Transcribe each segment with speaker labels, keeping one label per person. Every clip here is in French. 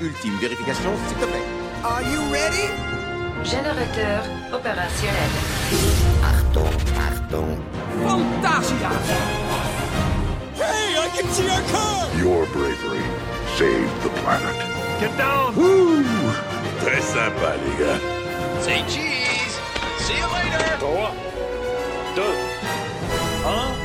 Speaker 1: ultime vérification, s'il te plaît.
Speaker 2: Are you ready?
Speaker 3: Générateur opérationnel.
Speaker 4: Achtung, Achtung.
Speaker 2: Fantasia! Hey, I can see our car!
Speaker 5: Your bravery saved the planet.
Speaker 6: Get down!
Speaker 5: Très sympa, les gars.
Speaker 7: Say cheese. See you later.
Speaker 6: 3, 2, 1.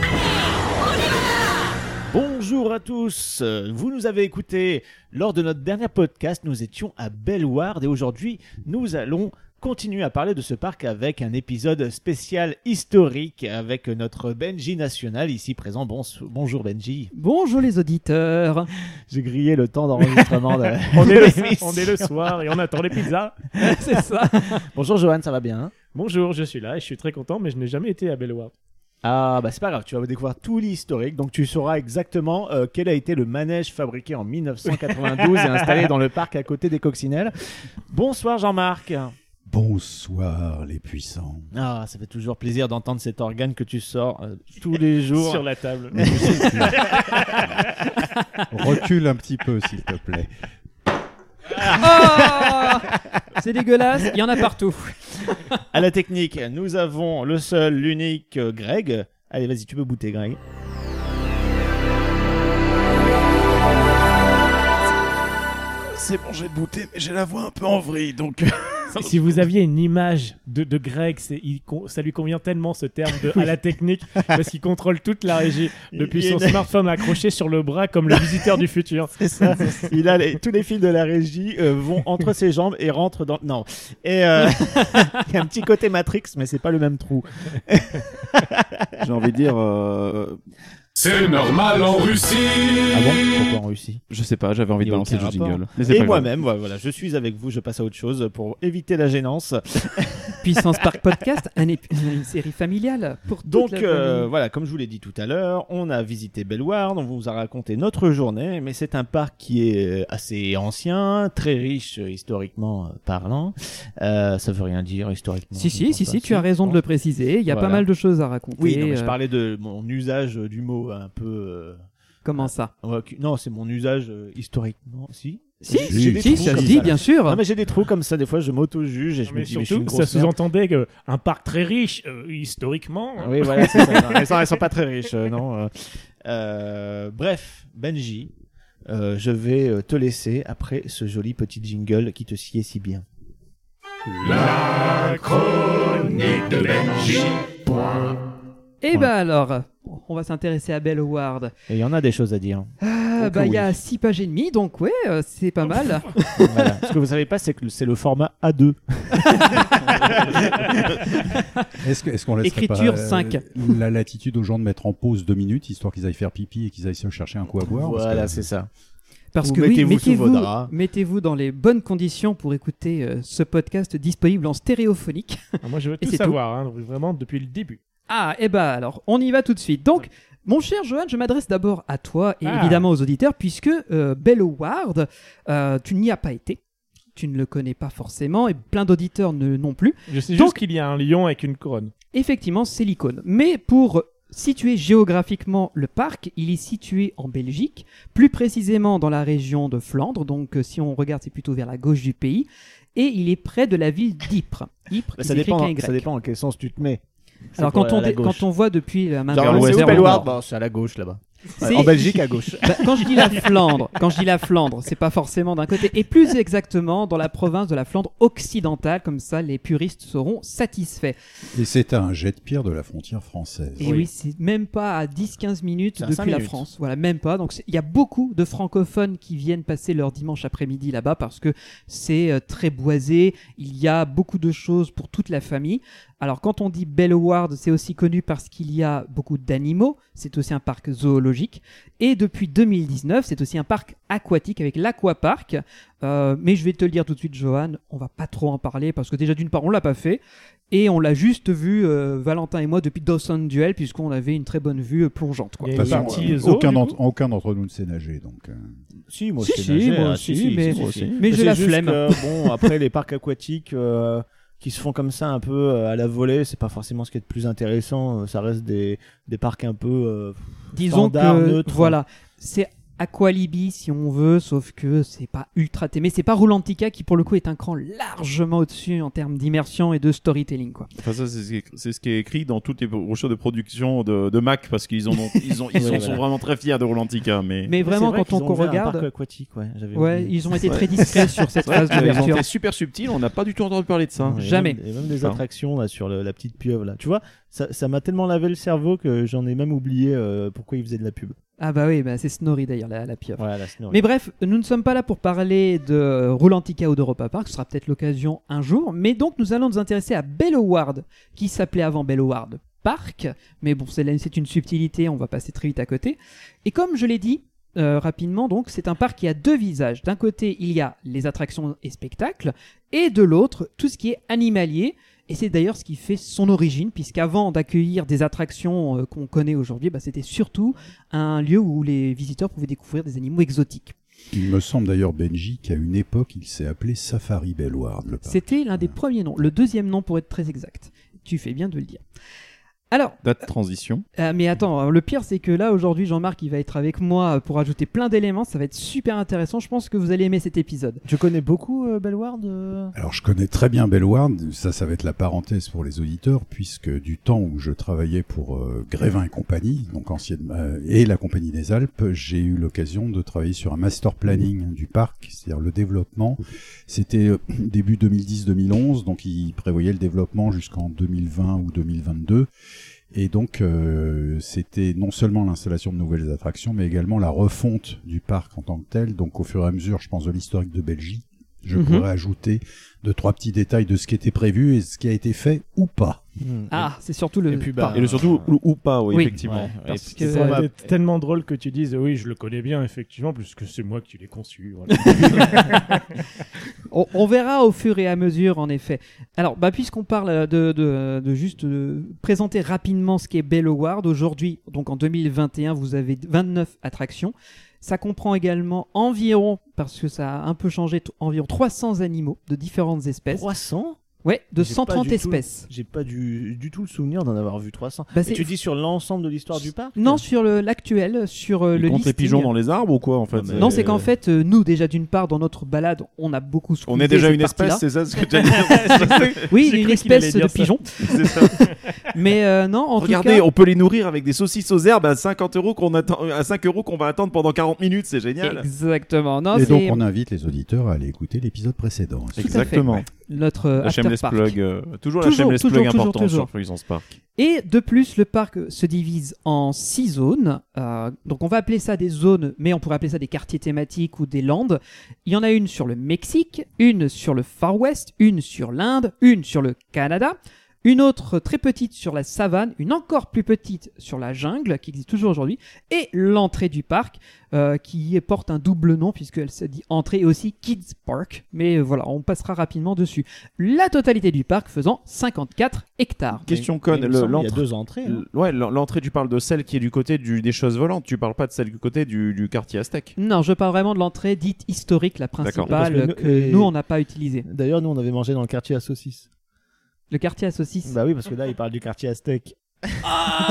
Speaker 8: Bonjour à tous, Euh, vous nous avez écoutés lors de notre dernier podcast, nous étions à Bellward et aujourd'hui nous allons continuer à parler de ce parc avec un épisode spécial historique avec notre Benji national ici présent. Bon- bonjour Benji,
Speaker 9: Bonjour les auditeurs.
Speaker 8: j'ai grillé le temps d'enregistrement. de-
Speaker 6: On est, le,
Speaker 8: l'émission.
Speaker 6: on est le soir et on attend les pizzas.
Speaker 9: C'est ça.
Speaker 8: Bonjour Johan, ça va bien hein
Speaker 6: Bonjour, je suis là et je suis très content, mais je n'ai jamais été à Bellward.
Speaker 8: Ah bah c'est pas grave, tu vas découvrir tout l'historique, donc tu sauras exactement euh, quel a été le manège fabriqué en 1992 et installé dans le parc à côté des coccinelles. Bonsoir Jean-Marc.
Speaker 10: Bonsoir les puissants.
Speaker 8: Ah, ça fait toujours plaisir d'entendre cet organe que tu sors euh, tous les jours.
Speaker 6: Sur la table.
Speaker 10: Recule un petit peu s'il te plaît.
Speaker 9: Ah C'est dégueulasse. Il y en a partout.
Speaker 8: À la technique, nous avons le seul, l'unique euh, Greg. Allez, vas-y, tu peux bouter, Greg.
Speaker 10: C'est bon, j'ai bouté, mais j'ai la voix un peu en vrille, donc
Speaker 6: si vous aviez une image de, de Greg, c'est- il con- ça lui convient tellement ce terme de à la technique, parce qu'il contrôle toute la régie depuis
Speaker 8: Il y a
Speaker 6: son
Speaker 8: une-
Speaker 6: smartphone accroché sur le bras comme le visiteur du futur.
Speaker 8: C'est ça. Il a les- tous les fils de la régie euh, vont entre ses jambes et rentrent dans. Non. Et euh, il y a un petit côté Matrix, mais c'est pas le même trou.
Speaker 11: J'ai envie de dire. euh,
Speaker 5: C'est normal en Russie.
Speaker 8: Ah bon Pourquoi en Russie
Speaker 11: je sais pas, j'avais envie
Speaker 8: Il y
Speaker 11: de
Speaker 8: a
Speaker 11: balancer
Speaker 8: aucun
Speaker 11: le jingle. Mais c'est
Speaker 8: Et
Speaker 11: pas grave.
Speaker 8: moi-même, voilà, voilà, je suis avec vous. Je passe à autre chose pour éviter la gênance.
Speaker 9: Puissance Park Podcast, un ép- une série familiale pour toute
Speaker 8: Donc
Speaker 9: la
Speaker 8: euh,
Speaker 9: famille.
Speaker 8: voilà, comme je vous l'ai dit tout à l'heure, on a visité Bellward, on vous a raconté notre journée, mais c'est un parc qui est euh, assez ancien, très riche euh, historiquement euh, parlant. Euh, ça veut rien dire historiquement.
Speaker 9: Si
Speaker 8: je
Speaker 9: si
Speaker 8: pense
Speaker 9: si
Speaker 8: pas.
Speaker 9: si, tu as raison de le préciser. Il y a
Speaker 8: bah, Voilà.
Speaker 9: pas mal de choses à raconter.
Speaker 8: Oui, non, mais je
Speaker 9: euh,
Speaker 8: parlais de mon usage euh, du mot un peu.
Speaker 9: Comment ça
Speaker 8: euh, ouais, qui- non, c'est mon usage euh, historiquement. Si.
Speaker 9: Si
Speaker 8: J'ai
Speaker 10: si,
Speaker 8: des
Speaker 9: si,
Speaker 8: trous
Speaker 9: ça se
Speaker 8: comme
Speaker 9: dit bien sûr.
Speaker 8: Non mais j'ai des trous comme ça. Des fois, je m'auto-juge et je me
Speaker 6: mais
Speaker 8: dis mais je suis
Speaker 6: surtout,
Speaker 8: une
Speaker 6: ça
Speaker 8: grosse merde.
Speaker 6: sous-entendait que un parc très riche, euh, historiquement.
Speaker 8: Hein. Oui, voilà, c'est ça. Non, elles, sont, elles sont pas très riches, euh, non. euh. Euh, bref, Benji, euh, je vais euh, te laisser après ce joli petit jingle qui te sied si bien.
Speaker 5: La chronique de Benji.
Speaker 9: Eh ben alors, on va s'intéresser à Belle Howard.
Speaker 8: Et il y en a des choses à dire. hein.
Speaker 9: Ah,
Speaker 8: Ok,
Speaker 9: bah il y a
Speaker 8: oui.
Speaker 9: six pages et demie, donc ouais, euh, c'est pas mal.
Speaker 8: Voilà. Ce que vous savez pas, c'est que le- c'est le format A2.
Speaker 10: est-ce que- est-ce qu'on laisserait
Speaker 9: Écriture
Speaker 10: pas euh,
Speaker 9: cinq.
Speaker 10: la latitude aux gens de mettre en pause deux minutes histoire qu'ils aillent faire pipi et qu'ils aillent se chercher un coup à boire parce que-
Speaker 8: Voilà, c'est ça.
Speaker 9: Parce
Speaker 8: Ou
Speaker 9: que oui,
Speaker 8: mettez-vous sous
Speaker 9: mettez-vous
Speaker 8: vos draps.
Speaker 9: mettez-vous dans les bonnes conditions pour écouter euh, ce podcast disponible en stéréophonique.
Speaker 6: Ah, Moi, je veux
Speaker 9: Et
Speaker 6: tout
Speaker 9: c'est
Speaker 6: savoir, hein, vraiment depuis le début.
Speaker 9: Ah, eh ben alors, on y va tout de suite. Donc, mon cher Johan, je m'adresse d'abord à toi et
Speaker 6: Ah.
Speaker 9: évidemment aux auditeurs, puisque euh, Bell Howard, euh, tu n'y as pas été. Tu ne le connais pas forcément et plein d'auditeurs ne non plus.
Speaker 6: Je sais
Speaker 9: Donc-
Speaker 6: juste qu'il y a un lion avec une couronne.
Speaker 9: Effectivement, c'est l'icône. Mais pour situer géographiquement le parc, il est situé en Belgique, plus précisément dans la région de Flandre. Donc, euh, si on regarde, c'est plutôt vers la gauche du pays. Et il est près de la ville d'Ypres. Ypres, qui
Speaker 8: Ça
Speaker 9: s'écrit
Speaker 8: dépend, hein,
Speaker 9: qu'un Y.
Speaker 8: ça dépend en quel sens tu te mets. C'est
Speaker 9: Alors,
Speaker 8: pour
Speaker 9: quand
Speaker 8: aller
Speaker 9: on,
Speaker 8: à la
Speaker 9: dé-
Speaker 8: gauche.
Speaker 9: quand on voit depuis la main
Speaker 8: Genre,
Speaker 9: vers
Speaker 8: c'est où
Speaker 9: vers le
Speaker 8: Bellward
Speaker 9: nord.
Speaker 8: Bon, C'est à la gauche là-bas.
Speaker 9: C'est-
Speaker 8: En Belgique, à gauche.
Speaker 9: Bah, quand je dis la Flandre, quand je dis la Flandre, c'est pas forcément d'un côté, et plus exactement dans la province de la Flandre occidentale, comme ça les puristes seront satisfaits.
Speaker 10: Et c'est à un jet de pierre de la frontière française.
Speaker 9: Et oui, c'est même pas à 10-15 minutes
Speaker 8: C'est à
Speaker 9: depuis
Speaker 8: cinq
Speaker 9: la
Speaker 8: minutes.
Speaker 9: France, voilà, même pas. Donc c'est- il y a beaucoup de francophones qui viennent passer leur dimanche après-midi là-bas parce que c'est euh, très boisé, il y a beaucoup de choses pour toute la famille. Alors quand on dit Bellward, c'est aussi connu parce qu'il y a beaucoup d'animaux, c'est aussi un parc zoologique. Et depuis 2019, c'est aussi un parc aquatique avec l'Aquapark. Euh, mais je vais te le dire tout de suite, Johan, on va pas trop en parler parce que déjà d'une part, on l'a pas fait. Et on l'a juste vu, euh, Valentin et moi, depuis Dawson Duel, puisqu'on avait une très bonne vue euh, plongeante. Quoi.
Speaker 6: Il y
Speaker 10: De
Speaker 6: a
Speaker 10: toute
Speaker 6: une
Speaker 10: façon,
Speaker 6: partie
Speaker 10: euh,
Speaker 6: zoo,
Speaker 10: aucun
Speaker 6: du
Speaker 10: d'entre-
Speaker 6: coup.
Speaker 10: aucun d'entre nous ne sait nager, donc. euh,
Speaker 8: Si, moi,
Speaker 9: Si,
Speaker 8: je
Speaker 9: si,
Speaker 8: sais nager,
Speaker 9: moi
Speaker 12: hein.
Speaker 8: ah,
Speaker 9: aussi,
Speaker 8: si, si,
Speaker 9: mais-
Speaker 8: si, si.
Speaker 9: mais j'ai
Speaker 8: c'est
Speaker 9: la
Speaker 8: juste
Speaker 9: flemme.
Speaker 8: que, bon, après, les parcs aquatiques euh, qui se font comme ça un peu euh, à la volée, c'est pas forcément ce qui est le plus intéressant. euh, Ça reste des, des parcs un peu. euh,
Speaker 9: Disons
Speaker 8: Standard,
Speaker 9: que
Speaker 8: neutre.
Speaker 9: voilà, c'est Aqualibi si on veut, sauf que c'est pas ultra témé. C'est pas Roulantica qui pour le coup est un cran largement au-dessus en termes d'immersion et de storytelling quoi.
Speaker 13: Enfin, ça, c'est ce qui est- c'est ce qui est écrit dans toutes les brochures de production de, de Mac parce qu'ils en ont, ils, ont, ils
Speaker 9: Ouais,
Speaker 13: en
Speaker 9: voilà.
Speaker 13: sont vraiment très fiers de Rolantica. Mais,
Speaker 9: Mais vraiment,
Speaker 12: vrai
Speaker 9: quand on
Speaker 12: qu'ils ont ouvert un
Speaker 9: regarde,
Speaker 12: parc aquatique, ouais,
Speaker 8: euh,
Speaker 12: j'avais
Speaker 9: ouais,
Speaker 12: oublié.
Speaker 9: ils ont été
Speaker 12: Ouais.
Speaker 9: très discrets sur cette
Speaker 13: Ouais,
Speaker 9: phase
Speaker 13: ils ont
Speaker 9: d'ouverture.
Speaker 13: été super subtil, on n'a pas du tout entendu parler de ça.
Speaker 12: Et
Speaker 9: Jamais.
Speaker 12: même- et même des
Speaker 13: Enfin.
Speaker 12: attractions là, sur le- la petite pieuvre, là. Tu vois, ça ça m'a tellement lavé le cerveau que j'en ai même oublié euh, pourquoi ils faisaient de la pub.
Speaker 9: Ah bah oui, bah c'est Snorri d'ailleurs la, la pieuvre.
Speaker 12: Voilà, la Snorri.
Speaker 9: Mais bref, nous ne sommes pas là pour parler de Roulantica ou d'Europa Park, ce sera peut-être l'occasion un jour, mais donc nous allons nous intéresser à Belloward, qui s'appelait avant Belloward Park, mais bon, c'est là- c'est une subtilité, on va passer très vite à côté. Et comme je l'ai dit euh, rapidement, donc c'est un parc qui a deux visages. D'un côté, il y a les attractions et spectacles, et de l'autre, tout ce qui est animalier. Et c'est d'ailleurs ce qui fait son origine, puisqu'avant d'accueillir des attractions euh, qu'on connaît aujourd'hui, bah, c'était surtout un lieu où les visiteurs pouvaient découvrir des animaux exotiques.
Speaker 10: Il me semble d'ailleurs, Benji, qu'à une époque, il s'est appelé Safari Bellward. Le parc.
Speaker 9: C'était l'un des premiers noms, le deuxième nom pour être très exact. Tu fais bien de le dire. Alors,
Speaker 13: Date de transition.
Speaker 9: euh, mais attends, le pire c'est que là aujourd'hui Jean-Marc il va être avec moi pour ajouter plein d'éléments, ça va être super intéressant, je pense que vous allez aimer cet épisode.
Speaker 12: Tu connais beaucoup euh, Bellward euh
Speaker 10: Alors, je connais très bien Bellward. Ça, ça va être la parenthèse pour les auditeurs, puisque du temps où je travaillais pour euh, Grévin et compagnie, donc ancienne, euh, et la compagnie des Alpes, j'ai eu l'occasion de travailler sur un master planning du parc, c'est-à-dire le développement. C'était euh, début 2010-2011, donc il prévoyait le développement jusqu'en 2020 ou 2022. Et donc, euh, c'était non seulement l'installation de nouvelles attractions, mais également la refonte du parc en tant que tel. Donc, au fur et à mesure, je pense, de l'historique de Belgique, je
Speaker 9: Mhm.
Speaker 10: pourrais ajouter deux, trois petits détails de ce qui était prévu et ce qui a été fait ou pas.
Speaker 9: Ah, c'est surtout le...
Speaker 12: Et puis, bah,
Speaker 13: Et le surtout, ou, ou pas, oui,
Speaker 9: Oui.
Speaker 13: effectivement.
Speaker 12: Ouais.
Speaker 13: Et-
Speaker 9: parce que-
Speaker 6: Ça aurait
Speaker 12: Ouais.
Speaker 6: été tellement drôle que tu dises oui, je le connais bien effectivement, puisque c'est moi qui l'ai conçu. voilà.
Speaker 9: On, on verra au fur et à mesure, en effet. Alors, bah, puisqu'on parle euh, de, de- de juste euh, présenter rapidement ce qu'est Belloward, aujourd'hui, donc en 2021, vous avez 29 attractions. Ça comprend également environ, parce que ça a un peu changé, t- environ 300 animaux de différentes espèces.
Speaker 12: 300
Speaker 9: Ouais, de
Speaker 12: J'ai pas
Speaker 9: 130
Speaker 12: du tout-
Speaker 9: espèces.
Speaker 12: J'ai pas du, du tout le souvenir d'en avoir vu 300.
Speaker 9: Bah,
Speaker 12: Et
Speaker 9: c'est-
Speaker 12: tu dis sur l'ensemble de l'histoire du parc Euh,
Speaker 9: Non, sur le- l'actuel, sur euh,
Speaker 13: Ils
Speaker 9: le
Speaker 13: comptent les
Speaker 9: listing.
Speaker 13: pigeons dans les arbres ou quoi en fait
Speaker 12: Non,
Speaker 9: Non,
Speaker 12: Euh,
Speaker 9: c'est qu'en fait, euh, nous, déjà d'une part, dans notre balade, on a beaucoup
Speaker 13: On
Speaker 9: scruté
Speaker 13: est déjà
Speaker 9: cette
Speaker 13: une espèce,
Speaker 9: partie-là.
Speaker 13: c'est ça ce que tu as dit
Speaker 9: Oui,
Speaker 6: J'ai
Speaker 9: une
Speaker 6: cru qu'il allait
Speaker 9: espèce de
Speaker 6: dire ça.
Speaker 9: pigeon.
Speaker 13: C'est ça.
Speaker 9: Mais euh, non, en tout
Speaker 13: Regardez,
Speaker 9: cas...
Speaker 13: on peut les nourrir avec des saucisses aux herbes à 50 euros qu'on attend, à 5 euros qu'on va attendre pendant 40 minutes, c'est génial.
Speaker 9: Exactement. Non,
Speaker 10: et donc,
Speaker 9: Ah, c'est
Speaker 10: on invite les auditeurs à aller écouter l'épisode précédent.
Speaker 9: à fait. Exactement. notre euh,
Speaker 13: La
Speaker 9: after
Speaker 13: shameless
Speaker 9: park.
Speaker 13: plug, euh, toujours, la
Speaker 9: Toujours,
Speaker 13: shameless
Speaker 9: toujours,
Speaker 13: plug
Speaker 9: toujours,
Speaker 13: importante
Speaker 9: toujours.
Speaker 13: sur Florissance Park.
Speaker 9: Et de plus, le parc euh, se divise en six zones. Euh, donc on va appeler ça des zones, mais on pourrait appeler ça des quartiers thématiques ou des landes. Il y en a une sur le Mexique, une sur le Far West, une sur l'Inde, une sur le Canada. Une autre très petite sur la savane, une encore plus petite sur la jungle, qui existe toujours aujourd'hui, et l'entrée du parc, euh, qui porte un double nom, puisqu'elle se dit entrée et aussi Kids Park. Mais euh, voilà, on passera rapidement dessus. La totalité du parc faisant 54 hectares.
Speaker 13: Question
Speaker 12: Mais
Speaker 13: conne,
Speaker 12: il me
Speaker 13: le-
Speaker 12: semble, Il y a
Speaker 13: l'entre-
Speaker 12: deux entrées. hein.
Speaker 13: L- Ouais, l- l'entrée, tu parles de celle qui est du côté du- des choses volantes, tu parles pas de celle du côté du, du quartier aztèque.
Speaker 9: Non, je parle vraiment de l'entrée dite historique, la
Speaker 12: Parce
Speaker 9: principale
Speaker 12: que
Speaker 9: que,
Speaker 12: nous- et-
Speaker 9: nous euh, on n'a pas utilisée.
Speaker 12: D'ailleurs, nous, on avait mangé dans le quartier à saucisse.
Speaker 9: Le quartier à saucisses. Ah,
Speaker 12: Bah oui, parce que là, il parle du quartier aztèque.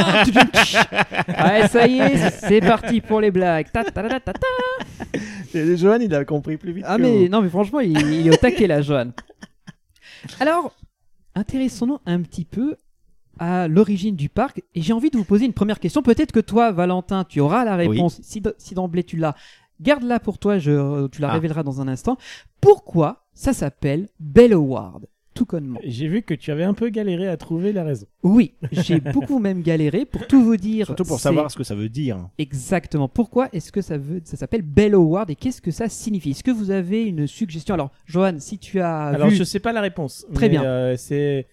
Speaker 9: ouais, Ah, ça y est, c'est parti pour les blagues. Ta, ta, ta, ta, ta.
Speaker 12: Et Johan, il a compris plus vite.
Speaker 9: Ah
Speaker 12: que
Speaker 9: mais
Speaker 12: vous.
Speaker 9: non, mais franchement, il, il est au taquet là, Johan. Alors, intéressons-nous un petit peu à l'origine du parc et j'ai envie de vous poser une première question. Peut-être que toi, Valentin, tu auras la réponse si d- si d'emblée tu l'as. Garde-la pour toi, je, tu la
Speaker 12: Ah.
Speaker 9: révéleras dans un instant. Pourquoi ça s'appelle Belloward Tout connement.
Speaker 6: J'ai vu que tu avais un peu galéré à trouver la raison.
Speaker 9: Oui, j'ai beaucoup même galéré pour tout vous dire.
Speaker 12: Surtout pour
Speaker 9: c'est
Speaker 12: savoir ce que ça veut dire.
Speaker 9: exactement pourquoi est-ce que ça veut, ça s'appelle Belloward et qu'est-ce que ça signifie. Est-ce que vous avez une suggestion Alors, Johan, si tu as
Speaker 6: Alors
Speaker 9: Ah, vu,
Speaker 6: je sais pas la réponse.
Speaker 9: Très
Speaker 6: mais,
Speaker 9: bien.
Speaker 6: euh, c'est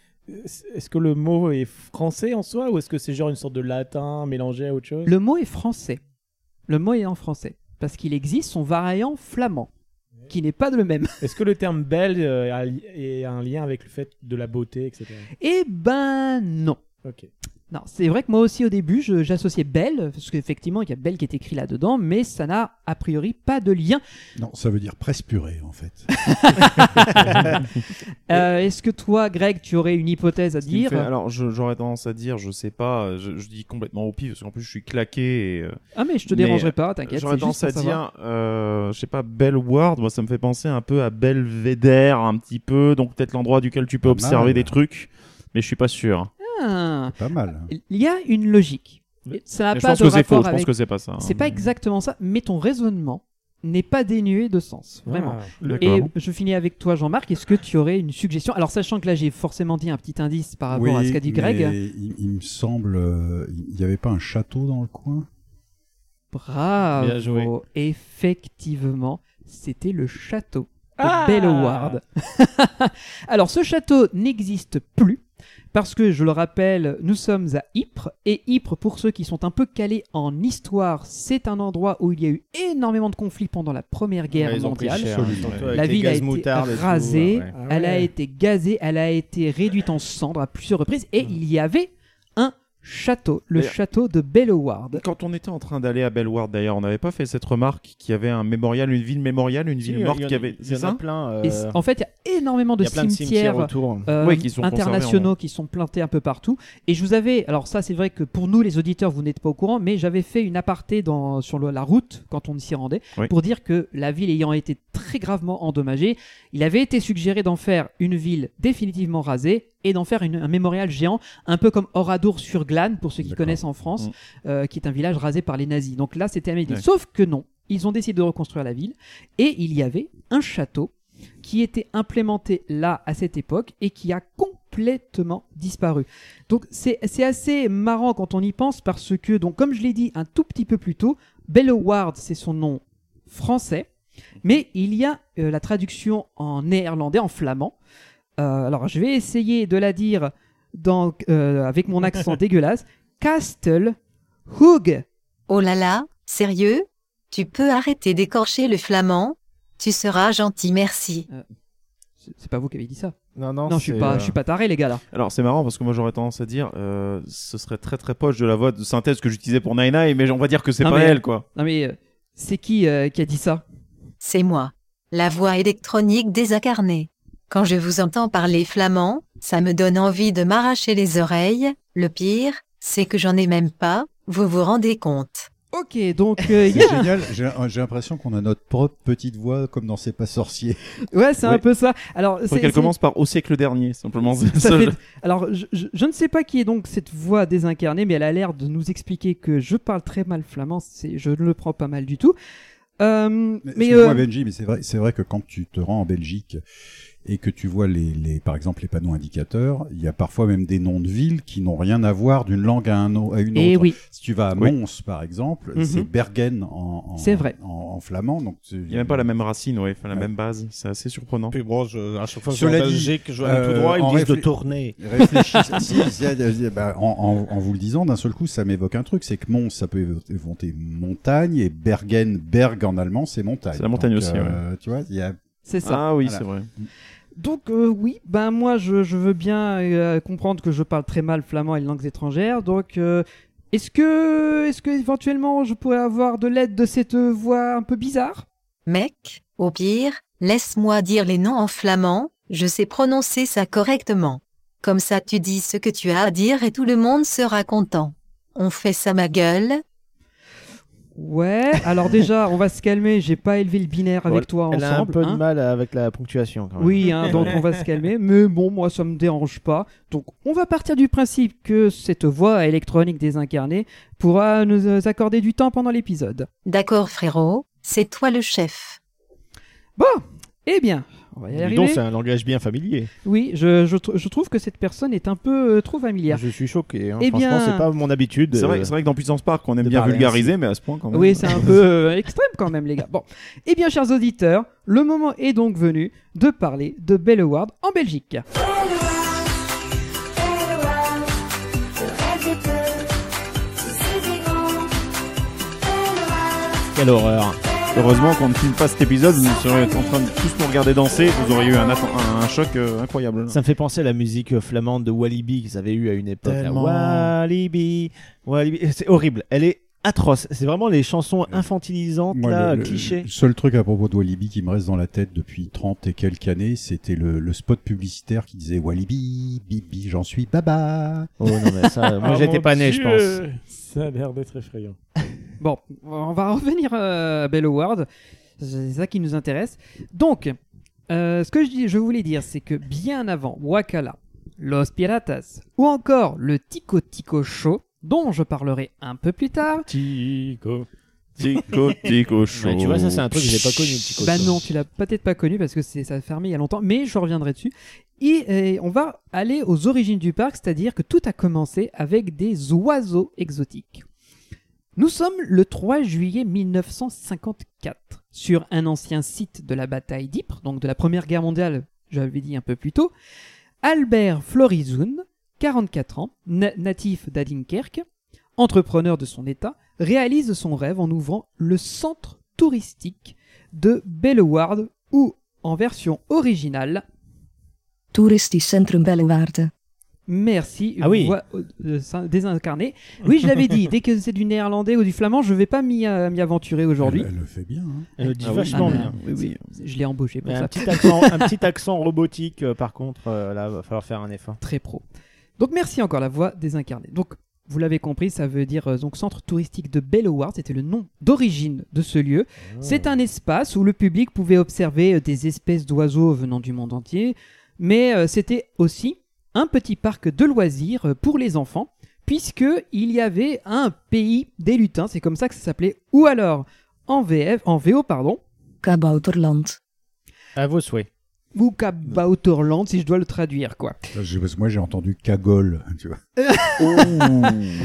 Speaker 6: est-ce que le mot est français en soi ou est-ce que c'est genre une sorte de latin mélangé à autre chose
Speaker 9: le mot est français. Le mot est en français parce qu'il existe son variant flamand qui n'est pas le même.
Speaker 6: Est-ce que le terme belle euh, a li- est un lien avec le fait de la beauté, etc.
Speaker 9: Eh ben non.
Speaker 6: Ok.
Speaker 9: Non, c'est vrai que moi aussi au début, je- j'associais Belle, parce qu'effectivement, il y a Belle qui est écrit là-dedans, mais ça n'a a priori pas de lien.
Speaker 10: Non, ça veut dire presse purée, en fait.
Speaker 9: Euh, Est-ce que toi, Greg, tu aurais une hypothèse à
Speaker 13: Ce qui me
Speaker 9: dire
Speaker 13: fait- alors, je- j'aurais tendance à dire, je sais pas, euh, je, je dis complètement au pif, parce qu'en plus, je suis claqué. Et, euh,
Speaker 9: Ah, mais je te dérangerai pas, t'inquiète,
Speaker 13: J'aurais
Speaker 9: c'est juste
Speaker 13: tendance à
Speaker 9: pour savoir.
Speaker 13: dire, euh, je sais pas, Ward, moi, ça me fait penser un peu à Belvedere, un petit peu, donc peut-être l'endroit duquel tu peux
Speaker 10: Pas
Speaker 13: observer
Speaker 10: mal.
Speaker 13: des trucs, mais je suis pas sûr.
Speaker 9: Ah.
Speaker 10: Pas mal.
Speaker 9: Il y a une logique. Ça n'a
Speaker 13: Mais je
Speaker 9: pas
Speaker 13: pense
Speaker 9: de
Speaker 13: que c'est
Speaker 9: rapport
Speaker 13: faux, je pense
Speaker 9: avec-
Speaker 13: que c'est pas ça, hein.
Speaker 9: C'est pas exactement ça, mais ton raisonnement n'est pas dénué de sens, vraiment.
Speaker 13: Ah, d'accord.
Speaker 9: Et je finis avec toi, Jean-Marc. Est-ce que tu aurais une suggestion Alors, sachant que là, j'ai forcément dit un petit indice par rapport à ce qu'a dit Greg.
Speaker 10: mais Il, il me semble, euh, il n'y avait pas un château dans le coin
Speaker 9: Bravo.
Speaker 10: Bien joué.
Speaker 9: Effectivement, c'était le château de
Speaker 14: Ah
Speaker 9: Belloward. Alors, ce château n'existe plus. Parce que, je le rappelle, nous sommes à Ypres, et Ypres, pour ceux qui sont un peu calés en histoire, c'est un endroit où il y a eu énormément de conflits pendant la Première Guerre
Speaker 14: Ouais, ils ont pris
Speaker 9: mondiale.
Speaker 14: cher, hein, surtout avec
Speaker 9: la
Speaker 14: les
Speaker 9: ville a
Speaker 14: gaz
Speaker 9: été
Speaker 14: moutarde et tout,
Speaker 9: rasée,
Speaker 14: ouais.
Speaker 9: elle
Speaker 14: Ah
Speaker 9: a
Speaker 14: ouais.
Speaker 9: été gazée, elle a été réduite en cendres à plusieurs reprises, et il y avait un château, le
Speaker 13: D'ailleurs-
Speaker 9: château de Belloward.
Speaker 13: Quand on était en train d'aller à Bellward, d'ailleurs, on n'avait pas fait cette remarque qu'il y avait un mémorial, une ville mémoriale, une
Speaker 9: Si, euh,
Speaker 13: ville
Speaker 9: il y
Speaker 13: morte
Speaker 9: en a-
Speaker 13: qui avait.
Speaker 9: il y
Speaker 13: C'est
Speaker 9: en a
Speaker 13: ça
Speaker 9: plein, euh, Et c- en fait, il y a énormément de,
Speaker 13: Il y a plein de
Speaker 9: cimetières,
Speaker 13: cimetières autour.
Speaker 9: euh,
Speaker 13: Ouais, qui sont conservés
Speaker 9: internationaux
Speaker 13: en-
Speaker 9: qui sont plantés un peu partout. Et je vous avais, alors ça c'est vrai que pour nous les auditeurs vous n'êtes pas au courant, mais j'avais fait une aparté dans, sur le- la route quand on s'y rendait
Speaker 13: Oui.
Speaker 9: pour dire que la ville ayant été très gravement endommagée, il avait été suggéré d'en faire une ville définitivement rasée et d'en faire une- un mémorial géant, un peu comme Oradour sur Glane pour ceux qui connaissent en France,
Speaker 14: Mm.
Speaker 9: euh, qui est un village rasé par les nazis. Donc là c'était Amélie.
Speaker 14: Ouais.
Speaker 9: Sauf que non, ils ont décidé de reconstruire la ville et il y avait un château qui était implémenté là à cette époque et qui a complètement disparu. Donc c'est c'est assez marrant quand on y pense parce que, donc, comme je l'ai dit un tout petit peu plus tôt, Belloward, c'est son nom français, mais il y a euh, la traduction en néerlandais, en flamand. Euh, alors je vais essayer de la dire dans, euh, avec mon accent dégueulasse. Castel Hoog.
Speaker 3: Oh là là, sérieux Tu peux arrêter d'écorcher le flamand Tu seras gentil, merci.
Speaker 9: C'est- C'est pas vous qui avez dit ça
Speaker 14: Non,
Speaker 9: non je suis
Speaker 13: c'est,
Speaker 9: pas,
Speaker 13: euh,
Speaker 9: je suis pas taré les gars là.
Speaker 13: Alors c'est marrant parce que moi j'aurais tendance à dire euh, ce serait très très proche de la voix de synthèse que j'utilisais pour Nine Nine, mais on va dire que c'est
Speaker 9: Non,
Speaker 13: pas
Speaker 9: mais-
Speaker 13: elle quoi.
Speaker 9: Non mais euh, c'est qui euh, qui a dit ça
Speaker 3: C'est moi, la voix électronique désincarnée. Quand je vous entends parler flamand, ça me donne envie de m'arracher les oreilles. Le pire, c'est que j'en ai même pas, vous vous rendez compte.
Speaker 9: Ok, donc
Speaker 10: C'est
Speaker 9: euh, il y a-
Speaker 10: génial, j'ai j'ai l'impression qu'on a notre propre petite voix comme dans C'est pas sorcier.
Speaker 9: Ouais, c'est un
Speaker 10: Oui.
Speaker 9: peu ça. Alors,
Speaker 10: Faut
Speaker 9: c'est-
Speaker 10: qu'elle
Speaker 9: c'est-
Speaker 13: Commence par au siècle dernier simplement.
Speaker 9: ça
Speaker 13: Ça,
Speaker 9: fait-
Speaker 13: je-
Speaker 9: Alors, je, je- je ne sais pas qui est donc cette voix désincarnée, mais elle a l'air de nous expliquer que je parle très mal flamand. C'est, je ne le prends pas mal du tout. Euh, mais
Speaker 10: Excuse-moi,
Speaker 9: euh,
Speaker 10: Benji, mais c'est vrai, c'est vrai que quand tu te rends en Belgique et que tu vois les, les- par exemple les panneaux indicateurs, il y a parfois même des noms de villes qui n'ont rien à voir d'une langue à, un au- à une
Speaker 9: Eh
Speaker 10: autre.
Speaker 9: oui.
Speaker 10: Si tu vas à
Speaker 13: Oui.
Speaker 10: Mons, par exemple,
Speaker 13: Mhm.
Speaker 10: c'est Bergen en, en-
Speaker 13: C'est vrai.
Speaker 10: en, en flamand. Donc tu-
Speaker 13: Il n'y a même pas la même racine, ouais, enfin la même base. C'est assez surprenant. Puis
Speaker 14: bon, je, à chaque fois
Speaker 13: Cela dit,
Speaker 10: euh, en réflé- réfléchissez- si, si, si, si, bah, en, en- en vous le disant, d'un seul coup, ça m'évoque un truc, c'est que Mons, ça peut évo- évoquer montagne, et Bergen, Berg en allemand, c'est montagne.
Speaker 13: C'est la montagne
Speaker 10: Donc,
Speaker 13: aussi,
Speaker 10: euh, Tu vois, il y a...
Speaker 9: C'est ça.
Speaker 13: Ah oui,
Speaker 10: Voilà.
Speaker 13: c'est vrai.
Speaker 12: Hein
Speaker 9: donc euh, oui, ben moi, je, je veux bien euh, comprendre que je parle très mal flamand et les langues étrangères. Donc, euh, est-ce que, est-ce que éventuellement, je pourrais avoir de l'aide de cette euh, voix un peu bizarre
Speaker 3: Mec, au pire, laisse-moi dire les noms en flamand, je sais prononcer ça correctement. Comme ça tu dis ce que tu as à dire et tout le monde sera content. On fait ça ma gueule
Speaker 9: Ouais. Alors déjà, on va se calmer. J'ai pas élevé le binaire avec toi ensemble.
Speaker 12: Elle a un peu
Speaker 9: hein.
Speaker 12: de mal avec la ponctuation. Quand même.
Speaker 9: Oui, hein, donc on va se calmer. Mais bon, moi, ça me dérange pas. Donc, on va partir du principe que cette voix électronique désincarnée pourra nous euh, accorder du temps pendant l'épisode.
Speaker 3: D'accord, frérot, c'est toi le chef.
Speaker 9: Bon, eh bien, on va y
Speaker 12: Dis
Speaker 9: arriver.
Speaker 12: donc, c'est un langage bien familier.
Speaker 9: Oui, je, je, tr- je trouve que cette personne est un peu euh, trop familière.
Speaker 12: Je suis choqué. hein.
Speaker 9: Eh
Speaker 12: Franchement,
Speaker 9: bien-
Speaker 12: c'est pas mon habitude.
Speaker 13: C'est vrai,
Speaker 12: euh,
Speaker 13: c'est vrai que dans Puissance Park, on aime
Speaker 12: de
Speaker 13: bien
Speaker 12: parler
Speaker 13: vulgariser,
Speaker 12: ainsi.
Speaker 13: mais à ce point quand même.
Speaker 9: Oui, c'est un peu euh, extrême quand même, les gars. Bon, eh bien, chers auditeurs, le moment est donc venu de parler de Belleward en Belgique.
Speaker 12: Quelle horreur.
Speaker 13: Heureusement qu'on ne filme pas cet épisode, vous seriez en train de tous nous regarder danser, vous auriez eu un, atten- un- un choc euh, incroyable.
Speaker 8: Ça me fait penser à la musique euh, flamande de Walibi qu'ils avaient eu à une époque. là.
Speaker 13: Tellement.
Speaker 8: Walibi, Walibi. C'est horrible. Elle est atroce. C'est vraiment les chansons infantilisantes,
Speaker 10: Moi,
Speaker 8: là,
Speaker 10: le- le-
Speaker 8: clichés.
Speaker 10: le seul truc à propos de Walibi qui me reste dans la tête depuis 30 et quelques années, c'était le, le spot publicitaire qui disait Walibi, bibi, j'en suis baba.
Speaker 8: Oh non, mais ça,
Speaker 6: Ah, mon Dieu, Ça a l'air d'être effrayant.
Speaker 9: Bon, on va revenir euh, à Bell Howard. C'est ça qui nous intéresse. Donc, euh, ce que je, dis- je voulais dire, c'est que bien avant Wakala, Los Piratas ou encore le Tico Tico Show, dont je parlerai un peu plus tard.
Speaker 6: Tico.
Speaker 13: Tico, tico, show.
Speaker 8: Ouais, tu vois, ça, c'est un truc que j'ai pas connu, le Tico
Speaker 9: Bah
Speaker 8: Show.
Speaker 9: non, tu l'as peut-être pas connu parce que c'est- ça a fermé il y a longtemps, mais je reviendrai dessus. Et euh, on va aller aux origines du parc, c'est-à-dire que tout a commencé avec des oiseaux exotiques. Nous sommes le 3 juillet 1954 sur un ancien site de la bataille d'Ypres, donc de la Première Guerre mondiale, j'avais dit un peu plus tôt. Albert Florizoun, 44 ans, na- natif d'Adinkerque, entrepreneur de son état, réalise son rêve en ouvrant le centre touristique de Belleward ou en version originale,
Speaker 3: Toeristisch Bellewaarde.
Speaker 9: merci,
Speaker 3: Ah oui.
Speaker 9: voix euh, euh, désincarnée. Oui, je l'avais dit, dès que c'est du néerlandais ou du flamand, je vais pas m'y euh, m'y aventurer aujourd'hui.
Speaker 10: Elle le fait bien. hein.
Speaker 8: Elle le dit
Speaker 9: Ah oui,
Speaker 8: vachement
Speaker 9: ah,
Speaker 8: bien.
Speaker 9: oui, oui, je l'ai embauché pour
Speaker 8: Mais
Speaker 9: ça.
Speaker 8: Un petit, accent, un petit accent robotique, euh, par contre, euh, là, va falloir faire un effort.
Speaker 9: Très pro. Donc merci encore la voix désincarnée. Donc vous l'avez compris, ça veut dire euh, donc centre touristique de Belloward, c'était le nom d'origine de ce lieu. C'est un espace où le public pouvait observer euh, des espèces d'oiseaux venant du monde entier, mais euh, c'était aussi un petit parc de loisirs euh, pour les enfants puisque il y avait un pays des lutins, c'est comme ça que ça s'appelait ou alors en VF en VO pardon,
Speaker 3: Kabouterland.
Speaker 8: À vos souhaits.
Speaker 9: ou Kabauterland si je dois le traduire quoi.
Speaker 10: Ça, j'ai- Parce que moi j'ai entendu cagole, tu vois.
Speaker 13: Oh.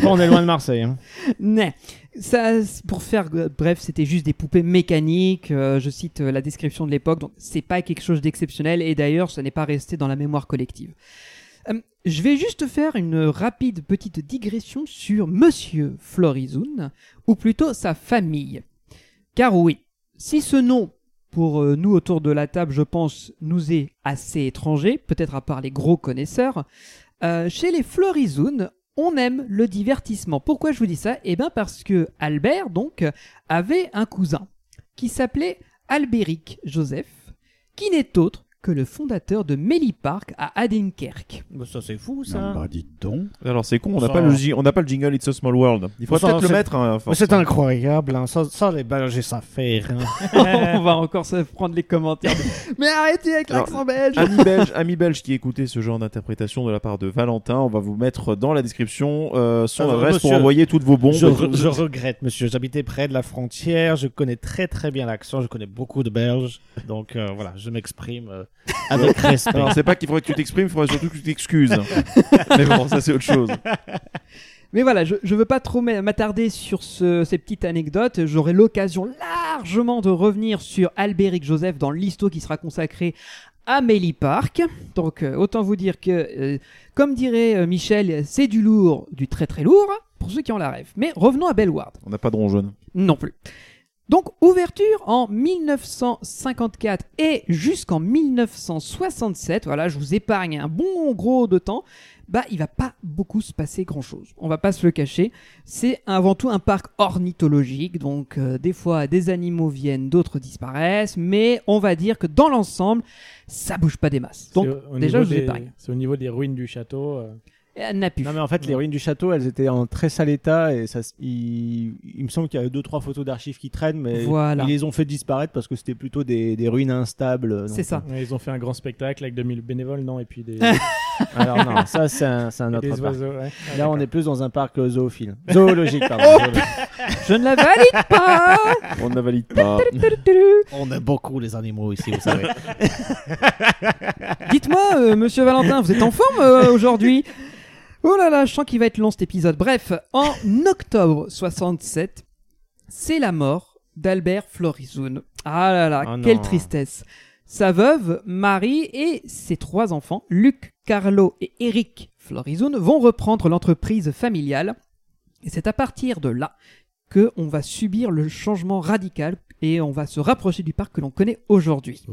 Speaker 8: on est loin de Marseille. hein.
Speaker 9: Mais, ça, c'est- pour faire euh, bref, c'était juste des poupées mécaniques. euh, je cite euh, la description de l'époque, donc c'est pas quelque chose d'exceptionnel. Et d'ailleurs, ça n'est pas resté dans la mémoire collective. Euh, je vais juste faire une rapide petite digression sur Monsieur Florizoun, ou plutôt sa famille. Car oui, si ce nom, pour euh, nous autour de la table, je pense, nous est assez étranger, peut-être à part les gros connaisseurs, euh, chez les Florizoun, on aime le divertissement. Pourquoi je vous dis ça Eh bien parce que Albert, donc, avait un cousin qui s'appelait Albéric Joseph, qui n'est autre que le fondateur de Melly Park à Adinkerque.
Speaker 8: ça, c'est fou,
Speaker 10: Ah, bah, dites donc.
Speaker 13: Alors c'est con, on n'a pas, le gi- on n'a pas le jingle It's a Small World. Il faudrait peut-être le mettre. hein, à force.
Speaker 8: C'est incroyable, hein. ça, ça, les Belges, ça fait.
Speaker 9: on va encore se prendre les commentaires. Mais arrêtez avec
Speaker 13: Alors,
Speaker 9: l'accent belge
Speaker 13: Amis belges, amis belges qui écoutez ce genre d'interprétation de la part de Valentin, on va vous mettre dans la description euh, son
Speaker 8: Alors,
Speaker 13: adresse pour
Speaker 8: monsieur,
Speaker 13: envoyer toutes vos bombes.
Speaker 8: Je,
Speaker 12: bah,
Speaker 8: re- je regrette, monsieur. J'habitais près de la frontière. Je connais très très bien l'accent. Je connais beaucoup de Belges. Donc euh, voilà, je m'exprime euh, avec respect.
Speaker 13: Alors c'est pas qu'il faudrait que tu t'exprimes, il faudrait surtout que tu t'excuses. Mais bon, ça c'est autre chose.
Speaker 9: Mais voilà, je, je veux pas trop m'a- m'attarder sur ce- ces petites anecdotes. J'aurai l'occasion largement de revenir sur Albéric Joseph dans l'histo qui sera consacré à Melly Park. Donc euh, autant vous dire que, euh, comme dirait euh, Michel, c'est du lourd, du très très lourd, pour ceux qui ont la rêve. Mais revenons à Bellward.
Speaker 13: On n'a pas de rond jaune.
Speaker 9: Non plus. Donc, ouverture en 1954 et jusqu'en 1967. Voilà, je vous épargne un bon gros de temps. Bah, il va pas beaucoup se passer grand chose. On va pas se le cacher. C'est avant tout un parc ornithologique. Donc, euh, des fois, des animaux viennent, d'autres disparaissent. Mais on va dire que dans l'ensemble, ça bouge pas des masses. Donc,
Speaker 6: C'est au- au
Speaker 9: déjà,
Speaker 6: niveau
Speaker 9: je vous
Speaker 6: des-
Speaker 9: épargne.
Speaker 6: C'est au niveau des ruines du château. euh,
Speaker 9: Elle n'a plus.
Speaker 8: Non mais en fait les ruines du château elles étaient en très sale état et ça s- il, il me semble qu'il y a deux trois photos d'archives qui traînent mais
Speaker 9: Voilà.
Speaker 8: ils les ont fait disparaître parce que c'était plutôt des, des ruines instables. euh, donc,
Speaker 9: C'est ça.
Speaker 6: Ouais, Ils ont fait un grand spectacle avec 2000 bénévoles, non Et puis des.
Speaker 8: Alors non, ça c'est un, c'est un
Speaker 6: Et
Speaker 8: autre
Speaker 6: des
Speaker 8: parc.
Speaker 6: oiseaux, ouais. Ah,
Speaker 8: Là on
Speaker 6: d'accord.
Speaker 8: est plus dans un parc euh, zoophile, zoologique pardon.
Speaker 9: Oh,
Speaker 8: zoologique.
Speaker 9: Je ne la valide pas
Speaker 13: On ne la valide pas.
Speaker 8: On a beaucoup les animaux ici, vous savez.
Speaker 9: Dites-moi, euh, monsieur Valentin, vous êtes en forme euh, aujourd'hui Oh là là, je sens qu'il va être long cet épisode. Bref, en octobre 67, c'est la mort d'Albert Florizoun. Ah là là,
Speaker 8: Oh non.
Speaker 9: quelle tristesse. Sa veuve, Marie et ses trois enfants, Luc, Carlo et Eric Florizoun, vont reprendre l'entreprise familiale. Et c'est à partir de là qu'on va subir le changement radical et on va se rapprocher du parc que l'on connaît aujourd'hui.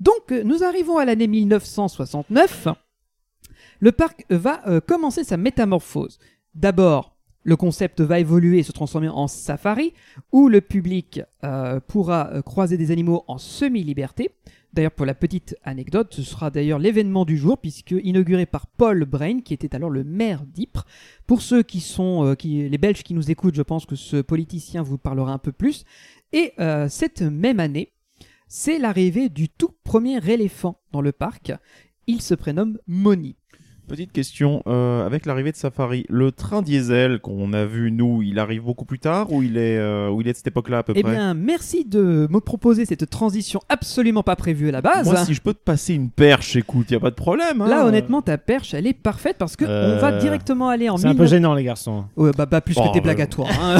Speaker 9: Donc, euh, nous arrivons à l'année 1969. Le parc va euh, commencer sa métamorphose. D'abord, le concept va évoluer et se transformer en safari, où le public euh, pourra euh, croiser des animaux en semi-liberté. D'ailleurs, pour la petite anecdote, ce sera d'ailleurs l'événement du jour, puisque inauguré par Paul Brain, qui était alors le maire d'Ypres. Pour ceux qui sont, euh, qui, les Belges qui nous écoutent, je pense que ce politicien vous parlera un peu plus. Et euh, cette même année, c'est l'arrivée du tout premier éléphant dans le parc. Il se prénomme Moni.
Speaker 13: Petite question, euh, avec l'arrivée de Safari, le train diesel qu'on a vu, nous, il arrive beaucoup plus tard ou il est, euh, ou il est de cette époque-là à peu
Speaker 9: Eh
Speaker 13: près
Speaker 9: bien, merci de me proposer cette transition absolument pas prévue à la base.
Speaker 13: Moi, si je peux te passer une perche, écoute, y a pas de problème. hein.
Speaker 9: Là, honnêtement, ta perche, elle est parfaite parce que
Speaker 13: Euh,
Speaker 9: on va directement aller en.
Speaker 13: c'est un peu
Speaker 9: 19
Speaker 13: gênant,
Speaker 12: les garçons.
Speaker 9: Ouais, bah, bah, plus
Speaker 13: Bon,
Speaker 9: que tes
Speaker 13: euh,
Speaker 9: blagues à toi. hein.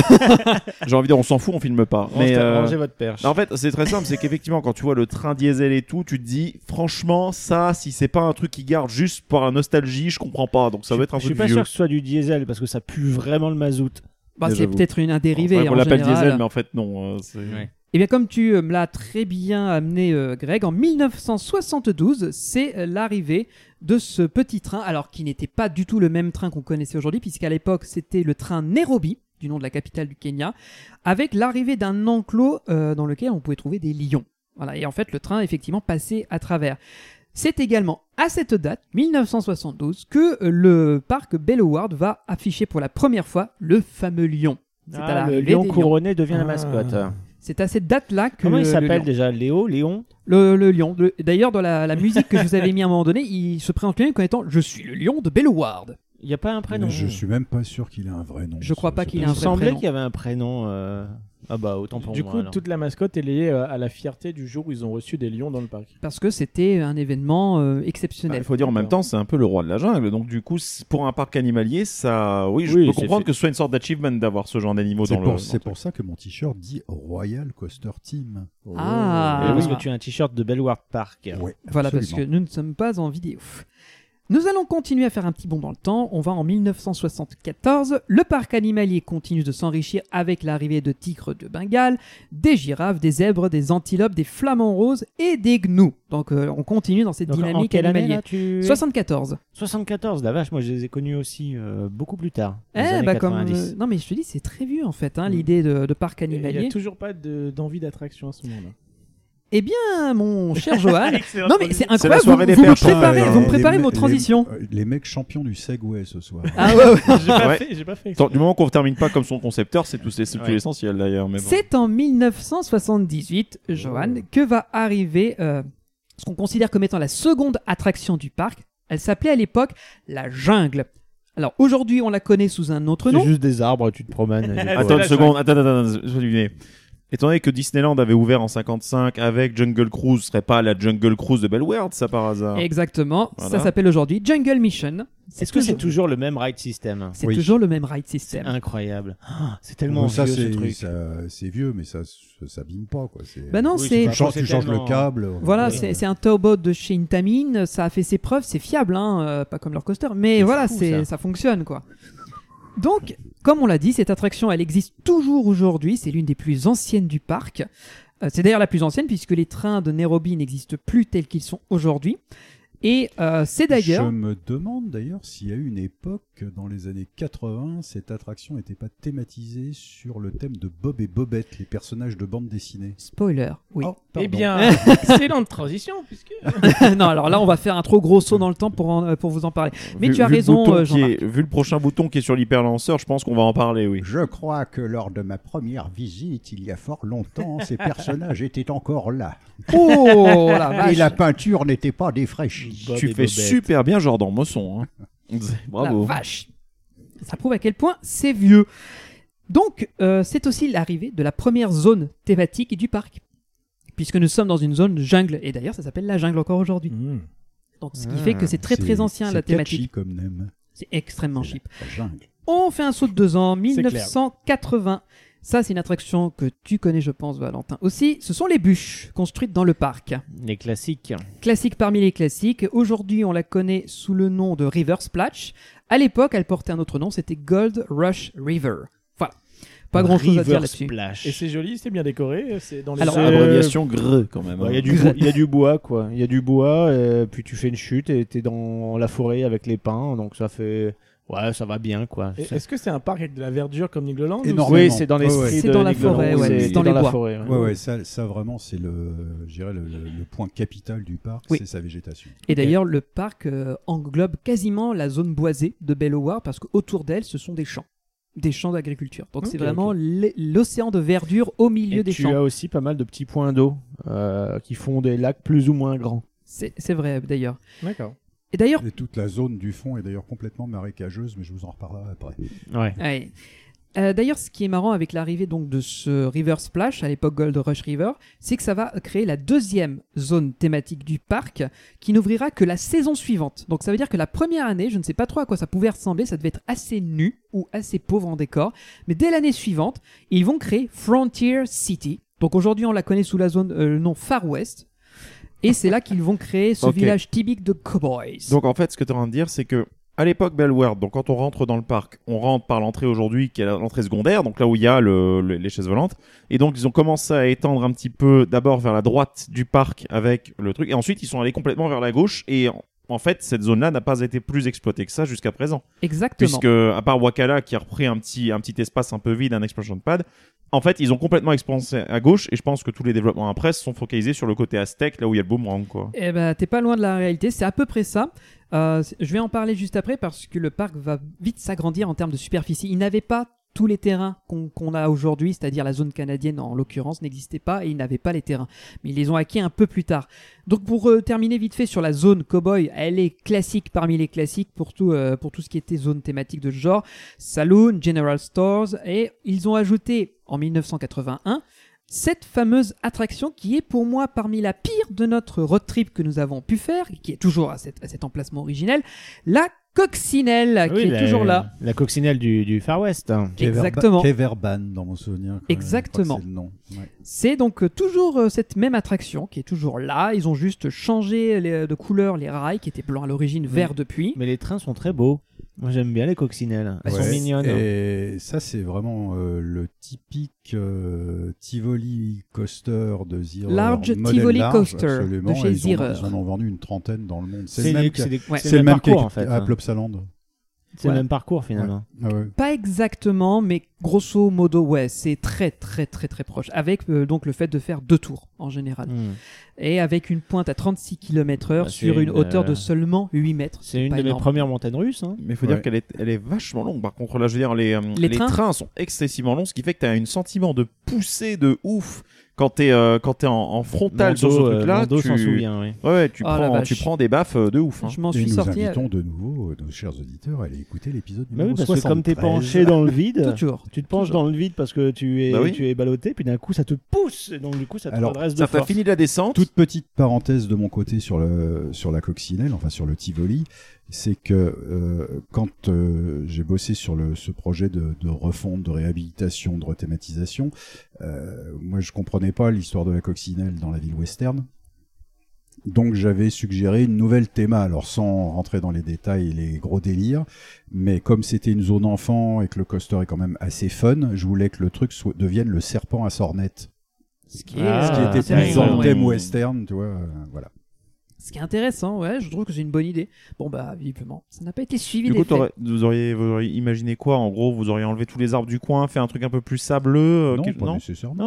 Speaker 13: J'ai envie de dire, on s'en fout, on filme pas.
Speaker 12: Rangez-
Speaker 13: mais
Speaker 6: euh,
Speaker 12: rangez votre perche.
Speaker 13: non, En fait, c'est très simple, c'est qu'effectivement, quand tu vois le train diesel et tout, tu te dis, franchement, ça, si c'est pas un truc qui garde juste par la nostalgie, je comprends pas. Donc ça doit être un
Speaker 12: Je suis
Speaker 13: truc
Speaker 12: pas
Speaker 13: vieux.
Speaker 12: sûr que ce soit du diesel parce que ça pue vraiment le mazout.
Speaker 9: Bah, c'est peut-être une un dérivé,
Speaker 13: Enfin, on
Speaker 9: en
Speaker 13: l'appelle
Speaker 9: général.
Speaker 13: diesel, mais en fait, non. euh, c'est-
Speaker 9: Eh bien, comme tu euh, me l'as très bien amené, euh, Greg, en 1972, c'est euh, l'arrivée de ce petit train, alors qui n'était pas du tout le même train qu'on connaissait aujourd'hui, puisqu'à l'époque, c'était le train Nairobi, du nom de la capitale du Kenya, avec l'arrivée d'un enclos euh, dans lequel on pouvait trouver des lions. Voilà, et en fait, le train, effectivement, passait à travers. C'est également à cette date, 1972, que euh, le parc Belloward va afficher pour la première fois le fameux lion. C'est
Speaker 12: Ah,
Speaker 9: à
Speaker 12: le
Speaker 9: l'arrivée
Speaker 12: lion
Speaker 9: des lions.
Speaker 12: couronné devient
Speaker 8: Ah.
Speaker 12: la mascotte.
Speaker 9: C'est à cette date-là que.
Speaker 12: Comment il
Speaker 9: le
Speaker 12: s'appelle
Speaker 9: lion-
Speaker 12: déjà Léo Léon
Speaker 9: le, le lion. Le- D'ailleurs, dans la, la musique que je vous avais mis à un moment donné, il se présente lui-même comme étant Je suis le lion de Belloward.
Speaker 12: Il n'y a pas un
Speaker 10: Mais Je suis même pas sûr qu'il a un vrai nom.
Speaker 9: Je crois pas qu'il
Speaker 12: Il
Speaker 9: ait un
Speaker 12: me
Speaker 9: vrai
Speaker 12: semblait
Speaker 9: prénom.
Speaker 12: qu'il y avait un prénom. euh, Ah bah autant pour
Speaker 6: Du
Speaker 12: moi.
Speaker 6: coup,
Speaker 12: alors.
Speaker 6: toute la mascotte est liée euh, à la fierté du jour où ils ont reçu des lions dans le parc.
Speaker 9: Parce que c'était un événement euh,
Speaker 13: Bah,
Speaker 9: exceptionnel.
Speaker 13: Il faut dire en même temps, c'est un peu le roi de la jungle. Donc, du coup, c'est- pour un parc animalier, ça. Oui, je
Speaker 10: Oui,
Speaker 13: peux
Speaker 10: c'est
Speaker 13: comprendre
Speaker 10: fait.
Speaker 13: que ce soit une sorte d'achievement d'avoir ce genre d'animaux
Speaker 10: C'est
Speaker 13: dans
Speaker 10: pour,
Speaker 13: le.
Speaker 10: c'est pour ça que mon t-shirt dit Royal Coaster Team.
Speaker 9: Ah.
Speaker 12: Eh Parce
Speaker 8: Eh
Speaker 12: que tu as un t-shirt de Bellward Park.
Speaker 9: Voilà, parce que nous ne sommes pas en vidéo. Nous allons continuer à faire un petit bond dans le temps. On va en 1974. Le parc animalier continue de s'enrichir avec l'arrivée de tigres de Bengale, des girafes, des zèbres, des antilopes, des flamants roses et des gnous. Donc euh, on continue dans cette
Speaker 12: Donc, en
Speaker 9: dynamique
Speaker 12: quelle année,
Speaker 9: animalière.
Speaker 12: là, tu es
Speaker 9: 74.
Speaker 12: 74, la vache, moi je les ai connus aussi euh, beaucoup plus tard.
Speaker 9: Eh,
Speaker 12: dans les années
Speaker 9: bah, comme,
Speaker 12: 90.
Speaker 9: euh, non mais je te dis c'est très vieux en fait hein, l'idée de, de parc
Speaker 6: Et Il n'y
Speaker 9: animalier.
Speaker 6: a toujours pas de- d'envie d'attraction à ce moment-là.
Speaker 9: Eh bien mon cher Johan,
Speaker 6: Excellent
Speaker 9: non mais
Speaker 6: produit.
Speaker 9: c'est
Speaker 6: C'est la
Speaker 9: incroyable, vous,
Speaker 6: soirée des
Speaker 9: vous me
Speaker 6: perches, hein,
Speaker 9: préparez,
Speaker 6: euh,
Speaker 9: vous me
Speaker 6: les-
Speaker 9: préparez
Speaker 6: les-
Speaker 9: vos
Speaker 6: les-
Speaker 9: transitions.
Speaker 10: Euh, Les mecs champions du Segway ce soir.
Speaker 9: Ah ouais, ouais.
Speaker 6: J'ai pas fait- j'ai pas fait exprès.
Speaker 13: Tant- du moment qu'on ne termine pas comme son concepteur, c'est tout, c'est tout l'essentiel d'ailleurs. mais bon.
Speaker 9: C'est en 1978, Johan, que va arriver euh, ce qu'on considère comme étant la seconde attraction du parc. Elle s'appelait à l'époque la jungle. Alors aujourd'hui, on la connaît sous un autre nom.
Speaker 12: C'est juste des arbres, tu te promènes.
Speaker 13: Attends une seconde, attends, attends, attends, je vais lui donner. Étant donné que Disneyland avait ouvert en 55 avec Jungle Cruise, ce serait pas la Jungle Cruise de Bellward, ça par hasard
Speaker 9: Exactement.
Speaker 13: Voilà.
Speaker 9: Ça s'appelle aujourd'hui Jungle Mission. C'est
Speaker 12: Est-ce que c'est toujours le même ride system
Speaker 9: C'est toujours le même ride system.
Speaker 12: Incroyable. Ah, c'est tellement
Speaker 10: Bon, ça,
Speaker 12: vieux ce
Speaker 10: c'est-
Speaker 12: truc.
Speaker 10: ça- C'est vieux, mais ça ne s'abîme pas. Quoi. C'est-
Speaker 9: Bah non,
Speaker 10: Oui,
Speaker 9: c'est.
Speaker 10: Tu changes, tu changes le câble.
Speaker 9: Voilà,
Speaker 10: euh,
Speaker 9: c'est c'est un towboat de chez Intamin. Ça a fait ses preuves, c'est fiable, hein, euh, pas comme leur coaster. Mais voilà,
Speaker 15: fou,
Speaker 9: c'est
Speaker 15: ça.
Speaker 9: ça. fonctionne quoi. Donc, comme on l'a dit, cette attraction, elle existe toujours aujourd'hui. C'est l'une des plus anciennes du parc. Euh, c'est d'ailleurs la plus ancienne puisque les trains de Nairobi n'existent plus tels qu'ils sont aujourd'hui. Et euh, c'est
Speaker 10: Je
Speaker 9: d'ailleurs.
Speaker 10: me demande d'ailleurs s'il y a eu une époque dans les années 80, cette attraction n'était pas thématisée sur le thème de Bob et Bobette, les personnages de bande dessinée.
Speaker 9: Spoiler, oui.
Speaker 10: Oh,
Speaker 6: Eh
Speaker 10: pardon.
Speaker 6: bien, excellente transition. Puisque...
Speaker 9: non, alors là, on va faire un trop gros saut dans le temps pour, en- euh, pour vous en parler. Mais
Speaker 13: Vu-
Speaker 9: tu as
Speaker 13: vu le
Speaker 9: raison,
Speaker 13: bouton
Speaker 9: euh,
Speaker 13: qui
Speaker 9: Jean-Marc.
Speaker 13: est- Vu le prochain bouton qui est sur l'hyperlanceur, je pense qu'on va en parler, oui.
Speaker 10: Je crois que lors de ma première visite, il y a fort longtemps, ces personnages étaient encore là.
Speaker 9: Oh, la vache.
Speaker 10: Et la peinture n'était pas défraîchie.
Speaker 13: tu fais super bien Jordan Mosson. hein. Bravo.
Speaker 9: La vache. Ça prouve à quel point c'est vieux. Donc, euh, c'est aussi l'arrivée de la première zone thématique du parc, puisque nous sommes dans une zone jungle, et d'ailleurs ça s'appelle la jungle encore aujourd'hui.
Speaker 6: Mm.
Speaker 9: Donc, ce qui fait que c'est très très ancien la thématique.
Speaker 10: comme name.
Speaker 9: C'est extrêmement cheap.
Speaker 10: La jungle.
Speaker 9: On fait un saut de deux ans,
Speaker 10: C'est clair.
Speaker 9: 1980. Ça, c'est une attraction que tu connais, je pense, Valentin. Aussi, ce sont les bûches construites dans le parc.
Speaker 12: Les classiques.
Speaker 9: Classique parmi les classiques. Aujourd'hui, on la connaît sous le nom de River Splash. À l'époque, elle portait un autre nom, c'était Gold Rush River. Voilà. pas grand chose à
Speaker 12: River
Speaker 9: dire là-dessus.
Speaker 12: Splash.
Speaker 6: Et c'est joli, c'est bien décoré. C'est dans les
Speaker 9: Alors,
Speaker 12: C'est-
Speaker 11: abréviation greu, quand même, hein.
Speaker 12: Ouais, Il y, a du
Speaker 11: Greu.
Speaker 12: bois- il y a du bois, quoi. Il y a du bois, euh, puis tu fais une chute et t'es dans la forêt avec les pins, donc ça fait. Ouais, ça va bien, quoi.
Speaker 6: Et
Speaker 12: Ça-
Speaker 6: Est-ce que c'est un parc avec de la verdure comme Nigloland ou
Speaker 12: Oui, c'est dans l'esprit de Nick Leland, c'est- c'est dans la forêt, ouais.
Speaker 10: Ouais, ouais, ça, ça vraiment, c'est le, je dirais le, le- le point capital du parc,
Speaker 9: Oui.
Speaker 10: c'est sa végétation.
Speaker 9: Et d'ailleurs, le parc euh, englobe quasiment la zone boisée de Bellowar parce qu'autour d'elle, ce sont des champs. Des champs d'agriculture. Donc c'est
Speaker 12: Ok,
Speaker 9: vraiment l'é- l'océan de verdure au milieu
Speaker 12: Et
Speaker 9: des
Speaker 12: tu
Speaker 9: champs.
Speaker 12: as aussi pas mal de petits points d'eau euh, qui font des lacs plus ou moins grands.
Speaker 9: C'est c'est vrai d'ailleurs.
Speaker 6: D'accord.
Speaker 9: Et d'ailleurs.
Speaker 10: Et toute la zone du fond est d'ailleurs complètement marécageuse, mais je vous en reparlerai après.
Speaker 12: Ouais.
Speaker 9: Ouais. Euh, D'ailleurs, ce qui est marrant avec l'arrivée donc de ce River Splash à l'époque Gold Rush River, c'est que ça va créer la deuxième zone thématique du parc qui n'ouvrira que la saison suivante. Donc ça veut dire que la première année, je ne sais pas trop à quoi ça pouvait ressembler, ça devait être assez nu ou assez pauvre en décor, mais dès l'année suivante, ils vont créer Frontier City. Donc aujourd'hui, on la connaît sous la zone euh, le nom Far West. Et c'est là qu'ils vont créer ce
Speaker 13: Ok.
Speaker 9: village typique de cowboys.
Speaker 13: Donc en fait, ce que tu es en train de dire, c'est que à l'époque Bellward, donc quand on rentre dans le parc, on rentre par l'entrée aujourd'hui qui est la- l'entrée secondaire, donc là où il y a le- le- les chaises volantes. Et donc ils ont commencé à étendre un petit peu d'abord vers la droite du parc avec le truc, et ensuite ils sont allés complètement vers la gauche. Et en, en fait, cette zone-là n'a pas été plus exploitée que ça jusqu'à présent.
Speaker 9: Exactement.
Speaker 13: Puisque à part Wakala qui a repris un petit, un petit espace un peu vide, un explosion pad. En fait, ils ont complètement expansé à gauche et je pense que tous les développements après se sont focalisés sur le côté aztèque, là où il y a le boomerang, quoi.
Speaker 9: Eh ben, t'es pas loin de la réalité, c'est à peu près ça. Euh, c- je vais en parler juste après parce que le parc va vite s'agrandir en termes de superficie. Il n'avait pas tous les terrains qu'on qu'on a aujourd'hui, c'est-à-dire la zone canadienne en l'occurrence, n'existait pas et ils n'avaient pas les terrains. Mais ils les ont acquis un peu plus tard. Donc pour euh, terminer vite fait sur la zone cowboy, elle est classique parmi les classiques pour tout, euh, pour tout ce qui était zone thématique de ce genre. Saloon, General Stores et ils ont ajouté en 1981 cette fameuse attraction qui est pour moi parmi la pire de notre road trip que nous avons pu faire, qui est toujours à, cette- à cet emplacement originel, la coccinelle qui est toujours là.
Speaker 12: La coccinelle du, du Far West.
Speaker 9: Keverba- Exactement.
Speaker 10: Keverban, dans mon souvenir. quand même. Je crois que
Speaker 9: Exactement.
Speaker 10: C'est le nom. Ouais.
Speaker 9: C'est donc euh, toujours euh, cette même attraction qui est toujours là. Ils ont juste changé les- euh, de couleur les rails qui étaient blancs à l'origine, verts depuis.
Speaker 12: Mais les trains sont très beaux. Moi, j'aime bien les coccinelles. Elles
Speaker 10: Ouais.
Speaker 12: sont mignonnes. hein.
Speaker 10: Et ça, c'est vraiment euh, le typique euh, Tivoli Coaster de Zirer.
Speaker 9: Large
Speaker 10: modèle
Speaker 9: Tivoli
Speaker 10: large,
Speaker 9: Coaster
Speaker 10: absolument,
Speaker 9: de chez
Speaker 10: et ils en-
Speaker 9: Zirer.
Speaker 10: Ils en ont vendu une trentaine dans le monde.
Speaker 12: C'est
Speaker 10: le
Speaker 12: des-
Speaker 10: même
Speaker 12: c'est des-
Speaker 10: qu'à-
Speaker 12: ouais.
Speaker 10: c'est le même
Speaker 12: parcours,
Speaker 10: qu'à-
Speaker 12: en fait,
Speaker 10: à
Speaker 12: hein.
Speaker 10: Plopsaland.
Speaker 12: C'est
Speaker 9: Ouais.
Speaker 12: le même parcours finalement.
Speaker 10: Ouais. Ah ouais.
Speaker 9: Pas exactement, mais grosso modo, ouais, c'est très très très très proche. Avec euh, donc le fait de faire deux tours en général.
Speaker 12: Hmm.
Speaker 9: Et avec une pointe à 36 km/h
Speaker 12: Bah, c'est
Speaker 9: sur une,
Speaker 12: une,
Speaker 9: hauteur de
Speaker 12: euh,
Speaker 9: seulement 8 mètres.
Speaker 12: C'est une
Speaker 9: pas
Speaker 12: de mes
Speaker 9: énorme.
Speaker 12: premières montagnes russes. hein.
Speaker 13: Mais il faut
Speaker 12: Ouais.
Speaker 13: dire qu'elle est, elle est vachement longue. Par contre, là, je veux dire, les, euh,
Speaker 9: Les
Speaker 13: les,
Speaker 9: trains.
Speaker 13: trains. sont excessivement longs, ce qui fait que tu as un sentiment de poussée de ouf quand tu es, en, en frontal sur ce
Speaker 12: Mando, euh,
Speaker 13: truc-là.
Speaker 12: Mando
Speaker 13: tu...
Speaker 12: s'en souvient, oui.
Speaker 13: Ouais, ouais, tu,
Speaker 9: Ah, la
Speaker 13: prends,
Speaker 9: vache.
Speaker 13: tu prends des baffes euh, de ouf. hein.
Speaker 9: Je m'en
Speaker 10: Et
Speaker 9: suis
Speaker 10: nous
Speaker 9: sorti.
Speaker 10: invitons de nouveau euh, nos chers auditeurs à aller écouter l'épisode
Speaker 12: Bah oui,
Speaker 10: numéro
Speaker 12: parce que comme t'es
Speaker 10: 73.
Speaker 12: penché dans le vide,
Speaker 9: Toujours.
Speaker 12: tu te penches dans le vide parce que tu es,
Speaker 13: Bah oui.
Speaker 12: tu es ballotté, puis d'un coup ça te pousse, et donc du coup ça te
Speaker 10: Alors,
Speaker 12: redresse de
Speaker 13: Ça t'a
Speaker 12: force.
Speaker 13: fini la descente.
Speaker 10: Toute petite parenthèse de mon côté sur, le, sur la coccinelle, enfin sur le Tivoli, c'est que euh, quand euh, j'ai bossé sur le, ce projet de, de refonte, de réhabilitation, de rethématisation, euh, moi je comprenais pas l'histoire de la coccinelle dans la ville western. Donc j'avais suggéré une nouvelle théma, alors sans rentrer dans les détails et les gros délires, mais comme c'était une zone enfant et que le coaster est quand même assez fun, je voulais que le truc soit- devienne le serpent à sornette.
Speaker 9: Ce qui,
Speaker 12: Ah,
Speaker 10: Ce qui était
Speaker 9: intéressant,
Speaker 10: plus dans le
Speaker 9: ouais.
Speaker 10: thème western, tu vois, euh, voilà.
Speaker 9: Ce qui est intéressant, ouais, je trouve que c'est une bonne idée. Bon, bah, visiblement, ça n'a pas été suivi
Speaker 13: Du coup,
Speaker 9: d'effet.
Speaker 13: t'aurais- vous auriez, vous auriez imaginé quoi En gros, vous auriez enlevé tous les arbres du coin, fait un truc un peu plus sableux euh,
Speaker 10: non,
Speaker 13: quelque-
Speaker 10: pas nécessairement.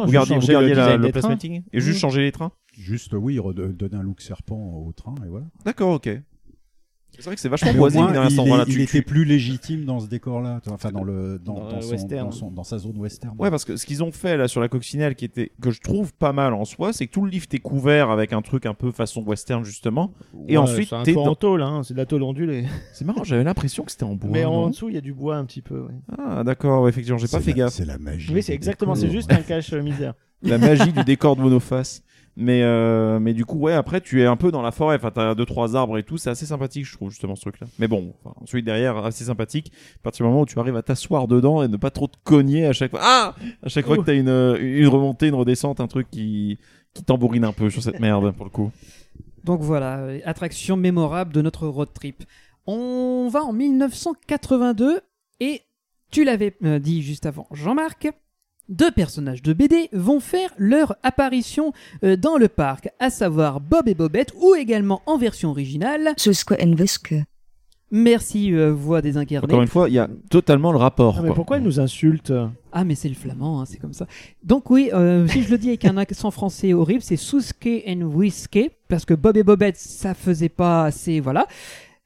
Speaker 12: Non,
Speaker 13: Vous
Speaker 12: je
Speaker 13: gardiez, vous
Speaker 12: changeais le
Speaker 13: gardiez la-
Speaker 12: design
Speaker 13: le
Speaker 12: des trains.
Speaker 13: placemaking et juste
Speaker 12: Mmh.
Speaker 13: changer les trains
Speaker 10: Juste, oui, rede- donner un look serpent au train, et voilà.
Speaker 13: D'accord, ok. C'est vrai que c'est vachement
Speaker 10: Mais au
Speaker 13: boisé
Speaker 10: moins,
Speaker 13: dans
Speaker 10: il,
Speaker 13: l'instant.
Speaker 10: est-
Speaker 13: Voilà,
Speaker 10: il
Speaker 13: tu-
Speaker 10: était
Speaker 13: tu-
Speaker 10: plus légitime dans ce décor-là, tu vois, enfin dans, le, dans,
Speaker 12: Dans
Speaker 10: dans
Speaker 12: le
Speaker 10: son-
Speaker 12: western.
Speaker 10: dans son- dans sa zone western.
Speaker 13: Ouais, bah, parce que ce qu'ils ont fait là sur la coccinelle, qui était que je trouve pas mal en soi, c'est que tout le lift est couvert avec un truc un peu façon western justement, et
Speaker 12: Ouais,
Speaker 13: ensuite
Speaker 12: c'est un
Speaker 13: t'es
Speaker 12: toit en
Speaker 13: dans...
Speaker 12: tôle, hein, c'est de la tôle ondulée.
Speaker 13: C'est marrant, j'avais l'impression que c'était en bois.
Speaker 12: Mais en
Speaker 13: non
Speaker 12: dessous il y a du bois un petit peu. ouais.
Speaker 13: Ah d'accord, ouais, effectivement, j'ai pas
Speaker 10: C'est
Speaker 13: fait
Speaker 10: la-
Speaker 13: gaffe.
Speaker 10: C'est la magie.
Speaker 12: Oui, c'est
Speaker 10: des
Speaker 12: exactement, c'est
Speaker 10: décors.
Speaker 12: juste un cache euh, misère.
Speaker 13: La magie du décor de Monoface. Mais euh, mais du coup ouais, après tu es un peu dans la forêt, enfin t'as deux trois arbres et tout, c'est assez sympathique je trouve justement ce truc-là. Mais bon, enfin, ensuite derrière assez sympathique, à partir du moment où tu arrives à t'asseoir dedans et ne pas trop te cogner à chaque fois. Ah, à chaque fois que t'as une euh, une remontée, une redescente, un truc qui qui tambourine un peu sur cette merde pour le coup.
Speaker 9: Donc voilà, euh, attraction mémorable de notre road trip. On va en 1982 et tu l'avais euh, dit juste avant, Jean-Marc, Deux personnages de BD vont faire leur apparition euh, dans le parc, à savoir Bob et Bobette, ou également en version originale.
Speaker 14: Suske en Wiske.
Speaker 9: Merci, euh, voix désincarnée.
Speaker 13: Encore une fois, il y a totalement le
Speaker 6: Ah,
Speaker 13: rapport. quoi.
Speaker 9: Ah, pourquoi
Speaker 12: il nous insulte
Speaker 9: Ah, mais c'est le flamand, hein, c'est comme ça. Donc, oui, euh, si je le dis avec un accent français horrible, c'est Souske and Whiskey, parce que Bob et Bobette, ça faisait pas assez. Voilà.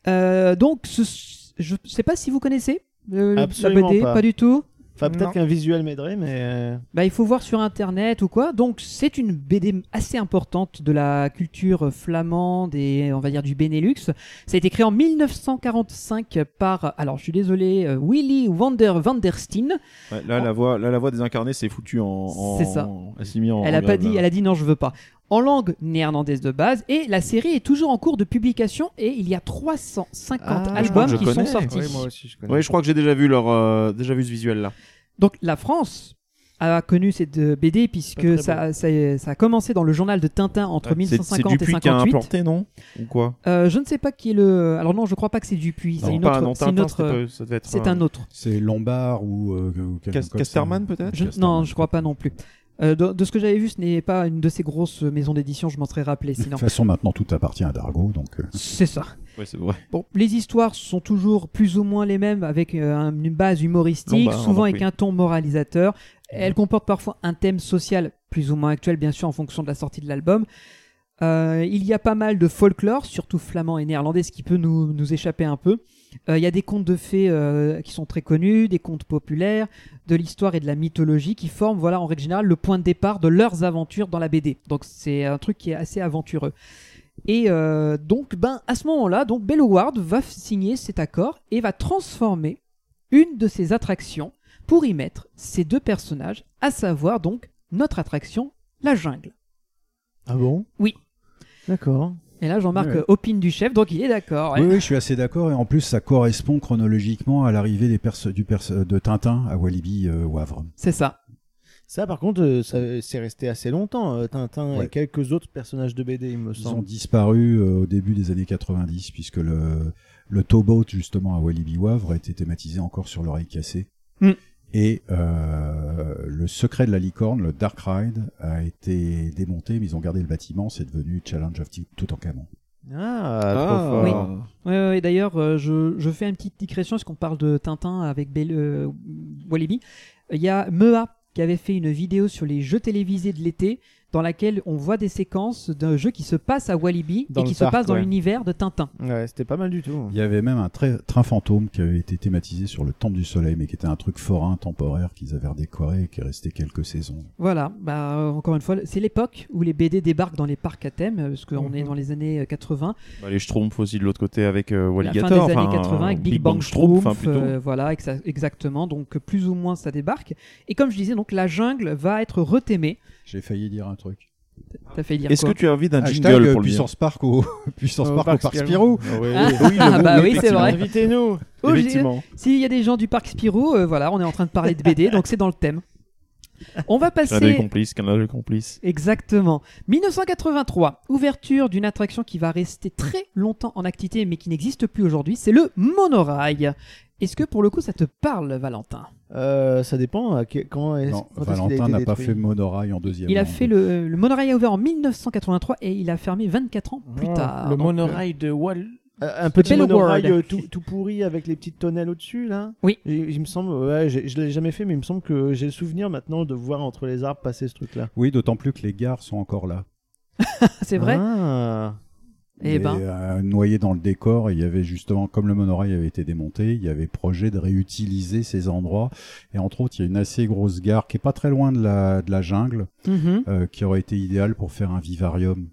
Speaker 9: Euh, donc, ce- je sais pas si vous connaissez euh,
Speaker 12: Absolument
Speaker 9: la BD,
Speaker 12: pas.
Speaker 9: du tout.
Speaker 12: Enfin, peut-être
Speaker 9: Non.
Speaker 12: qu'un visuel m'aiderait, mais. euh,
Speaker 9: Bah, il faut voir sur internet ou quoi. Donc c'est une BD assez importante de la culture flamande et on va dire du Benelux. Ça a été créé en 1945 par, alors je suis désolé, euh, Willy Wander van der Steen.
Speaker 13: Ouais, là, la voix, là, la voix désincarnée, c'est foutu en. en-
Speaker 9: Oh. C'est ça.
Speaker 13: assimilé en-
Speaker 9: elle a
Speaker 13: en
Speaker 9: pas
Speaker 13: grave,
Speaker 9: dit,
Speaker 13: là.
Speaker 9: elle a dit non je veux pas. En langue néerlandaise de base et la série est toujours en cours de publication et il y a 350
Speaker 13: Ah, je crois
Speaker 9: albums
Speaker 13: que je
Speaker 9: qui sont
Speaker 13: connais.
Speaker 9: sortis.
Speaker 13: Ouais, je crois que j'ai déjà vu leur, euh, déjà vu ce visuel là.
Speaker 9: Donc la France a connu cette euh, BD
Speaker 13: Pas très
Speaker 9: puisque ça, ça- ça a commencé dans le journal de Tintin entre
Speaker 13: Ah, C'est
Speaker 9: 1950 et
Speaker 13: Dupuis qui a
Speaker 9: 58.
Speaker 13: importé, non Ou quoi
Speaker 9: Euh, je ne sais pas qui est le. Alors non, je crois pas que c'est Dupuis.
Speaker 13: Non,
Speaker 9: C'est une
Speaker 13: pas-
Speaker 9: autre.
Speaker 13: non,
Speaker 9: c'est une
Speaker 13: Tintin,
Speaker 9: autre- euh,
Speaker 13: c'était pas- ça devait être
Speaker 9: C'est un autre.
Speaker 10: C'est Lombard ou. euh, ou quelqu'un comme ça.
Speaker 9: Je- Non, je crois pas non plus. Euh, de, de ce que j'avais vu, ce n'est pas une de ces grosses maisons d'édition. Je m'en serais rappelé.
Speaker 10: De
Speaker 9: Sinon,
Speaker 10: toute façon, maintenant, tout appartient à Dargo, donc. euh,
Speaker 9: c'est ça.
Speaker 13: Ouais, c'est vrai.
Speaker 9: Bon, les histoires sont toujours plus ou moins les mêmes, avec euh, un- une base humoristique,
Speaker 13: Lombard,
Speaker 9: souvent
Speaker 13: donc
Speaker 9: avec
Speaker 13: oui. Mm.
Speaker 9: un ton moralisateur. Elle comporte parfois un thème social plus ou moins actuel, bien sûr, en fonction de la sortie de l'album. Euh, il y a pas mal de folklore, surtout flamand et néerlandais, ce qui peut nous, nous échapper un peu. Euh, il y a des contes de fées euh, qui sont très connus, des contes populaires, de l'histoire et de la mythologie qui forment, voilà, en règle générale, le point de départ de leurs aventures dans la BD. Donc c'est un truc qui est assez aventureux. Et euh, donc, ben, à ce moment-là, donc Bell Howard va f- signer cet accord et va transformer une de ses attractions pour y mettre ces deux personnages, à savoir donc notre attraction, la jungle.
Speaker 12: Ah bon
Speaker 9: Oui.
Speaker 12: D'accord.
Speaker 9: Et là, Jean-Marc
Speaker 10: Ouais.
Speaker 9: euh, opine du chef, donc il est d'accord. ouais.
Speaker 10: Oui, oui, je suis assez d'accord. Et en plus, ça correspond chronologiquement à l'arrivée des perso- du perso- de Tintin à Walibi euh, au Havre.
Speaker 9: C'est ça.
Speaker 12: Ça, par contre, euh, ça- c'est resté assez longtemps. euh, Tintin
Speaker 10: Ouais.
Speaker 12: et quelques autres personnages de BD, il me
Speaker 10: Ils ont
Speaker 12: semble.
Speaker 10: disparu euh, au début des années 90, puisque le, le towboat, justement, à Walibi au Havre, était thématisé encore sur l'oreille cassée.
Speaker 12: Hmm.
Speaker 9: Mm.
Speaker 10: Et euh, le secret de la licorne, le Dark Ride, a été démonté, mais ils ont gardé le bâtiment. C'est devenu Challenge of T- Toutankhamon.
Speaker 12: Ah, trop
Speaker 9: Oui.
Speaker 12: fort.
Speaker 9: Ouais, ouais, ouais. D'ailleurs, euh, je, je fais une petite digression parce qu'on parle de Tintin avec Belle, euh, Walibi. Il y a Mea qui avait fait une vidéo sur les jeux télévisés de l'été dans laquelle on voit des séquences d'un jeu qui se passe à Walibi
Speaker 12: Dans
Speaker 9: et qui
Speaker 12: le
Speaker 9: se
Speaker 12: parc,
Speaker 9: passe dans
Speaker 12: ouais.
Speaker 9: l'univers de Tintin.
Speaker 12: Ouais, c'était pas mal du tout.
Speaker 10: Il y avait même un tra- train fantôme qui avait été thématisé sur le Temple du Soleil, mais qui était un truc forain, temporaire, qu'ils avaient redécoré et qui est resté quelques saisons.
Speaker 9: Voilà, bah, euh, encore une fois, c'est l'époque où les BD débarquent dans les parcs à thème, euh, parce qu'on
Speaker 12: Mhm.
Speaker 9: est dans les années euh, 80.
Speaker 13: Bah, les Schtroumpfs aussi de l'autre côté avec euh,
Speaker 9: la
Speaker 13: Walligator.
Speaker 9: fin des années
Speaker 13: enfin,
Speaker 9: 80 avec
Speaker 13: euh,
Speaker 9: Big, Bang,
Speaker 13: Schtroumpf,
Speaker 9: Schtroumpf,
Speaker 13: enfin, plutôt.
Speaker 9: euh, voilà, exa- exactement. Donc euh, plus ou moins ça débarque. Et comme je disais, donc la jungle va être retémée.
Speaker 10: J'ai failli dire un truc.
Speaker 9: T'as failli dire
Speaker 13: Est-ce
Speaker 9: quoi
Speaker 13: que tu as envie d'un
Speaker 10: Hashtag, euh,
Speaker 13: jingle pour hein le
Speaker 10: Puissance Park au Puissance
Speaker 12: Au
Speaker 10: Park au
Speaker 12: parc
Speaker 10: Parc
Speaker 12: Spirou.
Speaker 10: Spirou.
Speaker 12: Ah ouais.
Speaker 9: Ah,
Speaker 12: Oui, le
Speaker 9: bah
Speaker 12: mot,
Speaker 9: oui, c'est vrai.
Speaker 12: Invitez-nous.
Speaker 9: Oh, j'ai-
Speaker 12: Effectivement.
Speaker 9: S'il y a des gens du parc Spirou, euh, voilà, on est en train de parler de BD, donc c'est dans le thème. On va
Speaker 13: Canal de
Speaker 9: passer.
Speaker 13: complice, canal de complice.
Speaker 9: Exactement. 1983, ouverture d'une attraction qui va rester très longtemps en activité mais qui n'existe plus aujourd'hui, c'est le monorail. Est-ce que pour le coup ça te parle, Valentin
Speaker 12: Euh, ça dépend. à que- Quand est-ce
Speaker 10: Non,
Speaker 12: quand est-ce qu'il a
Speaker 10: Valentin
Speaker 12: été
Speaker 10: n'a pas
Speaker 12: détruit
Speaker 10: fait Monorail en deuxième.
Speaker 9: Il a
Speaker 10: rang.
Speaker 9: fait le, le monorail a ouvert en 1983 et il a fermé 24 ans plus
Speaker 6: Ah,
Speaker 9: tard.
Speaker 6: le
Speaker 9: Donc,
Speaker 6: monorail de Wall.
Speaker 12: Euh, un petit
Speaker 9: Belle
Speaker 12: monorail
Speaker 9: World.
Speaker 12: euh, tout, tout pourri avec les petites tonnelles au-dessus, là
Speaker 9: Oui.
Speaker 12: Il, il me semble, ouais, j'ai- je l'ai jamais fait, mais il me semble que j'ai le souvenir maintenant de voir entre les arbres passer ce truc-là.
Speaker 10: Oui, d'autant plus que les gares sont encore là.
Speaker 9: euh, C'est
Speaker 8: Hein
Speaker 9: vrai.
Speaker 12: Ah.
Speaker 9: Eh ben.
Speaker 10: euh, noyé dans le décor, et il y avait justement, comme le monorail avait été démonté, il y avait projet de réutiliser ces endroits. Et entre autres, il y a une assez grosse gare qui est pas très loin de la, de la jungle,
Speaker 9: Mhm.
Speaker 10: euh, qui aurait été idéale pour faire un vivarium.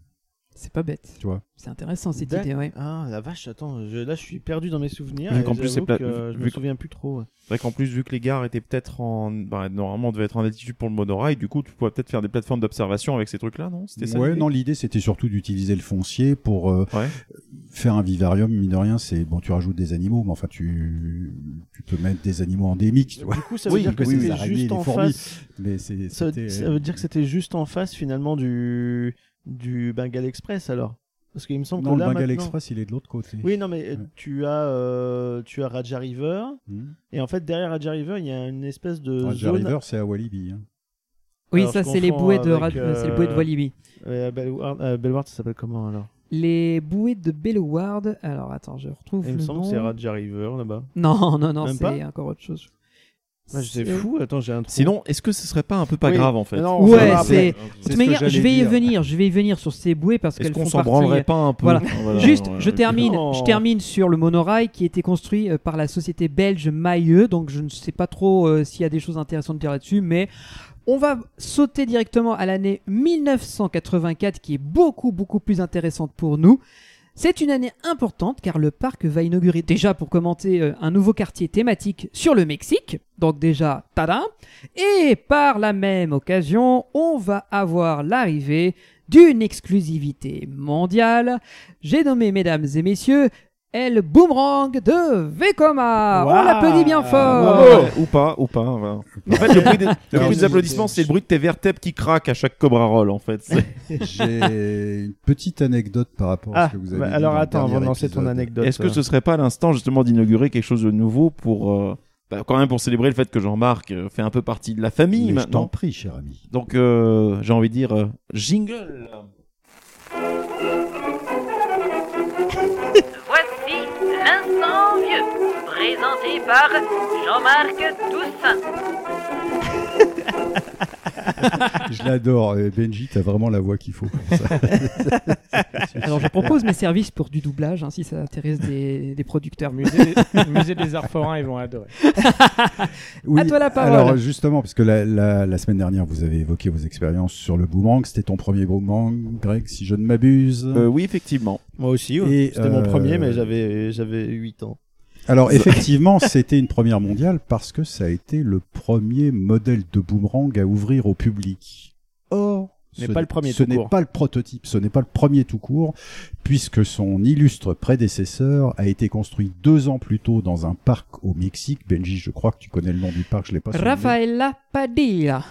Speaker 9: C'est pas bête.
Speaker 10: Tu vois.
Speaker 9: C'est intéressant cette
Speaker 12: D'ac-
Speaker 9: idée, ouais.
Speaker 12: Ah la vache, attends, je- là je suis perdu dans mes souvenirs.
Speaker 13: Vu
Speaker 12: et
Speaker 13: qu'en plus,
Speaker 12: j'avoue
Speaker 13: c'est plat-
Speaker 12: que, euh, je
Speaker 13: vu
Speaker 12: me
Speaker 13: que-
Speaker 12: souviens plus trop. ouais.
Speaker 13: C'est vrai qu'en plus, vu que les gares étaient peut-être en. bah, normalement, on devait être en altitude pour le monorail, du coup, tu pouvais peut-être faire des plateformes d'observation avec ces trucs-là, non C'était ça
Speaker 10: Ouais,
Speaker 13: l'idée
Speaker 10: non, l'idée c'était surtout d'utiliser le foncier pour euh,
Speaker 13: Ouais.
Speaker 10: faire un vivarium. Mine de rien, c'est bon, tu rajoutes des animaux, mais enfin, tu, tu peux mettre des animaux endémiques. Tu vois.
Speaker 12: Du coup, ça veut
Speaker 10: Oui,
Speaker 12: dire que
Speaker 10: oui, les
Speaker 12: c'était
Speaker 10: araignées,
Speaker 12: juste
Speaker 10: les
Speaker 12: en
Speaker 10: fourmis.
Speaker 12: face.
Speaker 10: Mais c'est-
Speaker 12: ça, veut,
Speaker 10: c'était-
Speaker 12: ça veut dire que c'était juste en face finalement du du Bengal Express alors. Parce qu'il me semble
Speaker 10: Non,
Speaker 12: que
Speaker 10: le
Speaker 12: là
Speaker 10: Bengal
Speaker 12: maintenant-
Speaker 10: Express, il est de l'autre côté.
Speaker 12: Oui, non, mais euh, tu as euh, tu as Raja River
Speaker 10: Mhm.
Speaker 12: et en fait derrière Raja River il y a une espèce de
Speaker 10: Roger
Speaker 12: euh, zone.
Speaker 10: River, Ah, c'est à Walibi. hein.
Speaker 9: Oui,
Speaker 12: Alors,
Speaker 9: ça,
Speaker 12: je
Speaker 9: c'est les
Speaker 12: confonds
Speaker 9: bouées de
Speaker 12: avec,
Speaker 9: ra- c'est les bouées de Walibi.
Speaker 12: euh, Bellward, euh, Bellward, ça s'appelle comment alors
Speaker 9: Les bouées de Bellward. Alors attends, je retrouve
Speaker 12: Il me
Speaker 9: le
Speaker 12: semble
Speaker 9: nom.
Speaker 12: que c'est Raja River là-bas.
Speaker 9: Non, non, non,
Speaker 12: Même
Speaker 9: c'est
Speaker 12: pas
Speaker 9: encore autre chose.
Speaker 12: Ouais, c'est
Speaker 9: C'est-
Speaker 12: fou, attends, j'ai un trou.
Speaker 13: Sinon, est-ce que ce serait pas un peu pas
Speaker 12: Oui.
Speaker 13: grave en fait
Speaker 12: Non, on
Speaker 9: Ouais,
Speaker 12: verra
Speaker 9: c'est.
Speaker 12: après.
Speaker 9: De toute manière, je vais y venir. Je vais y venir sur ces bouées parce
Speaker 13: Est-ce
Speaker 9: qu'elles
Speaker 13: qu'on
Speaker 9: font
Speaker 13: s'en
Speaker 9: partie- euh,
Speaker 13: branlerait pas un peu
Speaker 9: Voilà.
Speaker 13: Voilà,
Speaker 9: Juste,
Speaker 13: ouais.
Speaker 9: je termine.
Speaker 13: Non.
Speaker 9: Je termine sur le monorail qui a été construit euh, par la société belge Mailleux. Donc, je ne sais pas trop euh, s'il y a des choses intéressantes à dire là-dessus, mais on va sauter directement à l'année 1984, qui est beaucoup beaucoup plus intéressante pour nous. C'est une année importante car le parc va inaugurer déjà pour commenter euh, un nouveau quartier thématique sur le Mexique. Donc déjà, tada Et par la même occasion, on va avoir l'arrivée d'une exclusivité mondiale. J'ai nommé, mesdames et messieurs, El Boomerang de Vekoma On l'applaudit bien fort
Speaker 12: Oh.
Speaker 13: Ouais, Euh, Ou pas, ou pas. voilà. En fait, le bruit des, le bruit des applaudissements, c'est le bruit de tes vertèbres qui craquent à chaque Cobra Roll en fait. C'est-
Speaker 10: J'ai une petite anecdote par rapport à
Speaker 12: Ah,
Speaker 10: ce que vous avez
Speaker 12: bah
Speaker 10: dit.
Speaker 12: alors
Speaker 10: dans le
Speaker 12: attends,
Speaker 10: dernier
Speaker 12: avant de lancer ton
Speaker 10: épisode.
Speaker 12: anecdote.
Speaker 13: Est-ce que ce serait pas l'instant justement d'inaugurer quelque chose de nouveau pour euh, bah, quand même pour célébrer le fait que Jean-Marc euh, fait un peu partie de la famille
Speaker 10: Mais je
Speaker 13: maintenant.
Speaker 10: t'en prie, cher ami.
Speaker 13: Donc euh, j'ai envie de dire euh, jingle.
Speaker 16: Voici l'instant vieux, présenté par Jean-Marc Toussaint.
Speaker 10: Je l'adore. Et Benji, t'as vraiment la voix qu'il faut. pour ça.
Speaker 9: Alors je propose mes services pour du doublage, hein, si ça intéresse des, des producteurs.
Speaker 6: Musée, musée des arts forains, ils vont adorer.
Speaker 10: Oui,
Speaker 9: à toi la parole.
Speaker 10: Alors justement, parce que la, la- la semaine dernière, vous avez évoqué vos expériences sur le boomerang. C'était ton premier boomerang, Greg, si je ne m'abuse.
Speaker 13: Euh, oui, effectivement.
Speaker 12: Moi aussi, ouais.
Speaker 10: Et,
Speaker 12: c'était mon
Speaker 10: euh,
Speaker 12: premier, mais j'avais j'avais 8 ans.
Speaker 10: Alors effectivement, c'était une première mondiale parce que ça a été le premier modèle de boomerang à ouvrir au public. Or,
Speaker 12: Ce n'est
Speaker 10: ce
Speaker 12: pas le premier
Speaker 10: Ce
Speaker 12: tout
Speaker 10: n'est
Speaker 12: court.
Speaker 10: pas le prototype, ce n'est pas le premier tout court, puisque son illustre prédécesseur a été construit deux ans plus tôt dans un parc au Mexique. Benji, je crois que tu connais le nom du parc, je l'ai pas. sur le nez.
Speaker 9: Rafaela Padilla.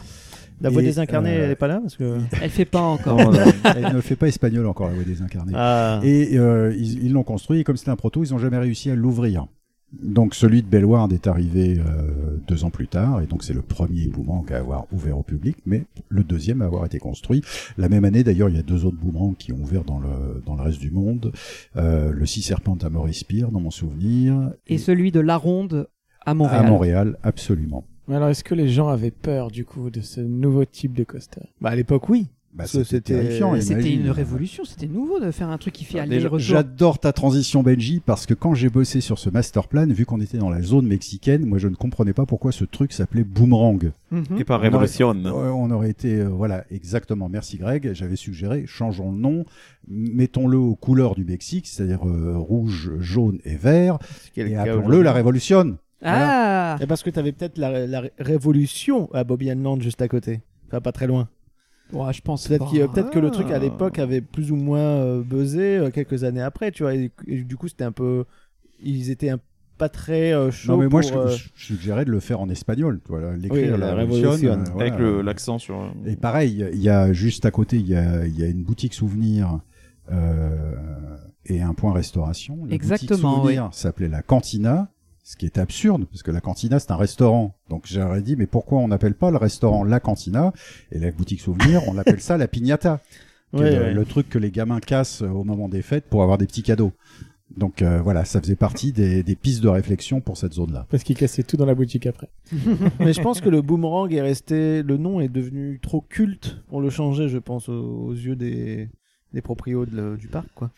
Speaker 10: La voix Et, désincarnée, euh, elle est
Speaker 12: pas là parce que
Speaker 9: elle fait pas encore.
Speaker 10: Non, non, elle ne fait pas espagnol encore, la voix désincarnée.
Speaker 12: Ah.
Speaker 10: Et euh, ils ils l'ont construit, et comme c'était un proto, ils n'ont jamais réussi à l'ouvrir. Donc celui de Bellward est arrivé euh, deux ans plus tard, et donc c'est le premier boomerang à avoir ouvert au public, mais le deuxième à avoir été construit. La même année d'ailleurs, il y a deux autres boomerangs qui ont ouvert dans le, dans le reste du monde. Euh, le Six Serpents à Maurice Pier, dans mon souvenir,
Speaker 9: Et celui de La Ronde à Montréal.
Speaker 10: à Montréal, absolument.
Speaker 6: Mais alors, est-ce que les gens avaient peur du coup de ce nouveau type de coaster
Speaker 12: Bah à l'époque, oui.
Speaker 10: Bah,
Speaker 12: Parce que
Speaker 10: c'était terrifiant,
Speaker 9: Mais C'était
Speaker 10: imagine. Ah,
Speaker 9: une révolution, c'était nouveau de faire un truc qui fait
Speaker 10: Déjà,
Speaker 9: aller-retour.
Speaker 10: J'adore ta transition Benji parce que quand j'ai bossé sur ce master plan, vu qu'on était dans la zone mexicaine, moi je ne comprenais pas pourquoi ce truc s'appelait boomerang.
Speaker 9: Hmm.
Speaker 13: Et pas Révolution.
Speaker 10: On aurait, ouais, on aurait été euh, voilà exactement. Merci Greg. J'avais suggéré changeons le nom, mettons-le aux couleurs du Mexique, c'est-à-dire euh, rouge, jaune et vert,
Speaker 12: quel
Speaker 10: et
Speaker 12: cas
Speaker 10: appelons-le
Speaker 12: aujourd'hui.
Speaker 10: la révolution.
Speaker 9: Ah
Speaker 12: Et parce que t'avais peut-être la, la ré- révolution à Bobby Land juste à côté. Enfin, pas très loin.
Speaker 9: Ouais, je pense
Speaker 12: Peut-être
Speaker 9: pas.
Speaker 12: qu'il- peut-être que le truc
Speaker 9: Ah.
Speaker 12: à l'époque avait plus ou moins euh, buzzé euh, quelques années après, tu vois. Et, et du coup, c'était un peu. Ils étaient un- pas très euh, chauds.
Speaker 10: Non mais moi je,
Speaker 12: pour, euh,
Speaker 10: je suggérais de le faire en espagnol, tu vois, l'écrire
Speaker 12: Oui,
Speaker 10: la,
Speaker 12: la
Speaker 10: révolution,
Speaker 12: révolution.
Speaker 10: euh, voilà.
Speaker 13: Avec le- l'accent sur. euh,
Speaker 10: Et pareil, il y a juste à côté, il y a, il y a une boutique souvenir euh, et un point restauration. La
Speaker 9: Exactement,
Speaker 10: Boutique souvenir s'appelait la Cantina, ce qui est absurde parce que la Cantina c'est un restaurant. Donc j'aurais dit mais pourquoi on n'appelle pas le restaurant la Cantina et la boutique souvenir on appelle ça la piñata, qui est
Speaker 12: Ouais,
Speaker 10: le,
Speaker 12: ouais.
Speaker 10: le truc que les gamins cassent au moment des fêtes pour avoir des petits cadeaux. Donc euh, voilà, ça faisait partie des, des pistes de réflexion pour cette zone-là.
Speaker 6: Parce qu'ils cassaient tout dans la boutique après.
Speaker 12: mais je pense que le boomerang est resté. Le nom est devenu trop culte pour le changer, je pense, aux, aux yeux des, des proprios de le- du parc, quoi.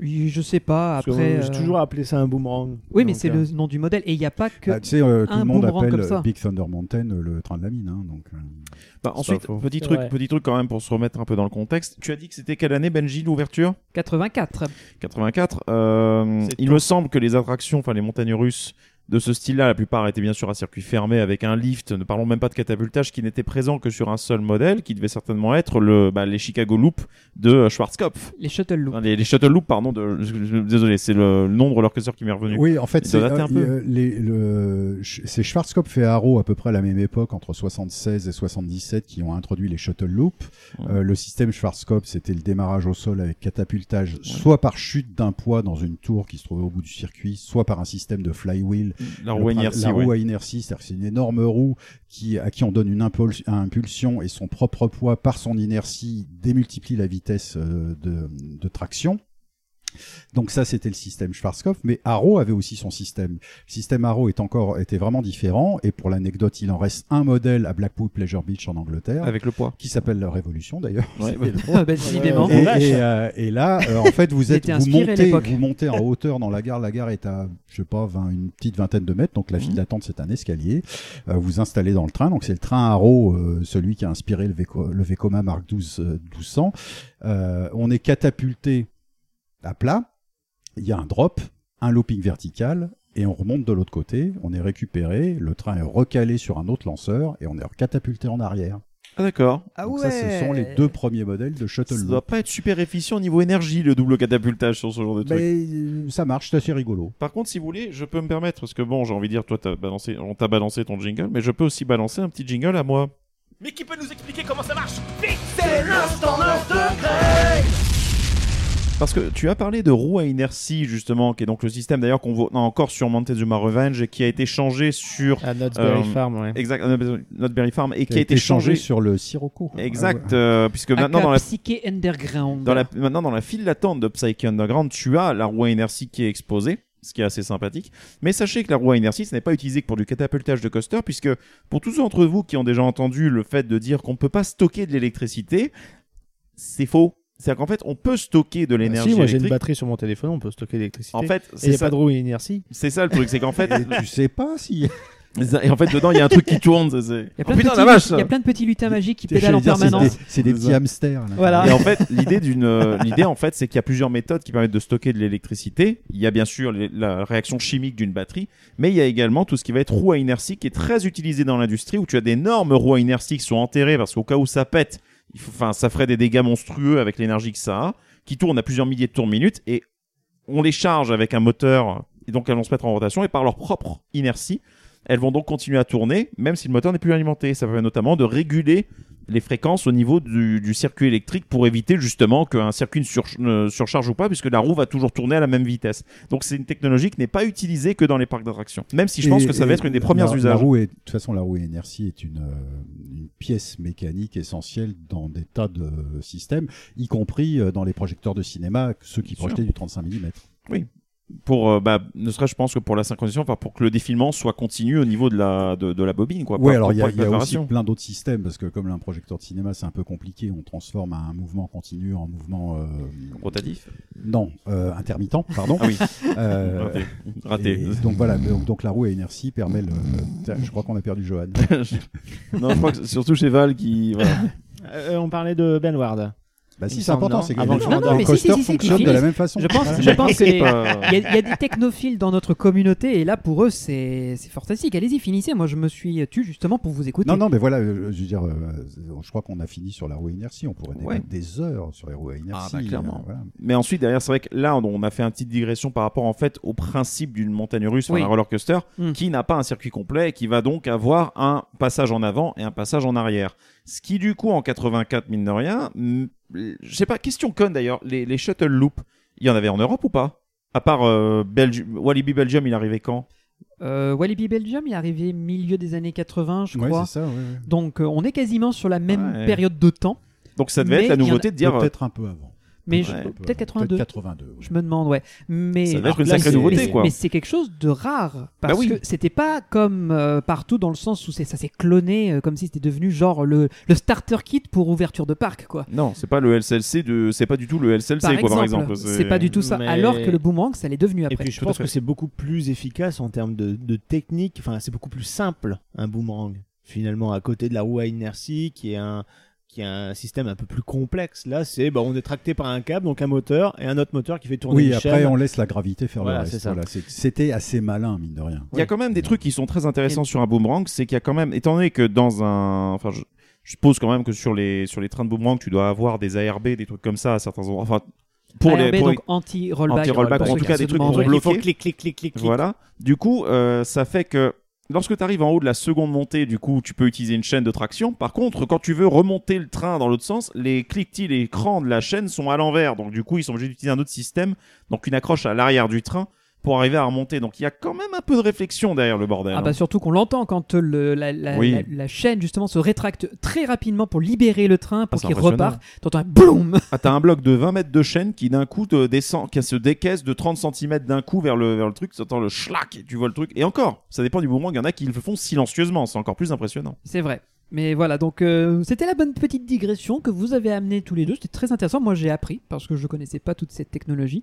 Speaker 9: Oui, Je sais pas,
Speaker 12: Parce que
Speaker 9: après.
Speaker 12: j'ai
Speaker 9: euh,
Speaker 12: toujours appelé ça un boomerang.
Speaker 9: Oui, mais
Speaker 12: Donc,
Speaker 9: c'est
Speaker 12: euh,
Speaker 9: le nom du modèle. Et il n'y a pas que.
Speaker 10: Bah, tu sais, euh, tout
Speaker 9: un
Speaker 10: le monde
Speaker 9: boomerang
Speaker 10: appelle
Speaker 9: comme ça.
Speaker 10: euh, Big Thunder Mountain euh, le train de la mine. hein, donc, euh,
Speaker 13: Bah,
Speaker 10: c'est
Speaker 13: ensuite,
Speaker 10: pas faux.
Speaker 13: petit
Speaker 9: C'est
Speaker 13: truc,
Speaker 9: vrai.
Speaker 13: petit truc quand même pour se remettre un peu dans le contexte. Tu as dit que c'était quelle année, Benji, l'ouverture
Speaker 9: 84.
Speaker 13: 84. Euh,
Speaker 9: C'est
Speaker 13: il
Speaker 9: tôt.
Speaker 13: me semble que les attractions, enfin les montagnes russes de ce style-là, la plupart étaient bien sûr à circuit fermé avec un lift. Ne parlons même pas de catapultage qui n'était présent que sur un seul modèle, qui devait certainement être le, bah, les Chicago Loop de euh, Schwarzkopf.
Speaker 9: Les Shuttle Loop.
Speaker 13: les, les Shuttle Loop, pardon. De, je- je- désolé, c'est le nom de leur curseur qui m'est revenu.
Speaker 10: Oui, en fait,
Speaker 13: Ils
Speaker 10: c'est
Speaker 13: dataient
Speaker 10: euh,
Speaker 13: un peu.
Speaker 10: euh, les- le- ch- c'est Schwarzkopf et Haro à peu près à la même époque, entre 76 et 77, qui ont introduit les shuttle loops. Euh, le système Schwarzkopf, c'était le démarrage au sol avec catapultage, soit par chute d'un poids dans une tour qui se trouvait au bout du circuit, soit par un système de flywheel
Speaker 13: La roue à
Speaker 10: Le prin-
Speaker 13: inertie,
Speaker 10: La roue
Speaker 13: ouais.
Speaker 10: à inertie, c'est-à-dire que c'est une énorme roue qui, à qui on donne une impul- à impulsion et son propre poids par son inertie démultiplie la vitesse euh, de, de traction. Donc ça, c'était le système Schwarzkopf, mais Arrow avait aussi son système. Le système Arrow est encore, était vraiment différent, et pour l'anecdote, il en reste un modèle à Blackpool Pleasure Beach en Angleterre.
Speaker 13: Avec le poids.
Speaker 10: Qui s'appelle la Révolution, d'ailleurs.
Speaker 13: Ouais.
Speaker 10: C'est drôle.
Speaker 13: Ah bah, décidément.
Speaker 10: Et,
Speaker 13: Oh, vache.
Speaker 10: et, euh, et là, euh, en fait, vous
Speaker 13: Il
Speaker 10: êtes,
Speaker 13: était
Speaker 10: vous
Speaker 13: inspiré à
Speaker 10: montez,
Speaker 13: l'époque.
Speaker 10: vous montez en hauteur dans la gare. La gare est à, je sais pas, 20, une petite vingtaine de mètres. Donc la file d'attente, c'est un escalier. Euh, vous installez dans le train. Donc c'est le train Haro, euh, celui qui a inspiré le, Véco- le Vekoma Mark 12 euh, 1200. Euh, on est catapulté à plat. Il y a un drop, un looping vertical. Et on remonte de l'autre côté, on est récupéré, le train est recalé sur un autre lanceur et on est catapulté en arrière.
Speaker 13: Ah, d'accord.
Speaker 10: Donc ça, ce sont les deux premiers modèles de Shuttle
Speaker 13: Ça doit pas être super efficient au niveau énergie, le double catapultage sur ce genre de truc.
Speaker 10: Mais euh, ça marche, c'est assez rigolo.
Speaker 13: Par contre, si vous voulez, je peux me permettre, parce que bon, j'ai envie de dire, toi, t'as balancé, on t'a balancé ton jingle, mais je peux aussi balancer un petit jingle à moi.
Speaker 15: Mais qui peut nous expliquer comment ça marche Vite
Speaker 2: C'est l'instant neuf de Greg
Speaker 13: Parce que tu as parlé de roue à inertie, justement, qui est donc le système d'ailleurs qu'on voit non, encore sur Montezuma Revenge, et qui a été changé sur.
Speaker 8: À Knott's Berry Farm, ouais.
Speaker 13: Exact, à Knott's Berry Farm, et qui, a été changé.
Speaker 10: sur le Sirocco.
Speaker 13: Exact,
Speaker 10: Ah ouais.
Speaker 13: euh, puisque maintenant
Speaker 9: Aka
Speaker 13: dans la.
Speaker 9: Psyche Underground.
Speaker 13: Dans la, maintenant, dans la file d'attente de Psyche Underground, tu as la roue à inertie qui est exposée, ce qui est assez sympathique. Mais sachez que la roue à inertie, ce n'est pas utilisé que pour du catapultage de coaster, puisque pour tous ceux d'entre vous qui ont déjà entendu le fait de dire qu'on ne peut pas stocker de l'électricité, c'est faux. C'est-à-dire qu'en fait, on peut stocker de l'énergie
Speaker 8: Si, moi j'ai une
Speaker 13: électrique.
Speaker 8: batterie sur mon téléphone, on peut stocker l'électricité.
Speaker 13: En fait,
Speaker 8: c'est
Speaker 13: ça-
Speaker 8: pas de roue et inertie.
Speaker 13: C'est ça le truc, c'est qu'en fait.
Speaker 10: tu sais pas si.
Speaker 13: Et en fait, dedans, il y a un truc qui tourne. ça, c'est-
Speaker 9: Il y a
Speaker 13: Oh,
Speaker 9: plein de
Speaker 13: putain,
Speaker 9: petits-
Speaker 13: la vache
Speaker 9: il y a plein de petits lutins magiques qui
Speaker 10: J'allais
Speaker 9: pédalent en
Speaker 10: dire, c'est
Speaker 9: permanence.
Speaker 10: des- c'est des petits hamsters. là.
Speaker 13: Et en fait, l'idée d'une, euh, l'idée en fait, c'est qu'il y a plusieurs méthodes qui permettent de stocker de l'électricité. Il y a bien sûr les- la réaction chimique d'une batterie, mais il y a également tout ce qui va être roue à inertie qui est très utilisé dans l'industrie où tu as d'énormes roues à inertie qui sont enterrées parce qu'au cas où ça pète, il faut, enfin, ça ferait des dégâts monstrueux avec l'énergie que ça a, qui tournent à plusieurs milliers de tours minutes et on les charge avec un moteur et donc elles vont se mettre en rotation et par leur propre inertie, elles vont donc continuer à tourner même si le moteur n'est plus alimenté. Ça permet notamment de réguler les fréquences au niveau du, du circuit électrique pour éviter justement qu'un circuit ne, sur- ne surcharge ou pas puisque la roue va toujours tourner à la même vitesse. Donc c'est une technologie qui n'est pas utilisée que dans les parcs d'attractions. Même si je pense
Speaker 10: Et-
Speaker 13: que ça va
Speaker 10: et
Speaker 13: être une des premières
Speaker 10: la- la
Speaker 13: usages.
Speaker 10: roue est- de toute façon, la roue à inertie est une, euh, une pièce mécanique essentielle dans des tas de euh, systèmes, y compris euh, dans les projecteurs de cinéma, ceux qui
Speaker 13: Bien sûr.
Speaker 10: projetaient du 35 mm.
Speaker 13: Oui. Pour euh, bah, ne serait-ce je pense que pour la synchronisation, enfin pour que le défilement soit continu au niveau de la de, de la bobine quoi.
Speaker 10: Oui,
Speaker 13: pas-
Speaker 10: alors
Speaker 13: pas
Speaker 10: il y
Speaker 13: pour
Speaker 10: a,
Speaker 13: la
Speaker 10: il y a aussi
Speaker 13: préparation.
Speaker 10: plein d'autres systèmes parce que comme un projecteur de cinéma, c'est un peu compliqué. On transforme un mouvement continu en mouvement euh,
Speaker 13: rotatif.
Speaker 10: Non, euh, intermittent, pardon.
Speaker 13: Ah oui.
Speaker 10: Euh,
Speaker 13: Raté. Raté.
Speaker 10: et donc voilà, donc, donc la roue à inertie permet le. Tiens, Je crois qu'on a perdu Johan.
Speaker 13: non, je crois que c'est surtout chez Val qui. voilà.
Speaker 8: Euh, on parlait de Ben Ward.
Speaker 10: Bah si,
Speaker 8: Il me
Speaker 10: c'est important,
Speaker 8: semble,
Speaker 10: c'est que
Speaker 8: avant
Speaker 10: les
Speaker 8: que
Speaker 10: gens
Speaker 8: je m'endorme.
Speaker 10: Le coaster fonctionne de la même façon.
Speaker 9: Je pense,
Speaker 10: Voilà.
Speaker 9: je pense que les- il y,
Speaker 10: Pas-
Speaker 9: a- il y a des technophiles dans notre communauté et là pour eux c'est c'est fantastique. Allez-y, finissez. Moi je me suis tu justement pour vous écouter.
Speaker 10: Non, non, mais voilà, euh, je veux dire, euh, je crois qu'on a fini sur la roue à inertie. On pourrait
Speaker 13: Ouais.
Speaker 10: débattre des heures sur les roues à inertie.
Speaker 13: bah, clairement.
Speaker 10: euh, voilà.
Speaker 13: Mais ensuite, derrière, c'est vrai que là, on- on a fait une petite digression par rapport en fait au principe d'une montagne russe,
Speaker 10: Oui.
Speaker 13: un roller coaster,
Speaker 9: Hmm.
Speaker 10: Mm.
Speaker 13: qui n'a pas un circuit complet et qui va donc avoir un passage en avant et un passage en arrière. Ce qui, du coup, en 84, mine de rien, mm, je sais pas, question conne d'ailleurs, les, les shuttle loops, il y en avait en Europe ou pas À part euh, Belgi- Walibi Belgium, il arrivait quand
Speaker 9: Euh, Walibi Belgium il est arrivé milieu des années 80 je
Speaker 13: Ouais,
Speaker 9: crois.
Speaker 13: c'est ça, ouais, ouais.
Speaker 9: Donc euh, on est quasiment sur la même
Speaker 13: Ouais.
Speaker 9: période de temps.
Speaker 13: Donc ça devait
Speaker 9: Mais
Speaker 13: être la
Speaker 9: il y en a-
Speaker 13: nouveauté de dire. euh,
Speaker 10: Peut-être un peu avant.
Speaker 9: Mais
Speaker 13: Ouais.
Speaker 9: je-
Speaker 10: Peut-être
Speaker 9: peut-être 82.
Speaker 10: 82,
Speaker 9: Je me demande, ouais. Mais
Speaker 13: Ça doit être une
Speaker 9: Alors,
Speaker 13: sacrée
Speaker 9: là, c'est-
Speaker 13: nouveauté,
Speaker 9: mais-
Speaker 13: quoi.
Speaker 9: Mais c'est quelque chose de rare parce
Speaker 13: Bah oui.
Speaker 9: que c'était pas comme euh, partout dans le sens où c'est- ça s'est cloné euh, comme si c'était devenu genre le, le starter kit pour ouverture de parc, quoi.
Speaker 13: euh, Non, c'est pas le LCLC de, c'est pas du tout le LCLC
Speaker 9: Par
Speaker 13: quoi, par
Speaker 9: exemple,
Speaker 13: exemple.
Speaker 9: c'est pas du tout ça. Alors que le boomerang, ça l'est devenu après.
Speaker 8: Et puis je
Speaker 9: Tout à
Speaker 8: pense
Speaker 9: fait.
Speaker 8: que c'est beaucoup plus efficace en termes de, de technique. Enfin, c'est beaucoup plus simple un boomerang finalement à côté de la roue à inertie qui est un qui est un système un peu plus complexe. Là, c'est bah, on est tracté par un câble, donc un moteur et un autre moteur qui fait tourner.
Speaker 10: Oui,
Speaker 8: une
Speaker 10: après,
Speaker 8: chaîne.
Speaker 10: on laisse la gravité faire
Speaker 8: Voilà,
Speaker 10: le
Speaker 8: c'est
Speaker 10: reste.
Speaker 8: ça.
Speaker 10: Voilà, c'est- C'était assez malin, mine de rien.
Speaker 13: Il y a quand même des trucs qui sont très intéressants sur un boomerang, c'est qu'il y a quand même, étant donné que dans un, enfin, je, je suppose quand même que sur les sur les trains de boomerang, tu dois avoir des ARB, des trucs comme ça à certains endroits. Enfin, pour
Speaker 9: ARB,
Speaker 13: les pour
Speaker 9: donc anti-rollback,
Speaker 13: anti-rollback,
Speaker 9: pour
Speaker 13: en
Speaker 9: ceux
Speaker 13: tout
Speaker 9: qui
Speaker 13: cas
Speaker 9: se
Speaker 13: des trucs pour
Speaker 9: demandent. Il faut
Speaker 13: bloquer.
Speaker 9: clic, clic, clic, clic, clic.
Speaker 13: Voilà. Du coup, euh, ça fait que lorsque tu arrives en haut de la seconde montée, du coup, tu peux utiliser une chaîne de traction. Par contre, quand tu veux remonter le train dans l'autre sens, les cliquetis, les crans de la chaîne sont à l'envers. Donc, du coup, ils sont obligés d'utiliser un autre système, donc une accroche à l'arrière du train pour arriver à remonter. Donc il y a quand même un peu de réflexion derrière le bordel.
Speaker 9: Ah bah
Speaker 13: hein.
Speaker 9: surtout qu'on l'entend quand euh, le- la, la-
Speaker 13: Oui.
Speaker 9: la- la chaîne justement se rétracte très rapidement pour libérer le train pour
Speaker 13: Ah, c'est
Speaker 9: qu'il
Speaker 13: impressionnant.
Speaker 9: reparte. T'entends un boum
Speaker 13: Ah, t'as un bloc de 20 mètres de chaîne qui d'un coup te descend, qui se décaisse de 30 cm d'un coup vers le, vers le truc, t'entends le schlac et tu vois le truc. Et encore, ça dépend du boomerang, il y en a qui le font silencieusement, c'est encore plus impressionnant.
Speaker 9: C'est vrai. Mais voilà, donc euh, c'était la bonne petite digression que vous avez amenée tous les deux. C'était très intéressant. Moi, j'ai appris parce que je connaissais pas toute cette technologie.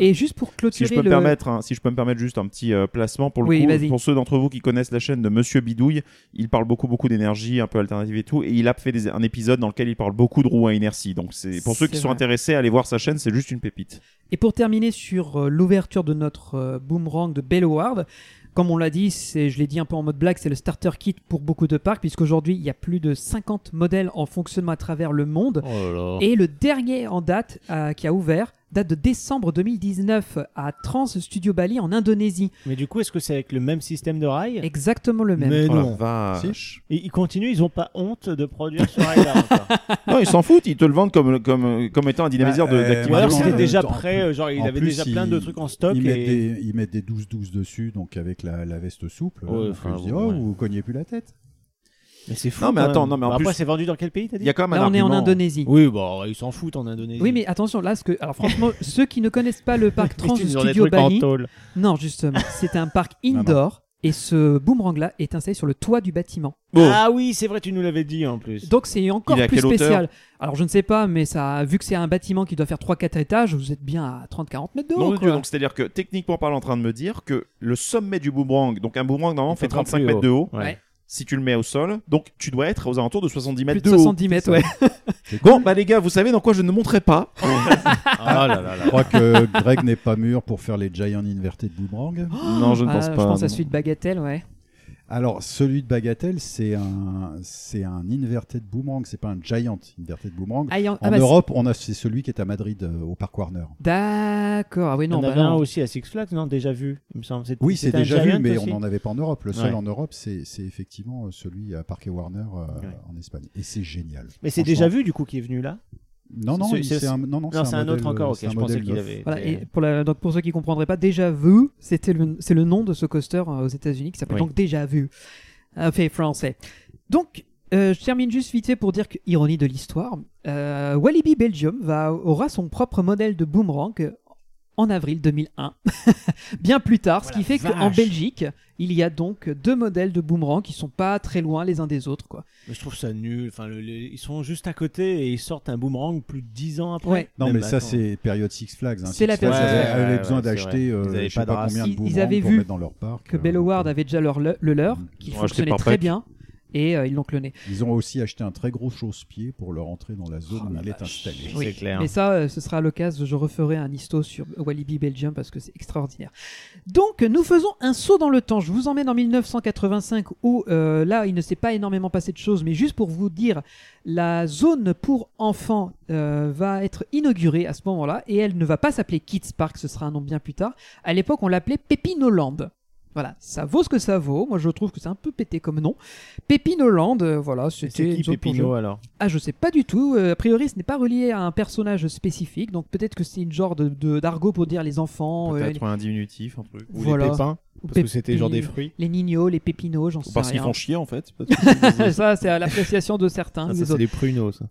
Speaker 9: Et euh, juste pour
Speaker 13: Si
Speaker 9: clôturer
Speaker 13: je, peux me
Speaker 9: le-
Speaker 13: permettre, hein, si je peux me permettre juste un petit euh, placement pour le
Speaker 9: Oui,
Speaker 13: coup,
Speaker 9: vas-y.
Speaker 13: pour ceux d'entre vous qui connaissent la chaîne de Monsieur Bidouille, il parle beaucoup beaucoup d'énergie, un peu alternative et tout, et il a fait des- un épisode dans lequel il parle beaucoup de roues à inertie. Donc c'est pour ceux qui
Speaker 9: C'est
Speaker 13: sont
Speaker 9: vrai.
Speaker 13: intéressés, allez voir sa chaîne, c'est juste une pépite.
Speaker 9: Et pour terminer sur euh, l'ouverture de notre euh, boomerang de Belloward, comme on l'a dit, c'est, je l'ai dit un peu en mode blague, c'est le starter kit pour beaucoup de parcs, puisqu'aujourd'hui il y a plus de 50 modèles en fonctionnement à travers le monde.
Speaker 13: Oh
Speaker 8: là.
Speaker 9: Et le dernier en date euh, qui a ouvert date de décembre 2019 à Trans Studio Bali en Indonésie.
Speaker 8: Mais du coup, est-ce que c'est avec le même système de rail
Speaker 9: Exactement le même.
Speaker 8: Mais
Speaker 13: Oh la
Speaker 8: non.
Speaker 13: vache.
Speaker 8: Et ils continuent, ils ont pas honte de produire ce rail-là. encore.
Speaker 13: non, ils s'en foutent, ils te le vendent comme, comme, comme étant un dynamiseur de-
Speaker 10: Bah, euh,
Speaker 13: d'activité.
Speaker 10: Ou alors
Speaker 8: c'était déjà
Speaker 10: En
Speaker 8: prêt,
Speaker 10: plus-
Speaker 8: euh, genre, ils
Speaker 10: en
Speaker 8: avaient
Speaker 10: plus,
Speaker 8: déjà plein de
Speaker 10: ils-
Speaker 8: trucs en stock
Speaker 10: Ils mettent,
Speaker 8: et-
Speaker 10: des, ils mettent des 12-12 dessus, donc avec la, la veste souple. là,
Speaker 8: Ouais,
Speaker 10: donc
Speaker 8: enfin,
Speaker 10: on se dit,
Speaker 8: bon,
Speaker 10: oh,
Speaker 8: ouais.
Speaker 10: vous cognez plus la tête.
Speaker 8: Mais c'est fou.
Speaker 13: Non, mais
Speaker 8: quand
Speaker 13: attends,
Speaker 8: même.
Speaker 13: non, mais en
Speaker 8: Bah, Après,
Speaker 13: plus-
Speaker 8: c'est vendu dans quel pays t'as dit
Speaker 13: Il y a quand même
Speaker 9: Là,
Speaker 13: un
Speaker 9: on est en
Speaker 13: argument.
Speaker 9: Indonésie.
Speaker 8: Oui, bon, ils s'en foutent en Indonésie.
Speaker 9: Oui, mais attention, là, ce que. Alors, franchement, ceux qui ne connaissent pas le parc Trans
Speaker 8: Ils ont des
Speaker 9: Studio
Speaker 8: trucs en
Speaker 9: Bali.
Speaker 8: tôle.
Speaker 9: Non, justement, c'est un parc indoor et ce boomerang-là est installé sur le toit du bâtiment.
Speaker 8: Ah oui, c'est vrai, tu nous l'avais dit en plus.
Speaker 9: Donc, c'est encore
Speaker 8: Il est à
Speaker 9: plus
Speaker 8: quelle hauteur
Speaker 9: spécial. Alors, je ne sais pas, mais ça, vu que c'est un bâtiment qui doit faire 3-4 étages, vous êtes bien à 30-40 mètres de haut.
Speaker 13: Non,
Speaker 9: quoi.
Speaker 13: donc c'est-à-dire que techniquement parlant, en train de me dire que le sommet du boomerang, donc un boomerang normalement fait
Speaker 9: fera
Speaker 13: 35
Speaker 9: plus
Speaker 13: mètres de haut.
Speaker 9: haut. Ouais.
Speaker 13: Si tu le mets au sol, donc tu dois être aux alentours de 70 mètres
Speaker 9: de
Speaker 13: haut.
Speaker 9: 70 mètres, ouais.
Speaker 13: Bon, bah les gars, vous savez dans quoi je ne monterai pas.
Speaker 8: Ah,
Speaker 10: Je crois que Greg n'est pas mûr pour faire les giants invertés de boomerang.
Speaker 13: Non, je ne pense
Speaker 9: Ah,
Speaker 13: pas,
Speaker 9: Je pense à
Speaker 13: non.
Speaker 9: celui de Bagatelle, ouais.
Speaker 10: Alors, celui de Bagatelle, c'est un, c'est un inverted boomerang, c'est pas un giant inverted boomerang.
Speaker 9: Ah, il y en-
Speaker 10: en
Speaker 9: ah bah,
Speaker 10: Europe, on a, c'est celui qui est à Madrid, euh, au Parc Warner.
Speaker 9: D'accord, ah oui,
Speaker 8: Il y
Speaker 9: non,
Speaker 8: en
Speaker 9: bah
Speaker 8: avait un
Speaker 9: non.
Speaker 8: aussi à Six Flags, non Déjà vu, il me semble. C'est-
Speaker 10: Oui, c'est
Speaker 8: c'était un
Speaker 10: déjà vu,
Speaker 8: Giant
Speaker 10: mais
Speaker 8: aussi
Speaker 10: on n'en avait pas en Europe. Le seul
Speaker 8: Ouais.
Speaker 10: en Europe, c'est c'est effectivement celui à Parque Warner euh, en Espagne. Et c'est génial.
Speaker 8: Mais c'est
Speaker 10: Franchement.
Speaker 8: déjà vu du coup qui est venu là
Speaker 10: Non, non,
Speaker 8: C'est-
Speaker 10: il-
Speaker 8: c'est-
Speaker 10: c'est un- non, non, c'est un
Speaker 8: c'est un, autre
Speaker 10: modèle, euh,
Speaker 8: encore, ok.
Speaker 10: c'est un
Speaker 8: Je pensais
Speaker 10: modèle
Speaker 8: qu'il
Speaker 10: neuf.
Speaker 8: avait.
Speaker 9: Voilà,
Speaker 8: été-
Speaker 9: et pour, la- donc pour ceux qui ne comprendraient pas, Déjà Vu, c'était le- c'est le nom de ce coaster euh, aux États-Unis qui s'appelle
Speaker 8: Oui.
Speaker 9: donc Déjà Vu, euh, fait français. Donc, euh, je termine juste vite fait pour dire que, ironie de l'histoire, euh, Walibi Belgium va, aura son propre modèle de boomerang euh, en avril 2001, bien plus tard, ce qui fait qu'en
Speaker 8: vache.
Speaker 9: Belgique, il y a donc deux modèles de boomerang qui sont pas très loin les uns des autres. Quoi.
Speaker 8: Mais je trouve ça nul. Enfin, le- le- ils sont juste à côté et ils sortent un boomerang plus de 10 ans après.
Speaker 9: Ouais.
Speaker 10: Non,
Speaker 8: Même
Speaker 10: mais ça,
Speaker 8: attends.
Speaker 10: c'est période Six Flags. hein.
Speaker 9: C'est
Speaker 10: Six
Speaker 9: la
Speaker 10: Flags
Speaker 9: période-
Speaker 10: avait,
Speaker 9: Ouais,
Speaker 10: avait
Speaker 8: ouais,
Speaker 10: besoin
Speaker 8: ouais, c'est
Speaker 10: d'acheter,
Speaker 8: vrai. Ils
Speaker 10: euh,
Speaker 8: avaient
Speaker 10: je
Speaker 8: pas
Speaker 10: sais
Speaker 8: de
Speaker 10: pas
Speaker 8: race.
Speaker 10: combien de
Speaker 8: Ils- ils
Speaker 10: boomerangs
Speaker 9: avaient
Speaker 10: pour
Speaker 9: vu
Speaker 10: mettre dans leur parc.
Speaker 9: Que
Speaker 10: euh,
Speaker 9: Belloward avait déjà leur, le, le leur, qui
Speaker 13: Ouais,
Speaker 9: fonctionnait
Speaker 13: j'étais pas
Speaker 9: très
Speaker 13: prêt.
Speaker 9: bien, et euh, ils l'ont cloné.
Speaker 10: Ils ont aussi acheté un très gros chausse-pied pour leur entrée dans la zone où il est installé.
Speaker 9: Oui. Mais ça, euh, ce sera à l'occasion, je referai un histo sur Walibi Belgium parce que c'est extraordinaire. Donc, euh, nous faisons un saut dans le temps. Je vous emmène en 1985 où euh, là, il ne s'est pas énormément passé de choses, mais juste pour vous dire, la zone pour enfants euh, va être inaugurée à ce moment-là et elle ne va pas s'appeler Kids Park, ce sera un nom bien plus tard. À l'époque, on l'appelait Pépinoland. Voilà, ça vaut ce que ça vaut. Moi, je trouve que c'est un peu pété comme nom. Pépinoland, euh, voilà, c'était
Speaker 8: qui,
Speaker 9: une zone pour
Speaker 8: Pépino,
Speaker 9: jeux.
Speaker 8: alors
Speaker 9: Ah, je sais pas du tout. Euh, a priori, ce n'est pas relié à un personnage spécifique, donc peut-être que c'est une genre de de- d'argot pour dire les enfants. euh,
Speaker 13: Peut-être un diminutif, un truc.
Speaker 9: les- voilà. Ou pépi- Les ninos, les pépinos, j'en sais
Speaker 13: parce qu'ils
Speaker 9: rien.
Speaker 13: font chier, en fait, peut-être.
Speaker 9: ça, c'est à l'appréciation de certains.
Speaker 8: Ah,
Speaker 9: des
Speaker 8: ça, c'est
Speaker 9: autres.
Speaker 8: des pruneaux, ça.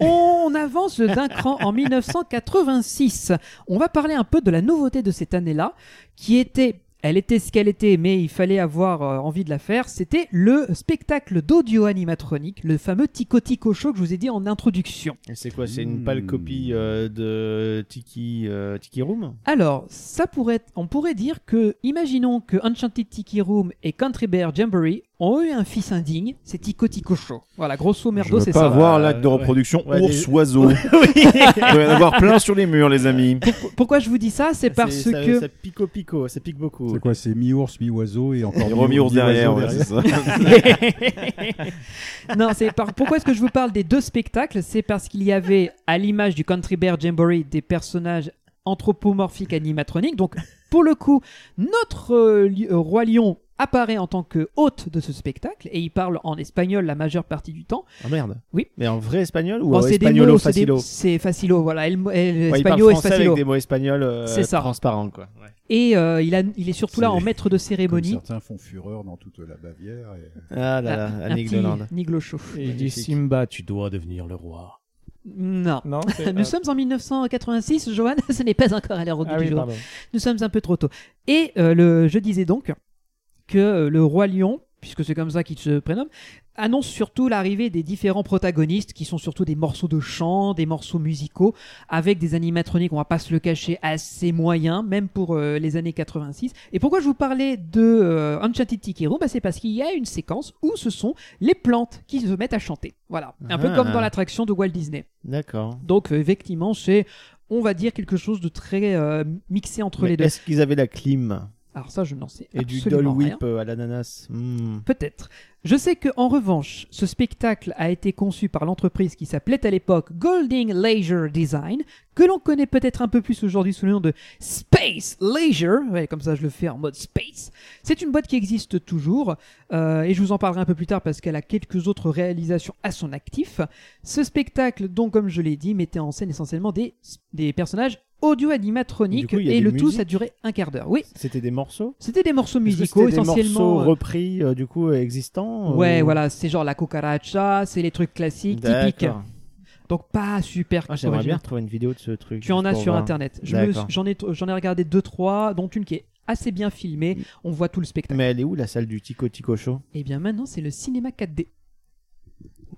Speaker 9: On avance d'un cran en 1986. On va parler un peu de la nouveauté de cette année-là, qui était, elle était ce qu'elle était, mais il fallait avoir euh, envie de la faire. C'était le spectacle d'audio animatronique, le fameux Tico Tico Show que je vous ai dit en introduction.
Speaker 8: Et C'est quoi C'est une pâle copie euh, de Tiki, euh, Tiki Room
Speaker 9: Alors, ça pourrait être- on pourrait dire que, imaginons que Enchanted Tiki Room et Country Bear Jamboree ont eu un fils indigne, c'est Tico Tico Show. Voilà, grosso merdo,
Speaker 13: Je
Speaker 9: c'est
Speaker 13: veux
Speaker 9: ça.
Speaker 13: pas voir l'acte de reproduction
Speaker 9: Ouais, des-
Speaker 13: ours-oiseau. Il doit y en avoir plein sur les murs, les amis.
Speaker 9: Pourquoi je vous dis ça C'est parce
Speaker 8: Ah, C'est- ça-
Speaker 9: que...
Speaker 8: Ça pique au pico, ça pique beaucoup.
Speaker 10: C'est quoi C'est mi-ours, mi-oiseau et encore
Speaker 13: Et remis-ours
Speaker 10: mi-oiseau
Speaker 13: derrière, ouais,
Speaker 9: non, c'est par- pourquoi est-ce que je vous parle des deux spectacles C'est parce qu'il y avait, à l'image du Country Bear Jamboree, des personnages anthropomorphiques animatroniques. Donc, pour le coup, notre euh, li- euh, roi lion apparaît en tant que hôte de ce spectacle et il parle en espagnol la majeure partie du temps.
Speaker 8: Ah merde.
Speaker 9: Oui.
Speaker 8: Mais en vrai espagnol ou
Speaker 9: Bon,
Speaker 8: en
Speaker 9: c'est des
Speaker 8: espagnolo
Speaker 9: mots, c'est des-
Speaker 8: facilo
Speaker 9: C'est facilo, voilà. El, el
Speaker 8: Ouais, il parle
Speaker 9: espagnol es
Speaker 8: français avec
Speaker 9: facilo.
Speaker 8: des mots espagnols euh,
Speaker 9: C'est ça.
Speaker 8: transparents, quoi. Ouais.
Speaker 9: Et euh, il, a- il est surtout là
Speaker 10: C'est-
Speaker 9: en maître de
Speaker 10: Comme
Speaker 9: cérémonie.
Speaker 10: certains font fureur dans toute la Bavière. Et...
Speaker 8: Ah là là,
Speaker 9: Un- un
Speaker 8: Annick
Speaker 9: petit
Speaker 8: Noland.
Speaker 9: Niglo chaud.
Speaker 6: Et il dit
Speaker 10: Magnifique.
Speaker 6: Simba, tu dois devenir le roi.
Speaker 9: Non.
Speaker 6: Non, c'est-
Speaker 9: Nous
Speaker 6: ah.
Speaker 9: sommes en 1986, Johan, ce n'est pas encore à l'heure
Speaker 6: Ah
Speaker 9: du
Speaker 6: oui,
Speaker 9: jour.
Speaker 6: pardon.
Speaker 9: Nous sommes un peu trop tôt. Et euh, le, je disais donc que euh, le roi lion, puisque c'est comme ça qu'il se prénomme, annonce surtout l'arrivée des différents protagonistes, qui sont surtout des morceaux de chant, des morceaux musicaux, avec des animatroniques, on va pas se le cacher, assez moyens, même pour euh, les années 86. Et pourquoi je vous parlais de euh, Enchanted Tikiro bah, C'est parce qu'il y a une séquence où ce sont les plantes qui se mettent à chanter. Voilà, un peu
Speaker 8: Ah.
Speaker 9: comme dans l'attraction de Walt Disney.
Speaker 8: D'accord.
Speaker 9: Donc euh, effectivement, c'est, on va dire, quelque chose de très euh, mixé entre
Speaker 8: Mais
Speaker 9: les deux.
Speaker 8: Est-ce qu'ils avaient la clim
Speaker 9: Alors ça, je n'en sais
Speaker 8: Et du Dole
Speaker 9: absolument rien.
Speaker 8: Whip euh, à l'ananas Hmm.
Speaker 9: Peut-être. Je sais que en revanche, ce spectacle a été conçu par l'entreprise qui s'appelait à l'époque Golding Leisure Design, que l'on connaît peut-être un peu plus aujourd'hui sous le nom de Space Leisure. Ouais, comme ça, je le fais en mode space. C'est une boîte qui existe toujours, euh, et je vous en parlerai un peu plus tard parce qu'elle a quelques autres réalisations à son actif. Ce spectacle, donc, comme je l'ai dit, mettait en scène essentiellement des, des personnages
Speaker 8: Du
Speaker 9: audio-animatroniques,
Speaker 8: coup, il y a
Speaker 9: et
Speaker 8: des
Speaker 9: le tout,
Speaker 8: musiques
Speaker 9: ça durait un quart d'heure. Oui.
Speaker 8: C'était des morceaux
Speaker 9: C'était des morceaux
Speaker 8: Est-ce que
Speaker 9: musicaux,
Speaker 8: c'était Des
Speaker 9: essentiellement.
Speaker 8: morceaux
Speaker 9: euh,
Speaker 8: repris euh, du coup euh, existants.
Speaker 9: Ouais,
Speaker 8: ou-
Speaker 9: voilà, c'est genre la cucaracha, c'est les trucs classiques, typiques.
Speaker 8: D'accord.
Speaker 9: Donc pas super.
Speaker 8: Ah, J'aimerais bien
Speaker 9: original.
Speaker 8: retrouver une vidéo de ce truc.
Speaker 9: Tu en
Speaker 8: juste
Speaker 9: as
Speaker 8: pour
Speaker 9: sur
Speaker 8: voir.
Speaker 9: internet. Je me-
Speaker 8: D'accord.
Speaker 9: J'en ai, j'en ai regardé deux trois, dont une qui est assez bien filmée. On voit tout le spectacle.
Speaker 8: Mais elle est où la salle du Tico Tico Show
Speaker 9: Et bien maintenant, c'est le cinéma 4D.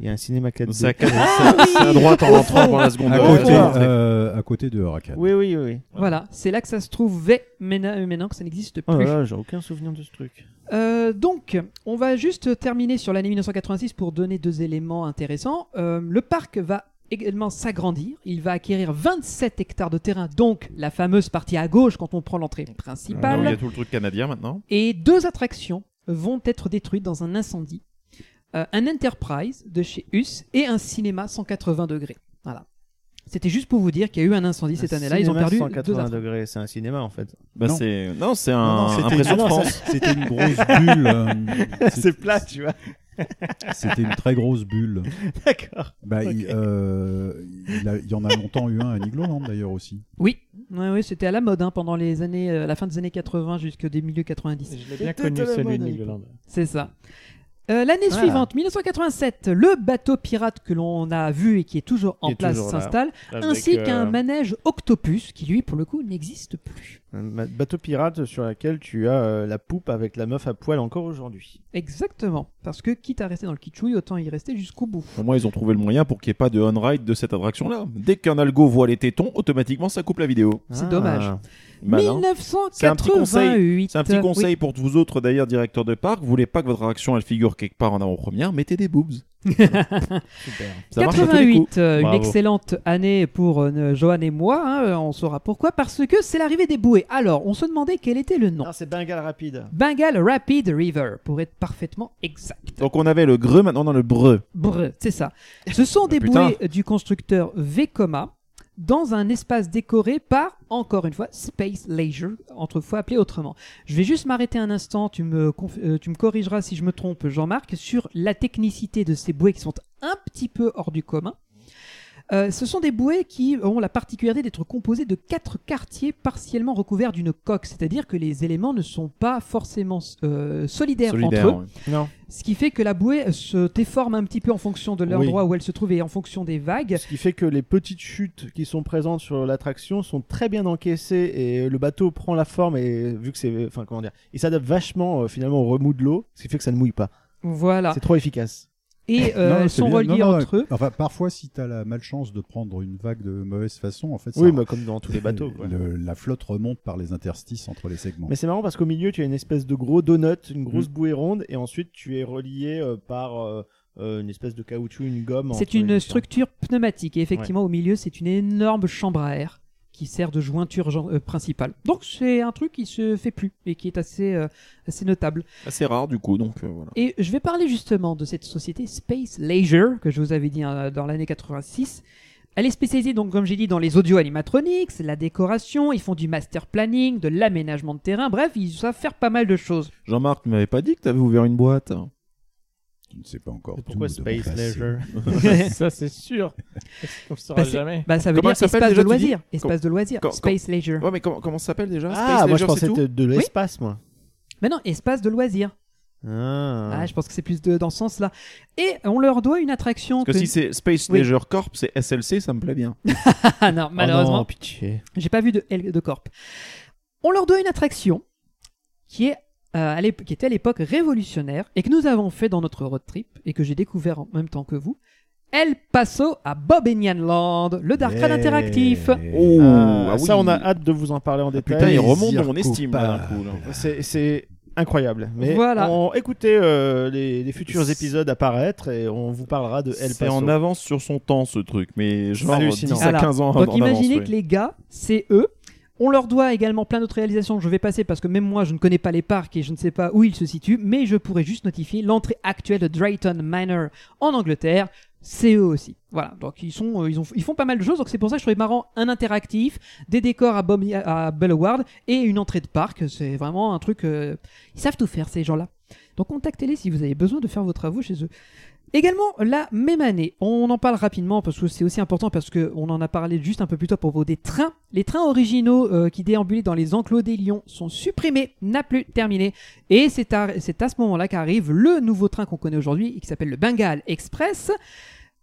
Speaker 8: Il y a un cinéma 4D.
Speaker 13: C'est à quatre- Ah c'est- oui c'est à droite en entrant par la seconde
Speaker 10: À
Speaker 13: Ouais,
Speaker 10: côté,
Speaker 13: ouais.
Speaker 10: euh, à côté de Huracan.
Speaker 8: Oui, oui, oui.
Speaker 9: Voilà, c'est là que ça se trouvait, mais na- euh, maintenant que ça n'existe
Speaker 8: Oh
Speaker 9: plus.
Speaker 8: là là, j'ai aucun souvenir de ce truc.
Speaker 9: Euh, donc, on va juste terminer sur l'année 1986 pour donner deux éléments intéressants. Euh, le parc va également s'agrandir. Il va acquérir 27 hectares de terrain, donc la fameuse partie à gauche quand on prend l'entrée
Speaker 13: Là où
Speaker 9: principale.
Speaker 13: Ah Il y a tout le truc canadien maintenant.
Speaker 9: Et deux attractions vont être détruites dans un incendie. Euh, un Enterprise de chez Us et un cinéma 180 degrés. Voilà. C'était juste pour vous dire qu'il y a eu un incendie cette
Speaker 8: Un
Speaker 9: année-là. Ils ont perdu
Speaker 8: cinéma 180
Speaker 9: deux attractions.
Speaker 8: degrés, c'est un cinéma en fait.
Speaker 13: Bah,
Speaker 8: Non.
Speaker 13: c'est- non, c'est un-
Speaker 8: Non, non,
Speaker 13: un
Speaker 8: c'était-
Speaker 13: précieux
Speaker 8: ah non,
Speaker 13: de France.
Speaker 8: ça-
Speaker 10: C'était une grosse bulle, euh,
Speaker 8: c'est plat, tu vois.
Speaker 10: C'était une très grosse bulle.
Speaker 8: D'accord.
Speaker 10: Bah, il,
Speaker 8: Ok.
Speaker 10: euh, il a- il y en a longtemps eu un à Nigloland d'ailleurs aussi.
Speaker 9: Oui, Ouais, ouais, c'était à la mode hein, pendant les années, euh, la fin des années 80 jusqu'au des milieux 90.
Speaker 6: Je l'ai bien connu, celui de Nigloland.
Speaker 9: C'est ça. Euh, L'année
Speaker 6: Ah.
Speaker 9: suivante, 1987, le bateau pirate que l'on a vu et qui est toujours en
Speaker 8: Qui est
Speaker 9: place
Speaker 8: toujours là,
Speaker 9: s'installe,
Speaker 8: avec,
Speaker 9: ainsi qu'un
Speaker 8: euh,
Speaker 9: manège Octopus qui, lui, pour le coup, n'existe plus.
Speaker 8: Un ma- bateau pirate sur laquelle tu as euh, la poupe avec la meuf à poil encore aujourd'hui.
Speaker 9: Exactement, parce que quitte à rester dans le kitschouille, autant y rester jusqu'au bout.
Speaker 13: Au moins, ils ont trouvé le moyen pour qu'il n'y ait pas de on-ride de cette attraction-là. Dès qu'un algo voit les tétons, automatiquement, ça coupe la vidéo.
Speaker 9: C'est dommage.
Speaker 8: Ah.
Speaker 13: Bah non.
Speaker 9: 1988.
Speaker 13: C'est un petit conseil, c'est un petit
Speaker 9: Oui.
Speaker 13: conseil pour vous autres, d'ailleurs, directeurs de parc. Vous voulez pas que votre attraction, elle figure quelque part en avant-première, mettez des boobs. Ça marche à tous les
Speaker 9: 88,
Speaker 13: coups.
Speaker 9: euh, une
Speaker 13: Bravo.
Speaker 9: excellente année pour euh, euh, Johan et moi. hein, euh, on saura pourquoi, parce que c'est l'arrivée des bouées. Alors, on se demandait quel était le nom.
Speaker 8: Non, c'est Bengal rapide.
Speaker 9: Bengal Rapid River, pour être parfaitement exact.
Speaker 13: Donc, on avait le greu, maintenant, on a le breu.
Speaker 9: Brr, c'est ça. Ce sont des
Speaker 13: Ah, putain.
Speaker 9: bouées du constructeur Vekoma dans un espace décoré par, encore une fois, Space Leisure, autrefois appelé autrement. Je vais juste m'arrêter un instant, tu me, conf- euh, tu me corrigeras si je me trompe, Jean-Marc, sur la technicité de ces bouées qui sont un petit peu hors du commun. Euh, ce sont des bouées qui ont la particularité d'être composées de quatre quartiers partiellement recouverts d'une coque, c'est-à-dire que les éléments ne sont pas forcément euh, solidaires,
Speaker 13: Solidaires,
Speaker 9: entre eux.
Speaker 13: ouais. Non.
Speaker 9: Ce qui fait que la bouée se déforme un petit peu en fonction de l'endroit où elle se trouve et en fonction des vagues.
Speaker 8: Ce qui fait que les petites chutes qui sont présentes sur l'attraction sont très bien encaissées et euh, le bateau prend la forme et euh, vu que c'est enfin comment dire, il s'adapte vachement euh, finalement au remous de l'eau, ce qui fait que ça ne mouille pas.
Speaker 9: Voilà.
Speaker 8: C'est trop efficace.
Speaker 9: Et euh,
Speaker 10: Non,
Speaker 9: elles
Speaker 10: c'est
Speaker 9: sont
Speaker 10: bien.
Speaker 9: reliées
Speaker 10: Non, non,
Speaker 9: entre eux.
Speaker 10: Enfin, parfois, si tu as la malchance de prendre une vague de mauvaise façon, en fait,
Speaker 8: Oui,
Speaker 10: ça-
Speaker 8: mais comme dans tous les bateaux, quoi.
Speaker 10: le- la flotte remonte par les interstices entre les segments.
Speaker 8: Mais c'est marrant parce qu'au milieu, tu as une espèce de gros donut, une grosse
Speaker 10: Mm.
Speaker 8: bouée ronde, et ensuite tu es relié euh, par euh, euh, une espèce de caoutchouc, une gomme. entre
Speaker 9: C'est
Speaker 8: les
Speaker 9: une
Speaker 8: différents-
Speaker 9: structure pneumatique et effectivement au milieu c'est une énorme chambre à air qui sert de jointure gen- euh, principale. Donc c'est un truc qui se fait plus et qui est assez, euh, assez notable.
Speaker 13: Assez rare, du coup, donc euh, voilà.
Speaker 9: Et je vais parler justement de cette société Space Leisure que je vous avais dit hein, dans l'année 86. Elle est spécialisée, donc, comme j'ai dit, dans les audio-animatronics, la décoration, ils font du master planning, de l'aménagement de terrain, bref, ils savent faire pas mal de choses.
Speaker 13: Jean-Marc, tu m'avais pas dit que t'avais ouvert une boîte
Speaker 10: Je ne sais pas encore.
Speaker 8: Pourquoi
Speaker 10: tout de mon
Speaker 8: Space
Speaker 10: passé.
Speaker 8: Leisure
Speaker 6: Ça, c'est sûr. On ne saura
Speaker 9: Bah, c'est-
Speaker 6: jamais.
Speaker 9: bah, ça veut
Speaker 13: Comment
Speaker 9: dire
Speaker 13: ça s'appelle
Speaker 9: espace de
Speaker 13: déjà, tu dis
Speaker 9: loisirs. Espace de
Speaker 13: Com-
Speaker 9: loisirs.
Speaker 13: com-
Speaker 9: Space leisure.
Speaker 13: Ouais, mais comment, comment ça s'appelle déjà
Speaker 8: Ah,
Speaker 13: Space
Speaker 8: moi je
Speaker 13: Leisure, c'est
Speaker 8: pensais de,
Speaker 13: tout
Speaker 8: de l'espace, moi.
Speaker 9: Mais non, espace de loisirs.
Speaker 8: Ah.
Speaker 9: Ah, je pense que c'est plus de, dans ce sens-là. Et on leur doit une attraction.
Speaker 13: Parce que si c'est Space
Speaker 9: Oui.
Speaker 13: Leisure Corp, c'est SLC, ça me plaît bien.
Speaker 9: Ah non, malheureusement.
Speaker 8: non, pitié.
Speaker 9: J'ai pas vu de, L- de Corp. On leur doit une attraction qui, est, euh, à l'ép- qui était à l'époque révolutionnaire et que nous avons fait dans notre road trip et que j'ai découvert en même temps que vous. El Paso à Bobinian Land, le Dark Ride interactif.
Speaker 13: Oh,
Speaker 8: Ah,
Speaker 13: ah oui.
Speaker 8: Ça, on a hâte de vous en parler en
Speaker 10: Ah,
Speaker 8: détail.
Speaker 13: Putain, il remonte
Speaker 10: Plaisir
Speaker 13: dans mon estime là, d'un
Speaker 10: coupable.
Speaker 13: coup. là.
Speaker 8: C'est- C'est incroyable. Mais
Speaker 9: Voilà.
Speaker 8: on- écoutez euh, les, les futurs épisodes apparaître et on vous parlera de El
Speaker 13: C'est
Speaker 8: Paso.
Speaker 13: en avance sur son temps ce truc, mais genre
Speaker 8: Hallucinant.
Speaker 13: 10 à
Speaker 9: Alors,
Speaker 13: 15 ans
Speaker 9: Donc
Speaker 13: en
Speaker 9: imaginez
Speaker 13: avance,
Speaker 9: que les gars, c'est eux. On leur doit également plein d'autres réalisations que je vais passer parce que même moi je ne connais pas les parcs et je ne sais pas où ils se situent, mais je pourrais juste notifier l'entrée actuelle de Drayton Manor en Angleterre. C'est eux aussi. Voilà, donc ils, sont, euh, ils, ont, ils font pas mal de choses, donc c'est pour ça que je trouvais marrant un interactif, des décors à, Bom- à Bellward et une entrée de parc. C'est vraiment un truc. euh, ils savent tout faire, ces gens-là. Donc contactez-les si vous avez besoin de faire vos travaux chez eux. Également, la même année, on en parle rapidement parce que c'est aussi important parce qu'on en a parlé juste un peu plus tôt pour propos des trains. Les trains originaux euh, qui déambulaient dans les enclos des lions sont supprimés, n'a plus terminé. Et c'est à, c'est à ce moment-là qu'arrive le nouveau train qu'on connaît aujourd'hui et qui s'appelle le Bengal Express.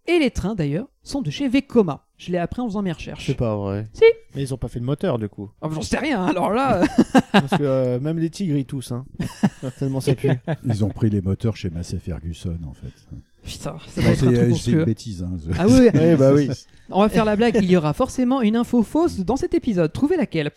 Speaker 9: Et les trains, d'ailleurs, sont de chez Vekoma. Je l'ai appris en faisant mes recherches.
Speaker 8: C'est pas vrai.
Speaker 9: Si.
Speaker 8: Mais ils ont pas fait de moteur du coup.
Speaker 9: Ah, J'en sais rien, alors là. euh,
Speaker 8: Parce que euh, même les tigres ils tous hein. Tellement ça pue.
Speaker 10: Ils ont pris les moteurs chez Massey Ferguson, en fait.
Speaker 9: Putain, ça
Speaker 10: Non,
Speaker 9: va être un
Speaker 10: c'est-
Speaker 9: truc
Speaker 10: euh, C'est
Speaker 9: monstrueux.
Speaker 10: une bêtise. hein.
Speaker 9: Ah oui, oui.
Speaker 8: Oui, bah oui.
Speaker 9: On va faire la blague, il y aura forcément une info fausse dans cet épisode. Trouvez laquelle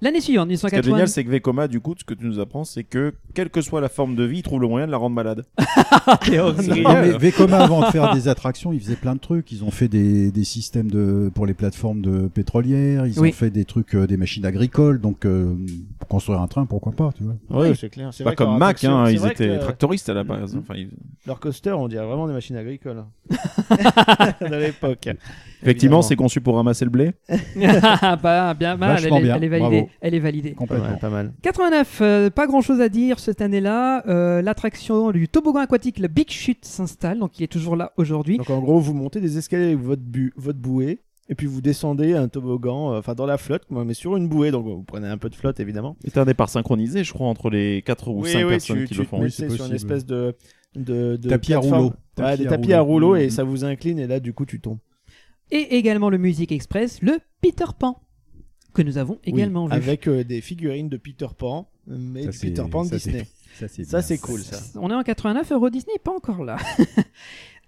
Speaker 9: L'année suivante,
Speaker 13: Ce qui est
Speaker 9: 1980.
Speaker 13: génial, c'est que Vekoma, du coup, ce que tu nous apprends, c'est que quelle que soit la forme de vie, il trouve le moyen de la rendre malade.
Speaker 8: oh,
Speaker 13: C'est
Speaker 10: Non, mais
Speaker 8: euh,
Speaker 13: génial.
Speaker 10: Vekoma, avant de faire des attractions, ils faisaient plein de trucs. Ils ont fait des, des systèmes de, pour les plateformes de pétrolières. Ils
Speaker 9: Oui.
Speaker 10: ont fait des trucs, euh, des machines agricoles. Donc, euh, pour construire un train, pourquoi pas, tu vois.
Speaker 8: Oui, c'est clair. C'est
Speaker 13: Pas
Speaker 8: vrai que
Speaker 13: comme
Speaker 8: leur
Speaker 13: Mac,
Speaker 8: attraction-
Speaker 13: hein,
Speaker 8: c'est
Speaker 13: ils
Speaker 8: vrai
Speaker 13: étaient
Speaker 8: que Mm.
Speaker 13: tractoristes à la base. Enfin, ils-
Speaker 8: Leur coaster, on dirait vraiment des machines agricoles. de l'époque.
Speaker 13: Effectivement,
Speaker 8: Évidemment.
Speaker 13: c'est conçu pour ramasser le blé.
Speaker 9: Ah, bah, bien, mal, elle,
Speaker 10: Vachement
Speaker 9: est-
Speaker 10: bien,
Speaker 9: elle est validée.
Speaker 10: bravo.
Speaker 9: Elle est validée.
Speaker 8: pas
Speaker 10: Complètement.
Speaker 8: mal, pas mal.
Speaker 9: 89, euh, pas grand chose à dire cette année-là. Euh, L'attraction du toboggan aquatique, le Big Chute, s'installe, donc il est toujours là aujourd'hui.
Speaker 8: Donc en gros, vous montez des escaliers avec votre, bu- votre bouée, et puis vous descendez un toboggan, euh, enfin dans la flotte, mais sur une bouée, donc vous prenez un peu de flotte évidemment.
Speaker 13: C'est un départ synchronisé, je crois, entre les 4 ou 5 personnes
Speaker 8: tu,
Speaker 13: qui
Speaker 8: tu
Speaker 13: le
Speaker 8: te
Speaker 13: font.
Speaker 8: mets,
Speaker 10: Oui,
Speaker 8: tu sais,
Speaker 10: c'est
Speaker 8: sur une
Speaker 10: possible.
Speaker 8: espèce de, de, de
Speaker 10: Tapis à
Speaker 8: plateforme.
Speaker 10: rouleau.
Speaker 8: Ouais,
Speaker 10: Tapis
Speaker 8: des
Speaker 10: à
Speaker 8: tapis à
Speaker 10: rouleau.
Speaker 8: rouleau,
Speaker 10: Mhm.
Speaker 8: et ça vous incline, et là du coup tu tombes.
Speaker 9: Et également le Music Express, le Peter Pan, que nous avons également
Speaker 8: Oui,
Speaker 9: vu.
Speaker 8: Avec euh, des figurines de Peter Pan, mais
Speaker 10: Ça,
Speaker 8: du
Speaker 10: c'est-
Speaker 8: Peter Pan de
Speaker 10: ça, c'est-
Speaker 8: Disney.
Speaker 10: Ça, c'est
Speaker 8: Ça
Speaker 10: bien.
Speaker 8: c'est cool ça.
Speaker 9: On est en 89, Euro Disney est pas encore là.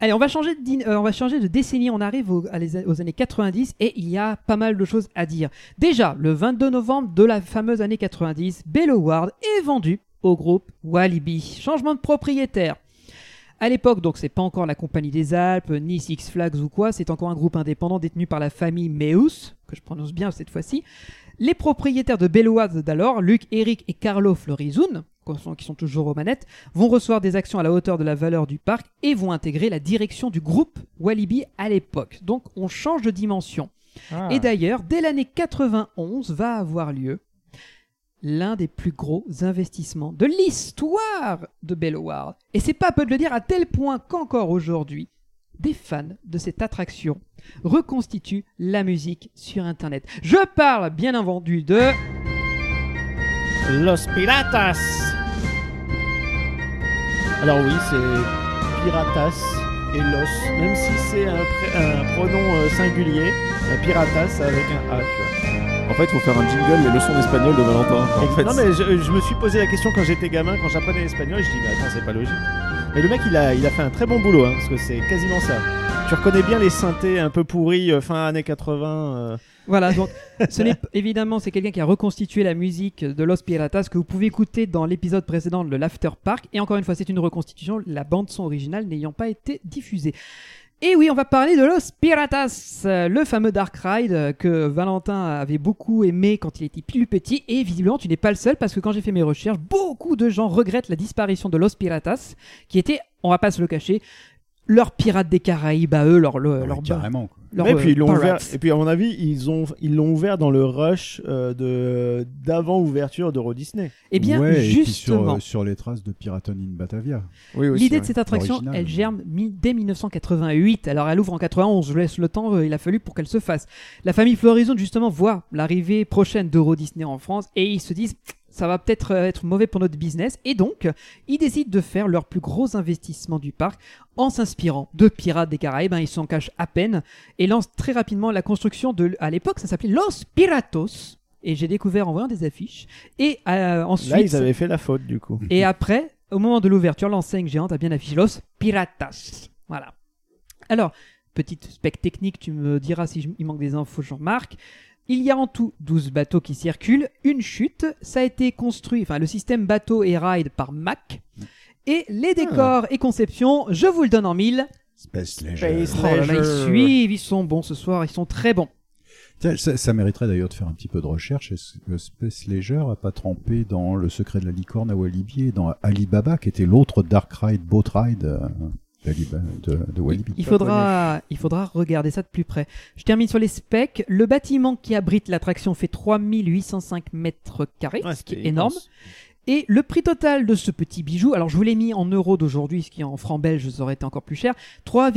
Speaker 9: Allez, on va changer de, din- euh, on va changer de décennie, on arrive aux, à les- aux années 90 et il y a pas mal de choses à dire. Déjà, le 22 novembre de la fameuse année 90, Belloward est vendu au groupe Walibi. Changement de propriétaire. À l'époque, donc, c'est pas encore la Compagnie des Alpes, ni Six Flags ou quoi, c'est encore un groupe indépendant détenu par la famille Meus, que je prononce bien cette fois-ci. Les propriétaires de Belloward d'alors, Luc, Eric et Carlo Florizoun, qui sont- qui sont toujours aux manettes, vont recevoir des actions à la hauteur de la valeur du parc et vont intégrer la direction du groupe Walibi à l'époque. Donc on change de dimension. Et d'ailleurs, dès l'année 91 va avoir lieu l'un des plus gros investissements de l'histoire de Belloward. Et c'est pas peu de le dire à tel point qu'encore aujourd'hui, des fans de cette attraction reconstituent la musique sur Internet. Je parle bien entendu de...
Speaker 8: Los Piratas Alors oui, c'est Piratas et Los, même si c'est un, pré- un pronom euh, singulier, euh, Piratas avec un A, tu vois.
Speaker 13: En fait, il faut faire un jingle, les leçons d'espagnol de Valentin. En fait,
Speaker 8: non mais je, je me suis posé la question quand j'étais gamin, quand j'apprenais l'espagnol, je dis mais attends c'est pas logique. Mais le mec il a, il a fait un très bon boulot, hein, parce que c'est quasiment ça. Tu reconnais bien les synthés un peu pourris euh, fin années 80. euh,
Speaker 9: Voilà, donc ce n'est évidemment c'est quelqu'un qui a reconstitué la musique de Los Piratas que vous pouvez écouter dans l'épisode précédent de l'After Park et encore une fois c'est une reconstitution, la bande son originale n'ayant pas été diffusée. Et oui, on va parler de Los Piratas, euh, le fameux Dark Ride euh, que Valentin avait beaucoup aimé quand il était plus petit. Et visiblement, tu n'es pas le seul parce que quand j'ai fait mes recherches, beaucoup de gens regrettent la disparition de Los Piratas, qui était, on va pas se le cacher, leur pirate des Caraïbes à eux, leur
Speaker 8: Ah
Speaker 9: leur, leur-
Speaker 10: Ah, carrément, quoi.
Speaker 9: leur,
Speaker 8: et
Speaker 9: euh,
Speaker 8: puis ils l'ont
Speaker 9: Pirates.
Speaker 8: ouvert. Et puis à mon avis, ils ont ils l'ont ouvert dans le rush euh, de d'avant ouverture d'Euro Disney.
Speaker 9: Eh bien,
Speaker 10: Ouais, et puis sur,
Speaker 9: justement.
Speaker 10: euh, sur les traces de Piraton in Batavia.
Speaker 9: L'idée de cette attraction, elle germe mi- dès 1988. Alors elle ouvre en 91, je vous laisse le temps, euh, il a fallu pour qu'elle se fasse. La famille Florison, justement, voit l'arrivée prochaine d'Euro Disney en France et ils se disent, ça va peut-être euh, être mauvais pour notre business. Et donc, ils décident de faire leur plus gros investissement du parc en s'inspirant de Pirates des Caraïbes. hein, ils s'en cachent à peine et lancent très rapidement la construction de, à l'époque, ça s'appelait Los Piratos. Et j'ai découvert en voyant des affiches. Et euh, ensuite.
Speaker 8: Là, ils avaient fait la faute du coup.
Speaker 9: Et après, au moment de l'ouverture, l'enseigne géante a bien affiché Los Piratas. Voilà. Alors, petite spec technique, tu me diras si je- il manque des infos, Jean-Marc. Il y a en tout 12 bateaux qui circulent, une chute, ça a été construit, enfin le système bateau et ride par Mac, et les décors et conceptions, je vous le donne en mille.
Speaker 10: Space
Speaker 9: Oh là là, ils suivent, ils sont bons ce soir, ils sont très bons.
Speaker 10: Tiens, ça, ça mériterait d'ailleurs de faire un petit peu de recherche. Est-ce que Space Leisure a pas trempé dans Le Secret de la Licorne à Walibi et dans Alibaba, qui était l'autre Dark Ride, Boat Ride euh, d'Aliba- de, de Walibi
Speaker 9: Il faudra, il faudra regarder ça de plus près. Je termine sur les specs. Le bâtiment qui abrite l'attraction fait 3805 mètres carrés,
Speaker 8: Ouais,
Speaker 9: ce qui est
Speaker 8: c'était
Speaker 9: énorme.
Speaker 8: immense.
Speaker 9: Et le prix total de ce petit bijou, alors je vous l'ai mis en euros d'aujourd'hui, ce qui en francs belges ça aurait été encore plus cher,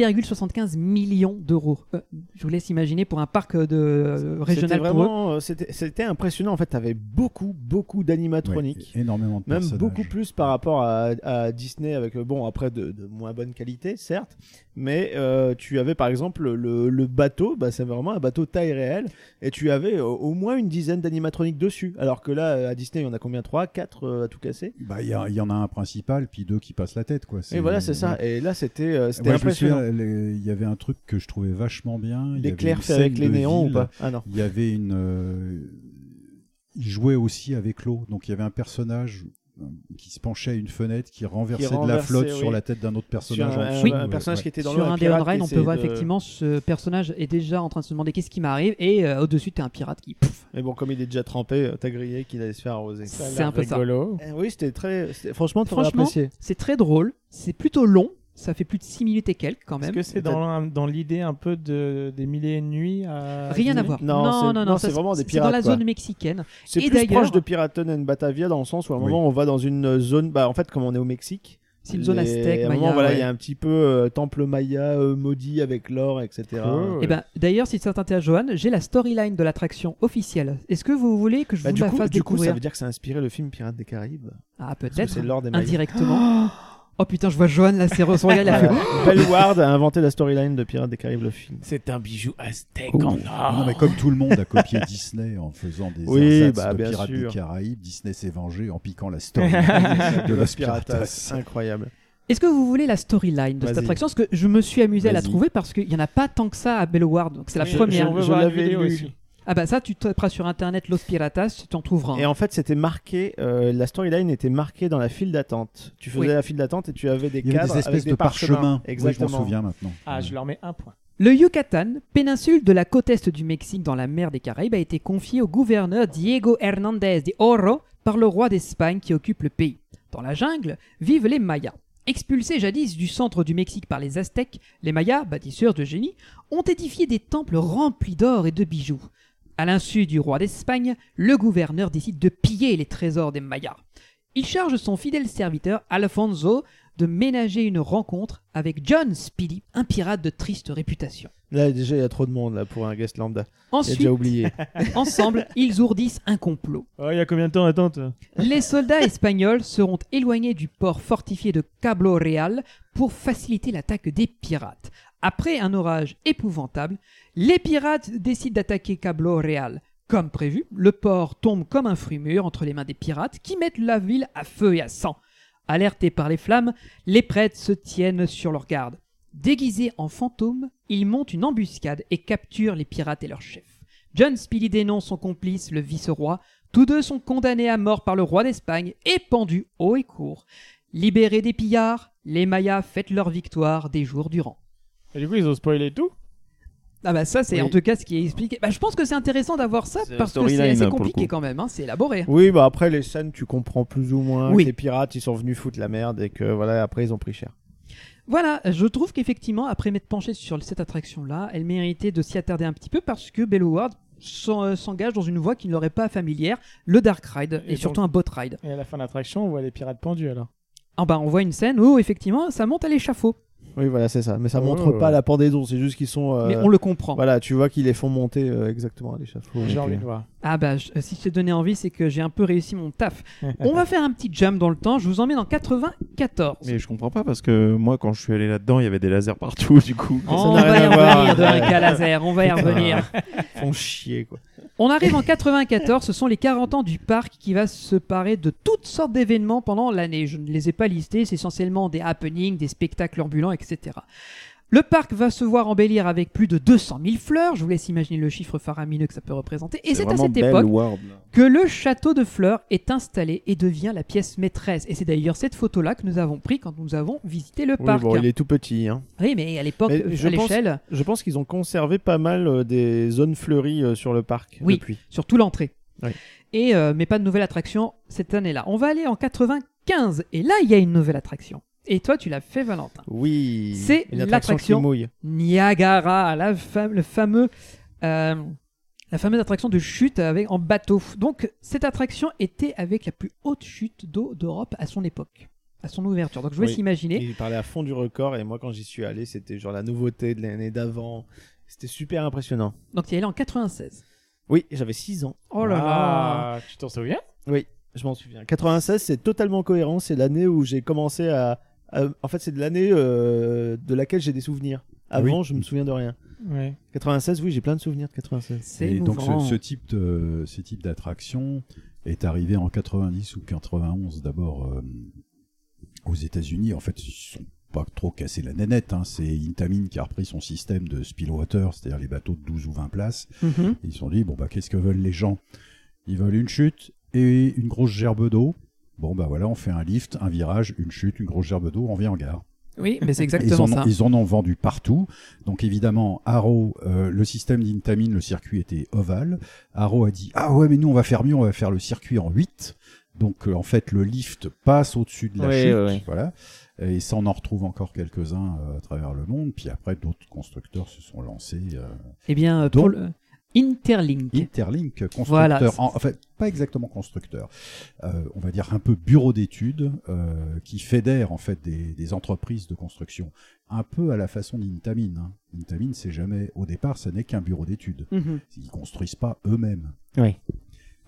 Speaker 9: 3,75 millions d'euros. Euh, je vous laisse imaginer pour un parc euh, de euh,
Speaker 8: C'était
Speaker 9: régional pour eux.
Speaker 8: vraiment, euh, c'était c'était impressionnant. En fait, t'avais beaucoup, beaucoup d'animatroniques.
Speaker 10: Ouais, énormément de
Speaker 8: Même
Speaker 10: personnages.
Speaker 8: beaucoup plus par rapport à, à Disney, avec, euh, bon, après, de, de moins bonne qualité, certes. Mais euh, tu avais, par exemple, le, le bateau, bah, c'est vraiment un bateau taille réelle. Et tu avais euh, au moins une dizaine d'animatroniques dessus. Alors que là, euh, à Disney, il y en a combien 3, 4 à tout casser
Speaker 10: Bah, il y, a- il y en a un principal, puis deux qui passent la tête, quoi.
Speaker 8: Et voilà, c'est ça. Et là, c'était euh, c'était
Speaker 10: Ouais, je me
Speaker 8: impressionnant.
Speaker 10: souviens, les- il y avait un truc que je trouvais vachement bien. Il y
Speaker 8: Les
Speaker 10: avait
Speaker 8: clairs
Speaker 10: une
Speaker 8: faits
Speaker 10: scène
Speaker 8: avec les
Speaker 10: de
Speaker 8: néons ou
Speaker 10: ville.
Speaker 8: pas Ah non.
Speaker 10: Il y avait une. euh, Il jouait aussi avec l'eau. Donc il y avait un personnage euh, qui se penchait à une fenêtre, qui renversait, de la
Speaker 8: renversait,
Speaker 10: flotte
Speaker 8: oui.
Speaker 10: sur la tête d'un autre personnage.
Speaker 8: Sur
Speaker 10: en
Speaker 8: un-
Speaker 10: dessous.
Speaker 8: Oui.
Speaker 10: Euh,
Speaker 8: un personnage
Speaker 10: ouais.
Speaker 8: qui était dans
Speaker 9: Sur
Speaker 8: l'eau,
Speaker 9: un
Speaker 8: un
Speaker 9: des
Speaker 8: pirate
Speaker 9: on
Speaker 8: qui
Speaker 9: peut voir
Speaker 8: essaie de-
Speaker 9: effectivement ce personnage est déjà en train de se demander qu'est-ce qui m'arrive et euh, au-dessus t'es un pirate qui pouf,
Speaker 8: Mais bon, comme il est déjà trempé, euh, t'as grillé qu'il allait se faire arroser.
Speaker 9: Ça a C'est un peu ça. rigolo.
Speaker 8: Eh oui, c'était très. c'était- Franchement, t'aurais
Speaker 9: Franchement,
Speaker 8: apprécié.
Speaker 9: c'est très drôle. C'est plutôt long. Ça fait plus de 6 minutes et quelques quand
Speaker 17: Est-ce
Speaker 9: même.
Speaker 17: que c'est dans, l'un- dans l'idée un peu de, des milliers et une nuits à
Speaker 9: Rien à
Speaker 17: Disney
Speaker 9: voir. Non, non, non, ça,
Speaker 8: c'est vraiment des
Speaker 9: C'est dans la
Speaker 8: pirates, quoi.
Speaker 9: zone mexicaine.
Speaker 8: C'est
Speaker 9: Et
Speaker 8: plus proche
Speaker 9: d'ailleurs,
Speaker 8: de Piraton and Batavia dans le sens où à un
Speaker 9: Oui.
Speaker 8: moment on va dans une zone. Bah, en fait, comme on est au Mexique.
Speaker 9: C'est une zone
Speaker 8: les-
Speaker 9: aztèque,
Speaker 8: à un moment,
Speaker 9: maya,
Speaker 8: voilà, il
Speaker 9: ouais.
Speaker 8: y a un petit peu euh, temple maya euh, maudit avec l'or, etc.
Speaker 10: Oh,
Speaker 9: Eh ben, d'ailleurs, si ça t'intéresse, Johan, j'ai la storyline de l'attraction officielle. Est-ce que vous voulez que je
Speaker 8: Bah,
Speaker 9: vous
Speaker 8: du
Speaker 9: la
Speaker 8: coup,
Speaker 9: fasse
Speaker 8: du coup,
Speaker 9: découvrir
Speaker 8: ça veut dire que ça a inspiré le film Pirates des Caraïbes. Parce
Speaker 9: Ah,
Speaker 8: que
Speaker 9: peut-être.
Speaker 8: C'est l'or des mayas.
Speaker 9: Indirectement. Oh putain, je vois Johan là, c'est son regard, il a fait.
Speaker 8: Belle Ward a inventé la storyline de Pirates des Caraïbes, le film.
Speaker 17: C'est un bijou aztèque
Speaker 10: Oh. Non, mais comme tout le monde a copié Disney en faisant des
Speaker 8: Oui,
Speaker 10: ersatz
Speaker 8: bah,
Speaker 10: de
Speaker 8: bien
Speaker 10: Pirates
Speaker 8: sûr.
Speaker 10: des Caraïbes, Disney s'est vengé en piquant la story de
Speaker 8: Los
Speaker 10: Los
Speaker 8: Piratas.
Speaker 10: Piratas.
Speaker 8: Incroyable.
Speaker 9: Est-ce que vous voulez la storyline de cette
Speaker 10: Vas-y.
Speaker 9: attraction Parce que je me suis amusé à la
Speaker 10: Vas-y.
Speaker 9: trouver parce qu'il n'y en a pas tant que ça à Bellward. Donc c'est la
Speaker 8: Je-
Speaker 9: première.
Speaker 8: je- je Je l'avais l'avais lu. lu. aussi.
Speaker 9: Ah bah ça, tu taperas sur internet Los Piratas, tu en trouveras. un.
Speaker 8: Et en fait, c'était marqué, euh, la storyline était marquée dans la file d'attente. Tu faisais
Speaker 9: Oui.
Speaker 8: la file d'attente et tu avais des
Speaker 10: Il y avait
Speaker 8: cadres
Speaker 10: des espèces
Speaker 8: avec des
Speaker 10: de
Speaker 8: parchemins.
Speaker 10: parchemins. Oui, je m'en
Speaker 8: Exactement.
Speaker 10: souviens maintenant.
Speaker 17: Ah, je leur mets un point.
Speaker 9: Le Yucatan, péninsule de la côte est du Mexique dans la mer des Caraïbes, a été confié au gouverneur Diego Hernández de Oro par le roi d'Espagne qui occupe le pays. Dans la jungle vivent les Mayas. Expulsés jadis du centre du Mexique par les Aztèques, les Mayas, bâtisseurs de génie, ont édifié des temples remplis d'or et de bijoux. À l'insu du roi d'Espagne, le gouverneur décide de piller les trésors des Mayas. Il charge son fidèle serviteur Alfonso de ménager une rencontre avec John Speedy, un pirate de triste réputation.
Speaker 8: Là, déjà, il y a trop de monde là, pour un guest lambda. J'ai
Speaker 9: Ensuite,
Speaker 8: déjà oublié.
Speaker 9: ensemble, ils ourdissent un complot.
Speaker 17: Oh, il y a combien de temps d'attente
Speaker 9: Les soldats espagnols seront éloignés du port fortifié de Cablo Real pour faciliter l'attaque des pirates. Après un orage épouvantable, les pirates décident d'attaquer Cablo Real. Comme prévu, le port tombe comme un fruit mûr entre les mains des pirates qui mettent la ville à feu et à sang. Alertés par les flammes, les prêtres se tiennent sur leur garde. Déguisés en fantômes, ils montent une embuscade et capturent les pirates et leur chef. John Speedy dénonce son complice, le vice-roi. Tous deux sont condamnés à mort par le roi d'Espagne et pendus haut et court. Libérés des pillards, les Mayas fêtent leur victoire des jours durant.
Speaker 17: Et du coup, ils ont spoilé tout
Speaker 9: Ah bah ça, c'est
Speaker 17: Oui.
Speaker 9: en tout cas ce qui est expliqué. Bah, je pense que c'est intéressant d'avoir ça
Speaker 8: C'est la
Speaker 9: parce que c'est
Speaker 8: storyline,
Speaker 9: assez
Speaker 8: pour le
Speaker 9: compliqué
Speaker 8: coup.
Speaker 9: quand même, hein, c'est élaboré.
Speaker 8: Oui, bah après, les scènes, tu comprends plus ou moins
Speaker 9: Oui.
Speaker 8: que les pirates, ils sont venus foutre la merde et que voilà, après, ils ont pris cher.
Speaker 9: Voilà, je trouve qu'effectivement, après m'être penché sur cette attraction-là, elle méritait de s'y attarder un petit peu parce que Bello Ward s'en- euh, s'engage dans une voie qui ne leur est pas familière, le Dark Ride, et,
Speaker 17: donc-
Speaker 9: surtout un bot ride.
Speaker 17: Et à la fin de l'attraction, on voit les pirates pendus alors.
Speaker 9: Ah bah, on voit une scène où, effectivement, ça monte à l'échafaud.
Speaker 8: Oui, voilà, c'est ça. Mais ça
Speaker 9: Ouais,
Speaker 8: montre
Speaker 9: ouais,
Speaker 8: pas
Speaker 9: ouais.
Speaker 8: la pendaison, c'est juste qu'ils sont. euh,
Speaker 9: Mais on le comprend.
Speaker 8: Voilà, tu vois qu'ils les font monter euh, exactement à l'échafaud.
Speaker 17: J'ai
Speaker 8: Donc,
Speaker 17: envie
Speaker 8: euh,
Speaker 17: de voir.
Speaker 9: Ah bah, je- si je t'ai donné envie, c'est que j'ai un peu réussi mon taf. on va faire un petit jump dans le temps, je vous emmène en 94.
Speaker 13: Mais je comprends pas parce que moi, quand je suis allé là-dedans, il y avait des lasers partout, du coup.
Speaker 9: On va y revenir, Doric à laser, on va y revenir.
Speaker 8: Font chier, quoi.
Speaker 9: On arrive en 94, ce sont les 40 ans du parc qui va se parer de toutes sortes d'événements pendant l'année. Je ne les ai pas listés, c'est essentiellement des happenings, des spectacles ambulants, etc. Le parc va se voir embellir avec plus de 200 000 fleurs, je vous laisse imaginer le chiffre faramineux que ça peut représenter, et
Speaker 13: C'est
Speaker 9: c'est à
Speaker 13: vraiment
Speaker 9: cette
Speaker 13: Belle
Speaker 9: époque
Speaker 13: World, là.
Speaker 9: que le château de fleurs est installé et devient la pièce maîtresse. Et c'est d'ailleurs cette photo-là que nous avons prise quand nous avons visité le
Speaker 8: Oui,
Speaker 9: parc.
Speaker 8: bon, il est tout petit. Hein.
Speaker 9: Oui, mais à l'époque,
Speaker 8: Mais
Speaker 9: euh,
Speaker 8: je
Speaker 9: à
Speaker 8: pense-
Speaker 9: l'échelle,
Speaker 8: Je pense qu'ils ont conservé pas mal euh, des zones fleuries euh, sur le parc
Speaker 9: oui,
Speaker 8: depuis.
Speaker 9: surtout l'entrée.
Speaker 8: Oui.
Speaker 9: Et euh, mais pas de nouvelle attraction cette année-là. On va aller en 95 et là il y a une nouvelle attraction. Et toi tu l'as fait Valentin.
Speaker 8: Oui.
Speaker 9: C'est
Speaker 8: une attraction qui
Speaker 9: l'attraction
Speaker 8: mouille.
Speaker 9: Niagara, la fam- le fameux, euh, la fameuse attraction de chute avec en bateau. Donc cette attraction était avec la plus haute chute d'eau d'Europe à son époque, à son ouverture. Donc je vous laisse
Speaker 8: Oui.
Speaker 9: imaginer.
Speaker 8: Il parlait à fond du record et moi quand j'y suis allé, c'était genre la nouveauté de l'année d'avant. C'était super impressionnant.
Speaker 9: Donc il est allé en 96.
Speaker 8: Oui, j'avais 6 ans.
Speaker 9: Oh là là.
Speaker 17: Ah, tu t'en souviens
Speaker 8: Oui, je m'en souviens. 96, c'est totalement cohérent. C'est l'année où j'ai commencé à, à- En fait, c'est de l'année euh, de laquelle j'ai des souvenirs. Avant, je me souviens de rien.
Speaker 17: Ouais.
Speaker 8: 96, oui, j'ai plein de souvenirs de 96.
Speaker 10: Et donc ce, ce type de ce type d'attraction est arrivé en 90 ou 91 d'abord euh, aux États-Unis. En fait, ils se sont pas trop cassés la nénette. hein. C'est Intamin qui a repris son système de spillwater, c'est-à-dire les bateaux de 12 ou 20 places.
Speaker 9: Mhm.
Speaker 10: Ils se sont dit bon bah qu'est-ce que veulent les gens Ils veulent une chute et une grosse gerbe d'eau. Bon bah voilà, on fait un lift, un virage, une chute, une grosse gerbe d'eau, on vient en gare.
Speaker 9: Oui, mais c'est
Speaker 10: Et
Speaker 9: exactement
Speaker 10: ils en, ont-
Speaker 9: ça.
Speaker 10: Ils en ont vendu partout. Donc évidemment, Arrow, euh, le système d'Intamin, le circuit était ovale. Arrow a dit ah ouais mais nous on va faire mieux, on va faire le circuit en 8. Donc euh, en fait le lift passe au-dessus de la
Speaker 5: Ouais,
Speaker 10: chute,
Speaker 5: ouais, ouais.
Speaker 10: voilà. Et ça on en retrouve encore quelques-uns euh, à travers le monde. Puis après d'autres constructeurs se sont lancés. euh,
Speaker 9: Eh bien, euh, pour le- Interlink.
Speaker 10: Interlink, euh, constructeur,
Speaker 9: Voilà.
Speaker 10: en, en fait, pas exactement constructeur, euh, on va dire un peu bureau d'études euh, qui fédère en fait des, des entreprises de construction, un peu à la façon d'Intamin. hein. Intamin, c'est jamais, au départ, ça n'est qu'un bureau d'études.
Speaker 9: Mhm.
Speaker 10: Ils construisent pas eux-mêmes.
Speaker 8: Oui.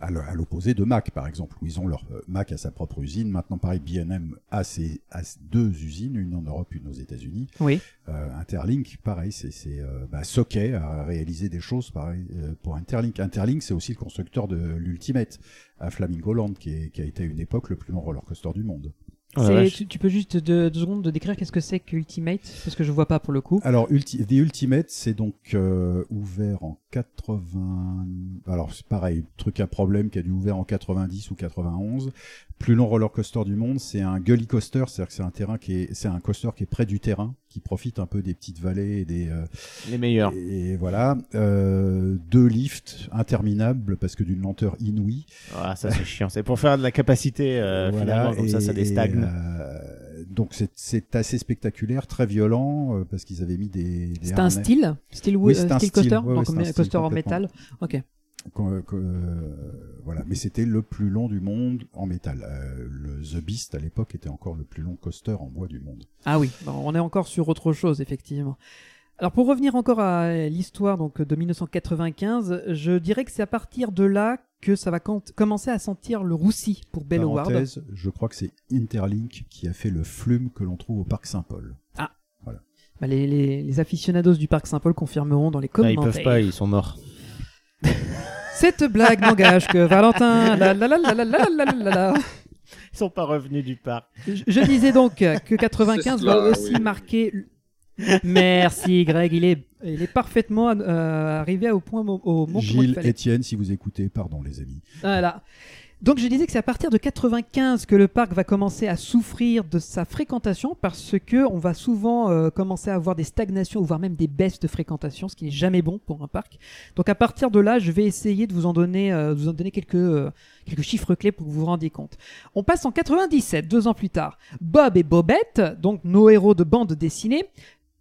Speaker 10: À le- à l'opposé de Mac, par exemple, où ils ont leur euh, Mac à sa propre usine. Maintenant, pareil, BM a, ses, a ses deux usines, une en Europe, une aux États-Unis.
Speaker 9: Oui.
Speaker 10: Euh, Interlink, pareil, c'est c'est, euh, bah, Socket a réalisé des choses pareil, euh, pour Interlink. Interlink, c'est aussi le constructeur de l'Ultimate à Flamingo Land, qui, est- qui a été à une époque le plus long roller coaster du monde.
Speaker 9: C'est- tu, tu peux juste deux, deux secondes de décrire qu'est-ce que c'est qu'Ultimate Parce que je vois pas pour le coup.
Speaker 10: Alors, Ulti- The Ultimate, c'est donc euh, ouvert en 80. Alors, c'est pareil, truc à problème qui a dû ouvert en 90 ou 91. Plus long roller coaster du monde, c'est un gully coaster, c'est-à-dire que c'est un terrain qui est, c'est un coaster qui est près du terrain, qui profite un peu des petites vallées et des. euh,
Speaker 8: Les meilleurs.
Speaker 10: Et, voilà, Euh, deux lifts interminables parce que d'une lenteur inouïe.
Speaker 8: Ah, ça c'est chiant. C'est pour faire de la capacité euh,
Speaker 10: Voilà,
Speaker 8: finalement, comme ça,
Speaker 10: et-
Speaker 8: ça déstagne.
Speaker 10: et, euh, donc c'est- c'est assez spectaculaire, très violent, euh, parce qu'ils avaient mis des. des
Speaker 9: C'est un
Speaker 10: harnais.
Speaker 9: style Style,
Speaker 10: Oui, c'est
Speaker 9: euh, style
Speaker 10: un style,
Speaker 9: coaster
Speaker 10: ouais, ouais,
Speaker 9: Donc,
Speaker 10: c'est un
Speaker 9: mais-
Speaker 10: style
Speaker 9: coaster en
Speaker 10: complètement.
Speaker 9: métal Ok.
Speaker 10: Qu'on- que- euh, voilà, mais c'était le plus long du monde en métal. Euh, le The Beast à l'époque était encore le plus long coaster en bois du monde.
Speaker 9: Ah oui, bon, on est encore sur autre chose, effectivement. Alors pour revenir encore à euh, l'histoire donc de 1995, je dirais que c'est à partir de là que ça va com- commencer à sentir le roussi pour Bell Howard.
Speaker 10: Parenthèse, je crois que c'est Interlink qui a fait le flume que l'on trouve au parc Saint-Paul.
Speaker 9: Ah.
Speaker 10: Voilà.
Speaker 9: Bah, les, les- les aficionados du parc Saint-Paul confirmeront dans les
Speaker 8: Ah, ils
Speaker 9: commentaires.
Speaker 8: peuvent pas, ils sont morts.
Speaker 9: Cette blague n'engage que Valentin. La, la, la, la, la, la, la, la, la.
Speaker 8: Ils sont pas revenus du parc.
Speaker 9: Je, je disais donc que 95 va
Speaker 8: cela,
Speaker 9: aussi
Speaker 8: oui.
Speaker 9: marquer. Merci Greg, il est, il est parfaitement euh, arrivé au point au, au moment où il
Speaker 10: Gilles,
Speaker 9: fallait.
Speaker 10: Étienne, si vous écoutez, pardon les amis.
Speaker 9: Voilà. Donc je disais que c'est à partir de 95 que le parc va commencer à souffrir de sa fréquentation parce que on va souvent euh, commencer à avoir des stagnations voire même des baisses de fréquentation, ce qui n'est jamais bon pour un parc. Donc à partir de là, je vais essayer de vous en donner, euh, de vous en donner quelques, euh, quelques chiffres clés pour que vous vous rendiez compte. On passe en 97, deux ans plus tard. Bob et Bobette, donc nos héros de bande dessinée,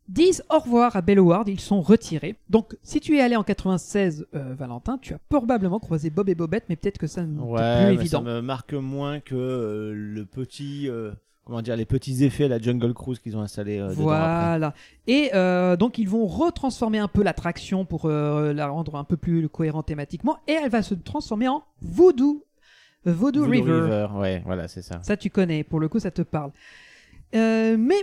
Speaker 9: disent au revoir à Belloward, ils sont retirés. Donc, si tu es allé en 96, euh, Valentin, tu as probablement croisé Bob et Bobette, mais peut-être que ça n'est
Speaker 8: Ouais,
Speaker 9: plus
Speaker 8: mais ça
Speaker 9: évident.
Speaker 8: me marque moins que euh, le petit, euh, comment dire, les petits effets à la Jungle Cruise qu'ils ont installé. euh, dedans après.
Speaker 9: Voilà. Et euh, donc ils vont retransformer un peu l'attraction pour euh, la rendre un peu plus cohérente thématiquement, et elle va se transformer en Voodoo, euh, Voodoo,
Speaker 8: Voodoo
Speaker 9: River.
Speaker 8: River, ouais, voilà, c'est ça.
Speaker 9: Ça, tu connais, pour le coup, ça te parle. Euh, mais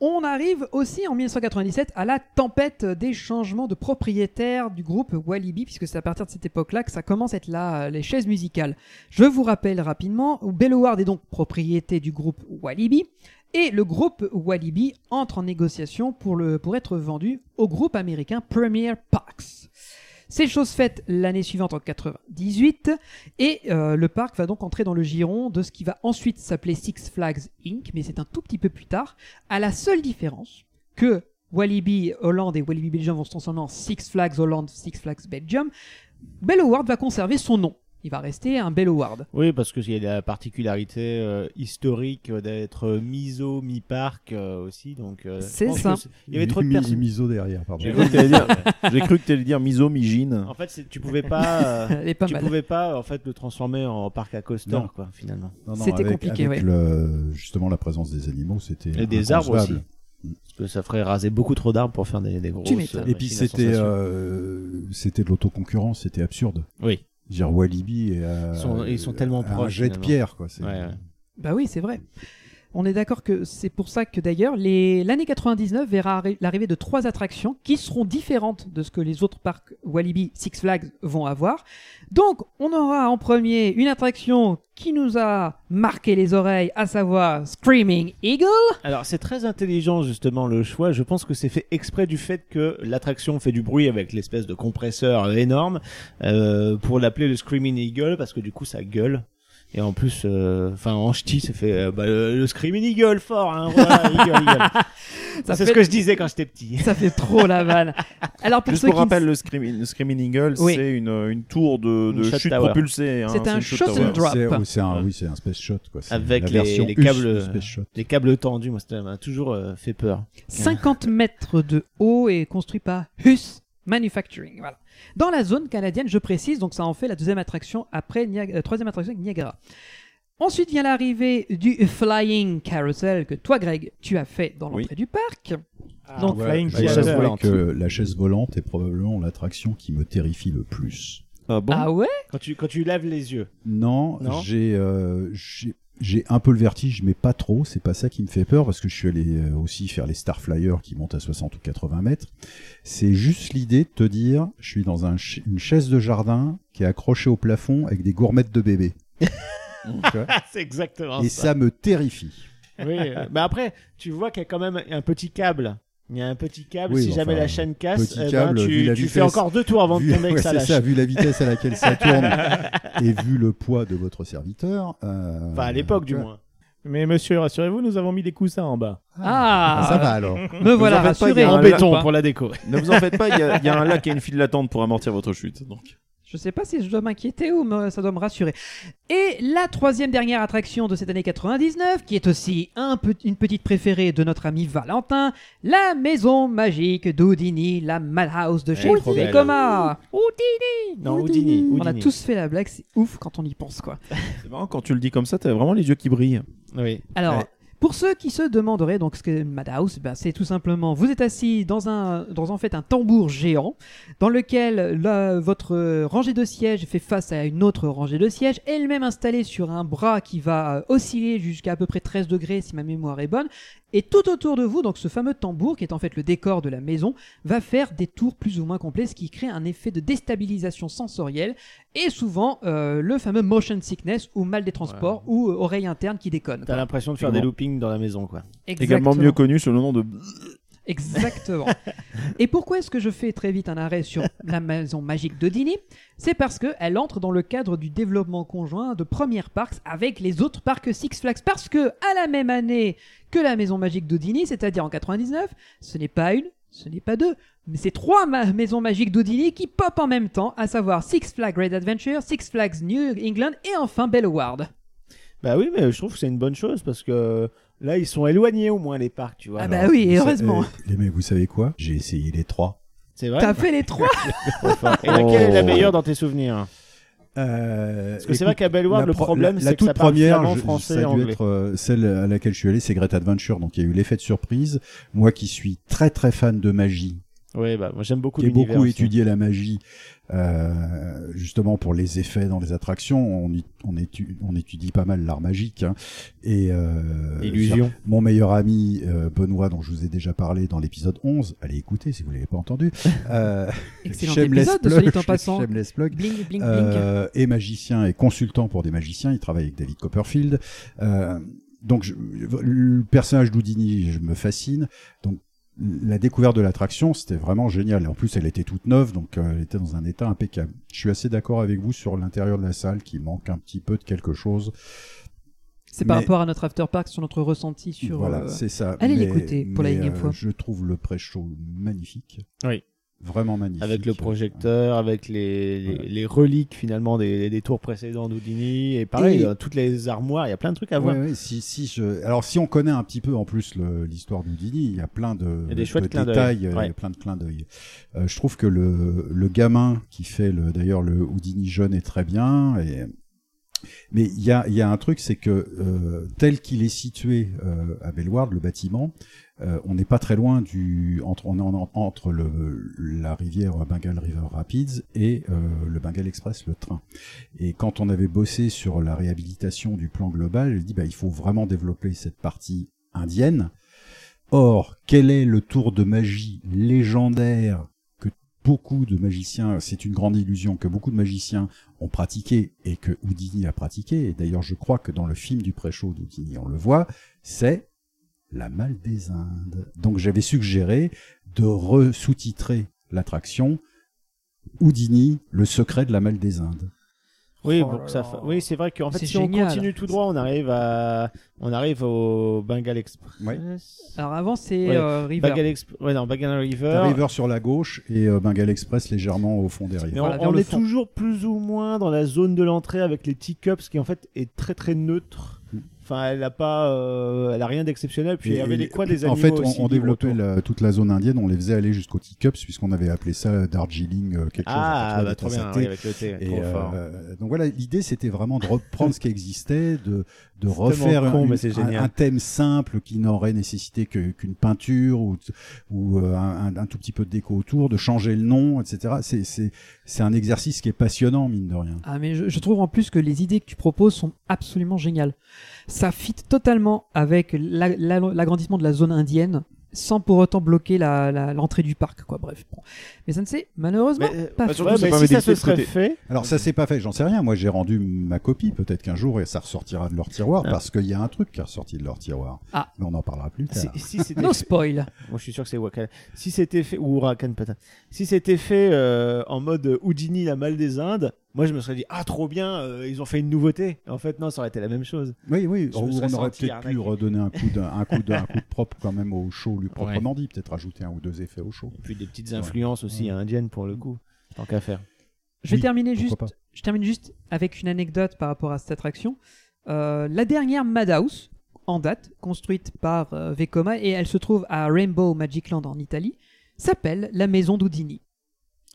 Speaker 9: on arrive aussi en 1997 à la tempête des changements de propriétaires du groupe Walibi, puisque c'est à partir de cette époque-là que ça commence à être là, euh, les chaises musicales. Je vous rappelle rapidement, Belloward est donc propriété du groupe Walibi, et le groupe Walibi entre en négociation pour, le, pour être vendu au groupe américain Premier Parks. C'est chose faite l'année suivante en 98 et euh, le parc va donc entrer dans le giron de ce qui va ensuite s'appeler Six Flags Inc. Mais c'est un tout petit peu plus tard, à la seule différence que Walibi Hollande et Walibi Belgium vont se transformer en Six Flags Hollande, Six Flags Belgium. Belloward va conserver son nom. Il va rester un Belloward.
Speaker 8: Oui, parce qu'il y a la particularité euh, historique d'être mi-zoo, mi-parc euh, aussi. donc. euh, je
Speaker 9: C'est
Speaker 8: pense
Speaker 9: ça.
Speaker 8: que c'est- Il y avait trop de
Speaker 10: Mi-
Speaker 8: personnes.
Speaker 10: miso derrière, pardon.
Speaker 13: J'ai cru que t'allais dire, j'ai cru que t'allais dire miso, mijine.
Speaker 8: En fait, c'est- tu pouvais pas,
Speaker 9: Elle
Speaker 8: euh,
Speaker 9: est pas
Speaker 8: tu
Speaker 9: mal.
Speaker 8: pouvais pas en fait le transformer en parc à coaster
Speaker 10: Non.
Speaker 8: quoi finalement.
Speaker 10: Non, non, avec- avec le- justement, la présence des animaux, c'était.
Speaker 8: Et des arbres aussi.
Speaker 10: inconcevable.
Speaker 8: Parce que ça ferait raser beaucoup trop d'arbres pour faire des, des grosses. euh,
Speaker 10: Et
Speaker 8: machines
Speaker 10: puis
Speaker 8: à
Speaker 10: c'était
Speaker 8: sensation.
Speaker 10: euh, c'était de l'autoconcurrence, c'était absurde.
Speaker 8: Oui.
Speaker 10: Je veux Dire Walibi et euh,
Speaker 8: Ils sont- ils sont tellement
Speaker 10: un
Speaker 8: proches,
Speaker 10: jet de
Speaker 8: finalement.
Speaker 10: pierre quoi. c'est-
Speaker 9: Bah oui, c'est vrai. On est d'accord que c'est pour ça que d'ailleurs les- l'année 99 verra arri- l'arrivée de trois attractions qui seront différentes de ce que les autres parcs Walibi Six Flags vont avoir. Donc on aura en premier une attraction qui nous a marqué les oreilles, à savoir Screaming Eagle.
Speaker 8: Alors c'est très intelligent justement le choix. Je pense que c'est fait exprès du fait que l'attraction fait du bruit avec l'espèce de compresseur énorme euh, pour l'appeler le Screaming Eagle parce que du coup ça gueule. Et en plus, euh, enfin en ch'ti, ça fait euh, bah, le, le Screaming Eagle fort. Hein, voilà, Eagle, Eagle.
Speaker 9: Ça
Speaker 8: c'est
Speaker 9: fait-
Speaker 8: ce que je disais quand j'étais petit.
Speaker 9: Ça fait trop la vanne. Alors pour
Speaker 13: Juste
Speaker 9: ceux
Speaker 13: pour
Speaker 9: qui ne
Speaker 13: rappel, le, Screaming- le Screaming Eagle,
Speaker 9: Oui.
Speaker 13: c'est une, euh, une tour de, de
Speaker 8: Une shot
Speaker 13: chute
Speaker 8: tower.
Speaker 13: propulsée. hein,
Speaker 9: C'est un
Speaker 13: une
Speaker 9: shot and
Speaker 13: tower.
Speaker 9: drop.
Speaker 10: C'est- oui, c'est un, oui, c'est un space shot quoi. C'est la
Speaker 8: avec les,
Speaker 10: version
Speaker 8: les
Speaker 10: US
Speaker 8: câbles euh,
Speaker 10: de space shot.
Speaker 8: les câbles tendus moi ça m'a toujours euh, fait peur
Speaker 9: 50 mètres de haut et construit par Hus Manufacturing. Voilà. Dans la zone canadienne, je précise, donc ça en fait la deuxième attraction après Niag- euh, troisième attraction avec Niagara. Ensuite vient l'arrivée du Flying Carousel que toi, Greg, tu as fait dans l'entrée du parc.
Speaker 8: Ah,
Speaker 10: Ouais, la
Speaker 8: bah,
Speaker 9: Carousel.
Speaker 10: chaise volante. que la chaise volante est probablement l'attraction qui me terrifie le plus.
Speaker 13: Ah bon
Speaker 9: Ah ouais
Speaker 8: quand tu quand tu lèves les yeux
Speaker 10: Non,
Speaker 8: Non
Speaker 10: j'ai euh, j'ai- j'ai un peu le vertige, mais pas trop. C'est pas ça qui me fait peur parce que je suis allé euh, aussi faire les Star Flyers qui montent à 60 ou 80 mètres. C'est juste l'idée de te dire, je suis dans un ch- une chaise de jardin qui est accrochée au plafond avec des gourmettes de bébé. Tu vois
Speaker 8: c'est
Speaker 9: Oh,
Speaker 8: exactement
Speaker 10: Et
Speaker 8: ça
Speaker 10: ça me terrifie.
Speaker 8: oui euh, mais après tu vois qu'il y a quand même un petit câble il y a un petit câble
Speaker 10: Oui,
Speaker 8: si jamais
Speaker 10: enfin,
Speaker 8: la chaîne casse
Speaker 10: petit
Speaker 8: eh ben,
Speaker 10: câble, vu
Speaker 8: tu,
Speaker 10: la
Speaker 8: tu
Speaker 10: vitesse-
Speaker 8: fais encore deux tours avant
Speaker 10: vu-
Speaker 8: de tomber avec
Speaker 10: ouais,
Speaker 8: ça
Speaker 10: c'est
Speaker 8: lâche.
Speaker 10: ça, vu la vitesse à laquelle ça tourne et vu le poids de votre serviteur. euh,
Speaker 8: enfin à l'époque du
Speaker 10: ouais.
Speaker 8: moins
Speaker 17: Mais monsieur, rassurez-vous, nous avons mis des coussins en bas.
Speaker 9: Ah,
Speaker 10: ça va alors.
Speaker 9: Me voilà
Speaker 13: en faites pas,
Speaker 9: rassuré.
Speaker 13: il y a un
Speaker 9: En
Speaker 13: lac-
Speaker 9: béton pour
Speaker 8: la déco.
Speaker 13: Ne vous en faites pas, il y, a- il y a un lac et une file d'attente pour amortir votre chute. Donc.
Speaker 9: Je sais pas si je dois m'inquiéter ou me- ça doit me rassurer. Et la troisième dernière attraction de cette année 99, qui est aussi un pe- une petite préférée de notre ami Valentin, la maison magique d'Houdini, la Madhouse de chez
Speaker 8: Eh, trop belle.
Speaker 9: Vekoma.
Speaker 8: Houdini non Houdini,
Speaker 9: On a
Speaker 8: Houdini.
Speaker 9: tous fait la blague, c'est ouf quand on y pense quoi.
Speaker 13: C'est marrant, quand tu le dis comme ça, t'as vraiment les yeux qui brillent.
Speaker 8: oui
Speaker 9: Alors,
Speaker 13: Ouais.
Speaker 9: pour ceux qui se demanderaient, donc ce que Madhouse, ben, c'est tout simplement, vous êtes assis dans un, dans en fait un tambour géant, dans lequel la- votre euh, rangée de sièges fait face à une autre rangée de sièges, elle-même installée sur un bras qui va euh, osciller jusqu'à à peu près 13 degrés si ma mémoire est bonne, et tout autour de vous, donc ce fameux tambour qui est en fait le décor de la maison, va faire des tours plus ou moins complets, ce qui crée un effet de déstabilisation sensorielle et souvent euh, le fameux motion sickness ou mal des transports ou euh, oreille interne qui déconne.
Speaker 8: t'as
Speaker 9: quoi.
Speaker 8: l'impression de faire des loopings dans la maison quoi
Speaker 9: Exactement.
Speaker 13: Également mieux connu sous le nom de.
Speaker 9: Exactement. Et pourquoi est-ce que je fais très vite un arrêt sur la maison magique de Dini C'est parce qu'elle entre dans le cadre du développement conjoint de Première Parks avec les autres parcs Six Flags. Parce que, à la même année que la maison magique de Dini, c'est-à-dire en 99, ce n'est pas une, ce n'est pas deux, mais c'est trois ma- maisons magiques d'Odili qui popent en même temps, à savoir Six Flags Great Adventure, Six Flags New England et enfin Bellward.
Speaker 8: Bah oui, mais je trouve que c'est une bonne chose parce que euh, là, ils sont éloignés au moins les parcs, tu vois.
Speaker 9: Ah bah oui,
Speaker 10: Vous sa-
Speaker 9: heureusement.
Speaker 10: euh, les mecs, vous savez quoi J'ai essayé les trois.
Speaker 8: C'est vrai.
Speaker 9: T'as fait les trois
Speaker 8: Et
Speaker 10: Oh.
Speaker 8: laquelle est la meilleure dans tes souvenirs Parce que c'est vrai qu'à Belvoir,
Speaker 10: Euh, la
Speaker 8: le
Speaker 10: pro-
Speaker 8: problème,
Speaker 10: la-
Speaker 8: c'est
Speaker 10: la
Speaker 8: que
Speaker 10: toute
Speaker 8: ça parle
Speaker 10: première,
Speaker 8: flamand,
Speaker 10: je-
Speaker 8: français
Speaker 10: ça
Speaker 8: et
Speaker 10: a dû
Speaker 8: anglais.
Speaker 10: être euh, celle à laquelle je suis allé, c'est Great Adventure. Donc il y a eu l'effet de surprise. Moi qui suis très très fan de magie.
Speaker 8: Oui, bah moi j'aime beaucoup
Speaker 10: J'ai
Speaker 8: l'univers.
Speaker 10: beaucoup
Speaker 8: aussi.
Speaker 10: étudié la magie, euh, justement pour les effets dans les attractions. On, y- on, étu- on étudie pas mal l'art magique. hein. Et euh,
Speaker 8: Illusion.
Speaker 10: c'est-à-dire, Mon meilleur ami euh, Benoît, dont je vous ai déjà parlé dans l'épisode 11, allez écouter si vous l'avez pas entendu. Euh,
Speaker 9: Excellent
Speaker 10: shameless
Speaker 9: épisode,
Speaker 10: plug,
Speaker 9: soit dit en passant.
Speaker 10: shameless plug.
Speaker 9: Bling, bling, bling.
Speaker 10: Euh, et magicien et consultant pour des magiciens. Il travaille avec David Copperfield. Euh, donc je- le personnage d'Houdini, je me fascine. Donc la découverte de l'attraction, c'était vraiment génial. Et en plus, elle était toute neuve, donc euh, elle était dans un état impeccable. Je suis assez d'accord avec vous sur l'intérieur de la salle qui manque un petit peu de quelque chose.
Speaker 9: C'est par
Speaker 10: Mais-
Speaker 9: rapport à notre After Park, sur notre ressenti sur.
Speaker 10: voilà,
Speaker 9: euh,
Speaker 10: c'est ça.
Speaker 9: Allez
Speaker 10: Mais-
Speaker 9: l'écouter pour la
Speaker 10: mais,
Speaker 9: énième
Speaker 10: euh,
Speaker 9: fois.
Speaker 10: Je trouve le pré-show magnifique.
Speaker 8: Oui.
Speaker 10: Vraiment magnifique.
Speaker 8: Avec le projecteur, avec les, les, les reliques finalement des, des tours précédents d'Houdini. Et pareil,
Speaker 10: Et-
Speaker 8: euh, toutes les armoires, il y a plein de trucs à voir.
Speaker 10: Ouais, ouais, si, si je... Alors, si on connaît un petit peu en plus le- l'histoire d'Houdini, il y a plein de,
Speaker 8: Il y a des chouettes
Speaker 10: de
Speaker 8: clins d'œil.
Speaker 10: détails, euh, il y
Speaker 8: Ouais.
Speaker 10: a plein de clins d'œil. Euh, je trouve que le, le gamin qui fait le- d'ailleurs le Houdini jeune est très bien. Et... Mais il y a, il y a un truc, c'est que euh, tel qu'il est situé euh, à Bellward, le bâtiment, euh, on n'est pas très loin du entre on est en- entre le, la rivière Bengal River Rapids et euh, le Bengal Express, le train. Et quand on avait bossé sur la réhabilitation du plan global, j'ai dit bah il faut vraiment développer cette partie indienne. Or, quel est le tour de magie légendaire que beaucoup de magiciens, c'est une grande illusion que beaucoup de magiciens ont pratiqué et que Houdini a pratiqué, et d'ailleurs je crois que dans le film du pré-show d'Houdini on le voit, c'est la malle des Indes. Donc j'avais suggéré de re-sous-titrer l'attraction Houdini, le secret de la malle des Indes.
Speaker 8: Oui,
Speaker 10: Oh
Speaker 8: pour que ça fa- oui c'est vrai qu'en fait,
Speaker 9: C'est
Speaker 8: si on
Speaker 9: génial.
Speaker 8: continue tout droit, on arrive, à... on arrive au Bengal Express.
Speaker 9: Alors avant, c'est
Speaker 8: Ouais,
Speaker 9: euh, River.
Speaker 8: Bengal Exp- ouais, non, Bengal River.
Speaker 10: River sur la gauche et euh, Bengal Express légèrement au fond derrière.
Speaker 8: Mais on- on, est toujours plus ou moins dans la zone de l'entrée avec les teacups qui en fait est très très neutre.
Speaker 10: Mm.
Speaker 8: Enfin, elle a pas, euh, elle a rien d'exceptionnel. Puis il y
Speaker 10: Et-
Speaker 8: avait des
Speaker 10: et-
Speaker 8: quoi des
Speaker 10: En
Speaker 8: animaux
Speaker 10: fait, on-
Speaker 8: aussi
Speaker 10: on,
Speaker 8: libres
Speaker 10: développait
Speaker 8: autour.
Speaker 10: la- toute la zone indienne, on les faisait aller jusqu'au teacups, puisqu'on avait appelé ça euh, Darjeeling, euh, quelque
Speaker 8: Ah,
Speaker 10: chose.
Speaker 8: bah, trop bien, oui, avec le thé, trop fort.
Speaker 10: euh, donc voilà, l'idée c'était vraiment de reprendre ce qui existait, de, de
Speaker 8: C'est
Speaker 10: refaire
Speaker 8: tellement con,
Speaker 10: une-
Speaker 8: mais c'est
Speaker 10: un-
Speaker 8: génial.
Speaker 10: un, thème simple qui n'aurait nécessité que- qu'une peinture ou, ou euh, un, un- un tout petit peu de déco autour, de changer le nom, etc. C'est- C'est c'est un exercice qui est passionnant, mine de rien.
Speaker 9: Ah, mais je, je trouve en plus que les idées que tu proposes sont absolument géniales. Ça fit totalement avec la- la- l'agrandissement de la zone indienne, sans pour autant bloquer la- la- l'entrée du parc, quoi. Bref. bon. Mais ça ne s'est malheureusement
Speaker 10: euh, bah,
Speaker 9: pas fait.
Speaker 10: Alors ça s'est pas fait, j'en sais rien. Moi j'ai rendu ma copie, peut-être qu'un jour et ça ressortira de leur tiroir
Speaker 8: Ah.
Speaker 10: parce qu'il y a un truc qui est ressorti de leur tiroir.
Speaker 9: Ah.
Speaker 10: Mais on en parlera plus tard.
Speaker 8: Si- si c'était
Speaker 9: No
Speaker 8: fait-
Speaker 9: Ah spoil.
Speaker 8: Moi, je suis sûr que c'est Wakan. Si c'était fait ou Rakan peut Si c'était fait euh, en mode Houdini la malle des Indes, moi je me serais dit ah trop bien, euh, ils ont fait une nouveauté. En fait non, ça aurait été la même chose.
Speaker 10: Oui, oui,
Speaker 8: Je me
Speaker 10: on
Speaker 8: serais
Speaker 10: on aurait
Speaker 8: senti
Speaker 10: peut-être pu
Speaker 8: arnaqué.
Speaker 10: redonner un coup de, un coup de, un coup de propre quand même au show lui proprement dit, peut-être ajouter un ou deux effets au show.
Speaker 8: Et puis des petites influences aussi indiennes pour le coup, tant qu'à faire.
Speaker 9: Je vais
Speaker 10: Oui,
Speaker 9: terminer juste.
Speaker 10: pourquoi
Speaker 9: Je termine juste avec une anecdote par rapport à cette attraction. Euh, la dernière Madhouse en date, construite par euh, Vekoma et elle se trouve à Rainbow Magic Land en Italie, s'appelle la maison d'Houdini.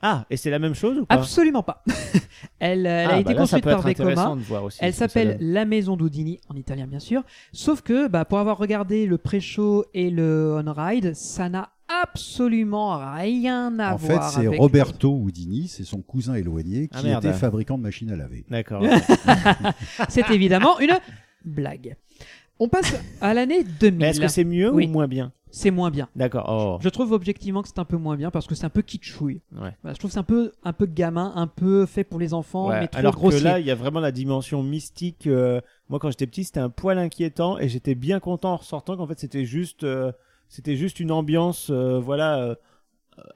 Speaker 8: Ah et c'est la même chose ou pas
Speaker 9: Absolument pas. elle, euh, elle
Speaker 8: Ah,
Speaker 9: a
Speaker 8: bah
Speaker 9: été
Speaker 8: là, ça
Speaker 9: construite
Speaker 8: peut
Speaker 9: par
Speaker 8: être intéressant
Speaker 9: Vekoma.
Speaker 8: de voir aussi
Speaker 9: Elle
Speaker 8: ce que ça
Speaker 9: s'appelle
Speaker 8: donne.
Speaker 9: La Maison d'Houdini, en italien bien sûr. Sauf que bah, pour avoir regardé le pré-show et le on-ride, ça n'a absolument rien à
Speaker 10: En fait,
Speaker 9: voir.
Speaker 10: c'est
Speaker 9: avec-
Speaker 10: Roberto
Speaker 8: euh,
Speaker 10: Houdini, c'est son cousin éloigné qui
Speaker 9: Ah, merde.
Speaker 10: était fabricant de machines à laver.
Speaker 8: D'accord.
Speaker 9: c'est évidemment une blague. On passe à l'année 2000.
Speaker 8: Mais est-ce que c'est mieux
Speaker 9: Oui.
Speaker 8: ou moins bien
Speaker 9: C'est moins bien.
Speaker 8: D'accord. Oh.
Speaker 9: Je trouve objectivement que c'est un peu moins bien parce que c'est un peu kitschouille.
Speaker 8: Ouais.
Speaker 9: Voilà, je trouve que c'est un peu, un peu gamin, un peu fait pour les enfants,
Speaker 8: Ouais,
Speaker 9: mais trop
Speaker 8: Alors
Speaker 9: grossier.
Speaker 8: que là, il y a vraiment la dimension mystique. euh, moi, quand j'étais petit, c'était un poil inquiétant et j'étais bien content en ressortant qu'en fait, c'était juste, euh, c'était juste une ambiance, euh, voilà, euh,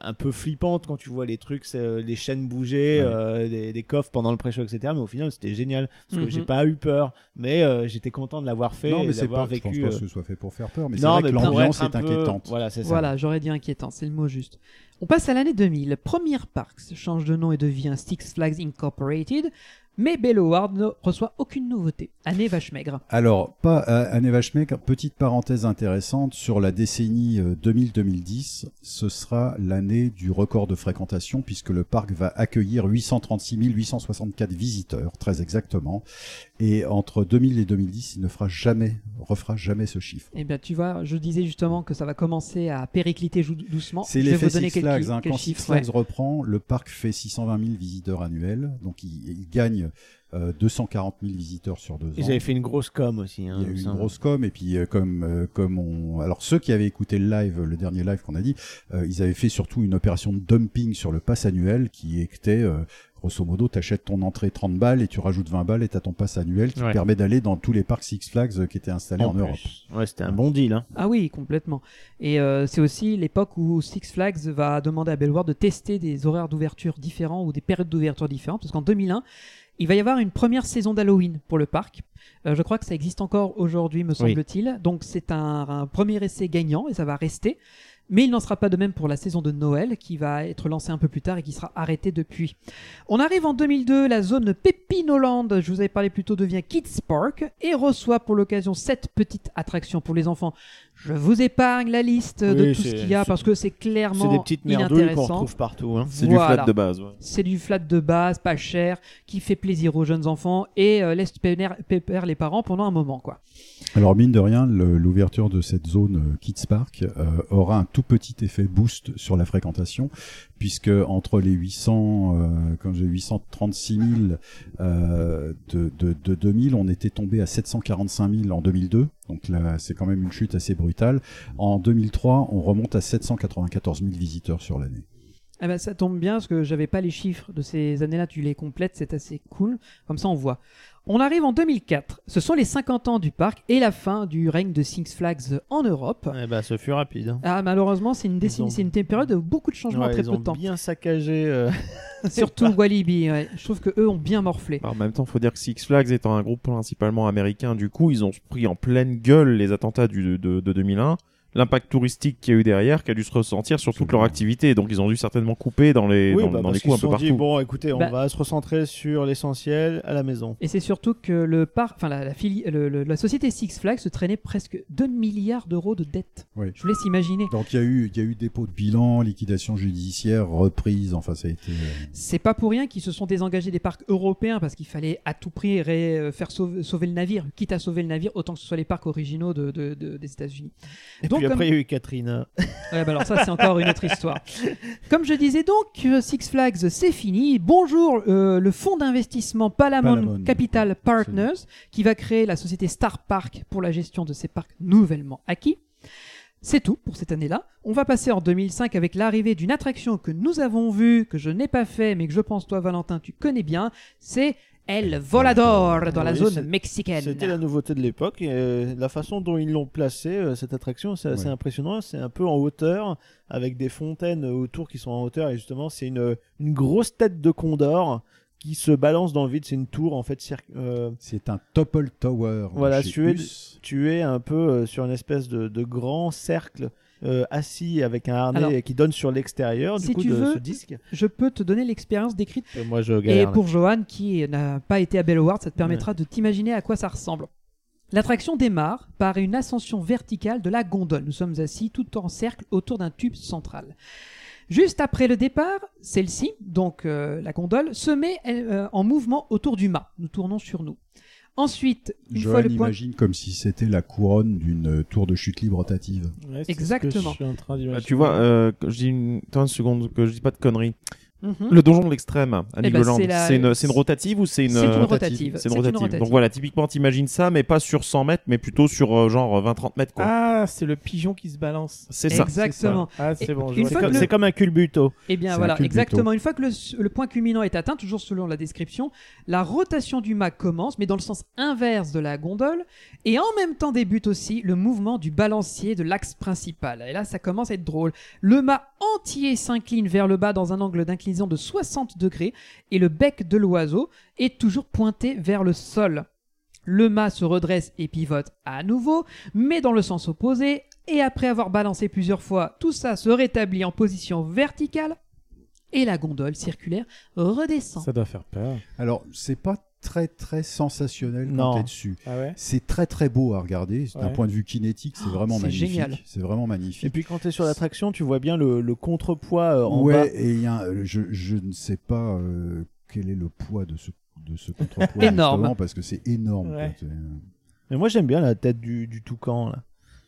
Speaker 8: un peu flippante quand tu vois les trucs, c'est- euh, les chaînes bouger, euh, des, des coffres pendant le pré-show, etc. Mais au final, c'était génial parce que
Speaker 10: Mhm.
Speaker 8: j'ai pas eu peur, mais euh, j'étais content de l'avoir fait
Speaker 10: Non, mais
Speaker 8: et
Speaker 10: c'est
Speaker 8: d'avoir
Speaker 10: pas- je
Speaker 8: vécu.
Speaker 10: pense pas que
Speaker 8: euh,
Speaker 10: ce soit fait pour faire peur, mais c'est
Speaker 8: non,
Speaker 10: vrai que
Speaker 8: pour
Speaker 10: l'ambiance
Speaker 8: être un
Speaker 10: est
Speaker 8: peu-
Speaker 10: inquiétante.
Speaker 8: Voilà, c'est ça.
Speaker 9: Voilà, j'aurais dit inquiétant, c'est le mot juste. On passe à l'année 2000. Première Parks change de nom et devient Six Flags Incorporated, mais Belloward ne reçoit aucune nouveauté. Année vache maigre.
Speaker 10: Alors, pas euh, Anne Vachemec, petite parenthèse intéressante sur la décennie euh, 2000-2010, ce sera l'année du record de fréquentation puisque le parc va accueillir 836 864 visiteurs, très exactement. Et entre 2000 et 2010, il ne fera jamais, refera jamais ce chiffre.
Speaker 9: Eh bien, tu vois, je disais justement que ça va commencer à péricliter jou- doucement.
Speaker 10: C'est
Speaker 9: Oh, Je vais
Speaker 10: l'effet
Speaker 9: vous donner
Speaker 10: Six
Speaker 9: quelques,
Speaker 10: Flags. hein.
Speaker 9: quelques
Speaker 10: Quand Six
Speaker 9: chiffres.
Speaker 10: Flags
Speaker 9: ouais.
Speaker 10: reprend, le parc fait 620 000 visiteurs annuels, donc il, il gagne euh, 240 000 visiteurs sur deux ans.
Speaker 8: Ils avaient fait une grosse com aussi. hein,
Speaker 10: Il y a eu
Speaker 8: ça.
Speaker 10: une grosse com et puis euh, comme euh, comme on alors ceux qui avaient écouté le live le dernier live qu'on a dit euh, ils avaient fait surtout une opération de dumping sur le pass annuel qui était euh, grosso modo t'achètes ton entrée 30 balles et tu rajoutes 20 balles et t'as ton pass annuel qui
Speaker 8: Ouais.
Speaker 10: permet d'aller dans tous les parcs Six Flags euh, qui étaient installés en,
Speaker 8: En plus.
Speaker 10: Europe.
Speaker 8: Ouais, c'était un bon deal. Hein.
Speaker 9: Ah oui, complètement. Et euh, c'est aussi l'époque où Six Flags va demander à Bellward de tester des horaires d'ouverture différents ou des périodes d'ouverture différentes, parce qu'en 2001, il va y avoir une première saison d'Halloween pour le parc. Euh, je crois que ça existe encore aujourd'hui, me semble-t-il. Donc c'est un, un premier essai gagnant et ça va rester. Mais il n'en sera pas de même pour la saison de Noël qui va être lancée un peu plus tard et qui sera arrêtée depuis. On arrive en 2002, la zone Pépinoland, je vous avais parlé plus tôt, devient Kids Park et reçoit pour l'occasion cette petite attraction pour les enfants. Je vous épargne la liste de
Speaker 8: Oui,
Speaker 9: tout ce
Speaker 8: c'est-
Speaker 9: qu'il y a
Speaker 8: c'est-
Speaker 9: parce que c'est clairement
Speaker 8: c'est des petites merdouilles qu'on
Speaker 9: inintéressant.
Speaker 8: retrouve partout, hein.
Speaker 13: C'est du flat de base, ouais.
Speaker 9: C'est du flat de base, pas cher, qui fait plaisir aux jeunes enfants et euh, laisse pépère, pépère les parents pendant un moment quoi.
Speaker 10: Alors mine de rien, le- l'ouverture de cette zone euh, Kids Park euh, aura un tout petit effet boost sur la fréquentation, puisque entre les 800, euh, quand j'ai 836 000 euh, de, de, de 2000, on était tombé à 745 000 en 2002. Donc là, c'est quand même une chute assez brutale. En 2003, on remonte à 794 000 visiteurs sur l'année.
Speaker 9: Ah bah ça tombe bien parce que j'avais pas les chiffres de ces années-là, tu les complètes, c'est assez cool. Comme ça on voit. On arrive en 2004. Ce sont les 50 ans du parc et la fin du règne de Six Flags en Europe.
Speaker 8: Eh ben, ce fut rapide. hein.
Speaker 9: Ah malheureusement, c'est une décennie,
Speaker 8: ont-
Speaker 9: c'est une période où beaucoup de changements en
Speaker 8: Ouais,
Speaker 9: très
Speaker 8: ils
Speaker 9: peu
Speaker 8: ont
Speaker 9: de temps.
Speaker 8: bien saccagé. euh,
Speaker 9: Surtout Walibi, ouais. je trouve que eux ont bien morflé.
Speaker 13: Bah, En même temps, faut dire que Six Flags étant un groupe principalement américain, du coup, ils ont pris en pleine gueule les attentats du- de, de 2001, l'impact touristique qu'il y a eu derrière, qui a dû se ressentir sur toute leur activité. Donc, ils ont dû certainement couper dans les,
Speaker 8: oui,
Speaker 13: dans,
Speaker 8: bah,
Speaker 13: dans
Speaker 8: parce
Speaker 13: les
Speaker 8: qu'ils
Speaker 13: coups un
Speaker 8: se
Speaker 13: peu
Speaker 8: sont
Speaker 13: partout.
Speaker 8: dit, bon, écoutez, on
Speaker 9: Bah-
Speaker 8: va se recentrer sur l'essentiel à la maison.
Speaker 9: Et c'est surtout que le parc, enfin la, la fili- le- le- la société Six Flags se traînait presque 2 milliards d'euros de dettes.
Speaker 10: Oui.
Speaker 9: Je vous laisse imaginer.
Speaker 10: Donc il y a eu, il y a eu dépôt de bilan, liquidation judiciaire, reprise. Enfin, ça a été. euh,
Speaker 9: C'est pas pour rien qu'ils se sont désengagés des parcs européens parce qu'il fallait à tout prix ré- euh, faire sauve- sauver, le navire. Quitte à sauver le navire, autant que ce soit les parcs originaux de- de- de- des États-Unis.
Speaker 8: Et
Speaker 9: Donc,
Speaker 8: puis après,
Speaker 9: comme-
Speaker 8: il y a eu Katrina.
Speaker 9: Ouais, bah alors ça, c'est encore une autre histoire. Comme je disais donc, euh, Six Flags, c'est fini. Bonjour, euh, le fonds d'investissement Palamon,
Speaker 10: Palamon.
Speaker 9: Capital Partners, qui va créer la société Star Park pour la gestion de ces parcs nouvellement acquis. C'est tout pour cette année-là. On va passer en 2005 avec l'arrivée d'une attraction que nous avons vue, que je n'ai pas fait, mais que je pense, toi, Valentin, tu connais bien. C'est El Volador dans la
Speaker 8: Oui,
Speaker 9: zone
Speaker 8: c'est-
Speaker 9: mexicaine.
Speaker 8: C'était la nouveauté de l'époque. et, euh, la façon dont ils l'ont placée, euh, cette attraction, c'est assez
Speaker 9: Ouais.
Speaker 8: impressionnant. C'est un peu en hauteur, avec des fontaines autour qui sont en hauteur. Et justement, c'est une, une grosse tête de condor qui se balance dans le vide. C'est une tour, en fait. cir- euh,
Speaker 10: C'est un Topple Tower.
Speaker 8: voilà,
Speaker 10: chez
Speaker 8: tu es,
Speaker 10: Us.
Speaker 8: tu es un peu euh, sur une espèce de, de grand cercle euh, assis avec un harnais
Speaker 9: Alors,
Speaker 8: qui donne sur l'extérieur du
Speaker 9: si
Speaker 8: coup
Speaker 9: tu
Speaker 8: de
Speaker 9: veux,
Speaker 8: ce disque.
Speaker 9: je peux te donner l'expérience décrite.
Speaker 8: Et moi, je
Speaker 9: Et
Speaker 8: galère, là.
Speaker 9: pour Johan, qui n'a pas été à Belloward, ça te permettra de t'imaginer à quoi ça ressemble. L'attraction démarre par une ascension verticale de la gondole. Nous sommes assis tout en cercle autour d'un tube central. Juste après le départ, celle-ci, donc euh, la gondole, se met elle, euh, en mouvement autour du mât. Nous tournons sur nous. Ensuite, une
Speaker 10: Johan
Speaker 9: fois le point...
Speaker 10: imagine comme si c'était la couronne d'une euh, tour de chute libre rotative.
Speaker 9: Exactement.
Speaker 13: Ah, euh, Bah, tu vois, euh, que je dis une... Attends une seconde, que je dis pas de conneries.
Speaker 9: Mhm.
Speaker 13: Le donjon de l'extrême à
Speaker 9: Eh ben,
Speaker 13: Nigoland,
Speaker 9: c'est la-
Speaker 13: c'est une, c'est une rotative ou c'est une.
Speaker 9: C'est une
Speaker 13: euh,
Speaker 9: rotative. C'est
Speaker 13: C'est une
Speaker 9: une
Speaker 13: rotative.
Speaker 9: rotative.
Speaker 13: Donc voilà, typiquement, t'imagines ça, mais pas sur 100 mètres, mais plutôt sur euh, genre 20-30 mètres quoi.
Speaker 6: Ah, c'est le pigeon qui se balance.
Speaker 13: C'est ça.
Speaker 9: Exactement.
Speaker 6: Ah, c'est
Speaker 9: Et
Speaker 6: bon. je
Speaker 9: une
Speaker 6: vois.
Speaker 9: fois que le-
Speaker 8: un culbuto.
Speaker 9: Eh bien
Speaker 6: C'est un
Speaker 9: voilà,
Speaker 6: culbuto.
Speaker 9: exactement. Une fois que le, le point culminant est atteint, toujours selon la description, la rotation du mât commence, mais dans le sens inverse de la gondole, et en même temps débute aussi le mouvement du balancier de l'axe principal. Et là, ça commence à être drôle. Le mât entier s'incline vers le bas dans un angle d'inclinaison de 60 degrés, et le bec de l'oiseau est toujours pointé vers le sol. Le mât se redresse et pivote à nouveau, mais dans le sens opposé, et après avoir balancé plusieurs fois, tout ça se rétablit en position verticale, et la gondole circulaire
Speaker 8: hein.
Speaker 9: redescend.
Speaker 6: Ça doit faire peur.
Speaker 10: Alors, c'est pas très très sensationnel
Speaker 6: Non.
Speaker 10: quand t'es dessus.
Speaker 6: Ah ouais
Speaker 10: c'est très très beau à regarder. D'un
Speaker 6: Ouais.
Speaker 10: point de vue kinétique,
Speaker 9: Oh,
Speaker 10: c'est vraiment
Speaker 8: c'est
Speaker 10: magnifique.
Speaker 8: génial.
Speaker 10: C'est vraiment magnifique.
Speaker 8: Et puis quand t'es sur l'attraction, tu vois bien le, le contrepoids euh, en
Speaker 10: ouais,
Speaker 8: bas.
Speaker 10: et il y a un- je, je ne sais pas euh, quel est le poids de ce, de ce contrepoids.
Speaker 8: Énorme.
Speaker 10: justement, Parce que c'est énorme. quoi.
Speaker 6: Ouais.
Speaker 10: C'est, euh,
Speaker 8: Mais moi j'aime bien la tête du, du toucan là.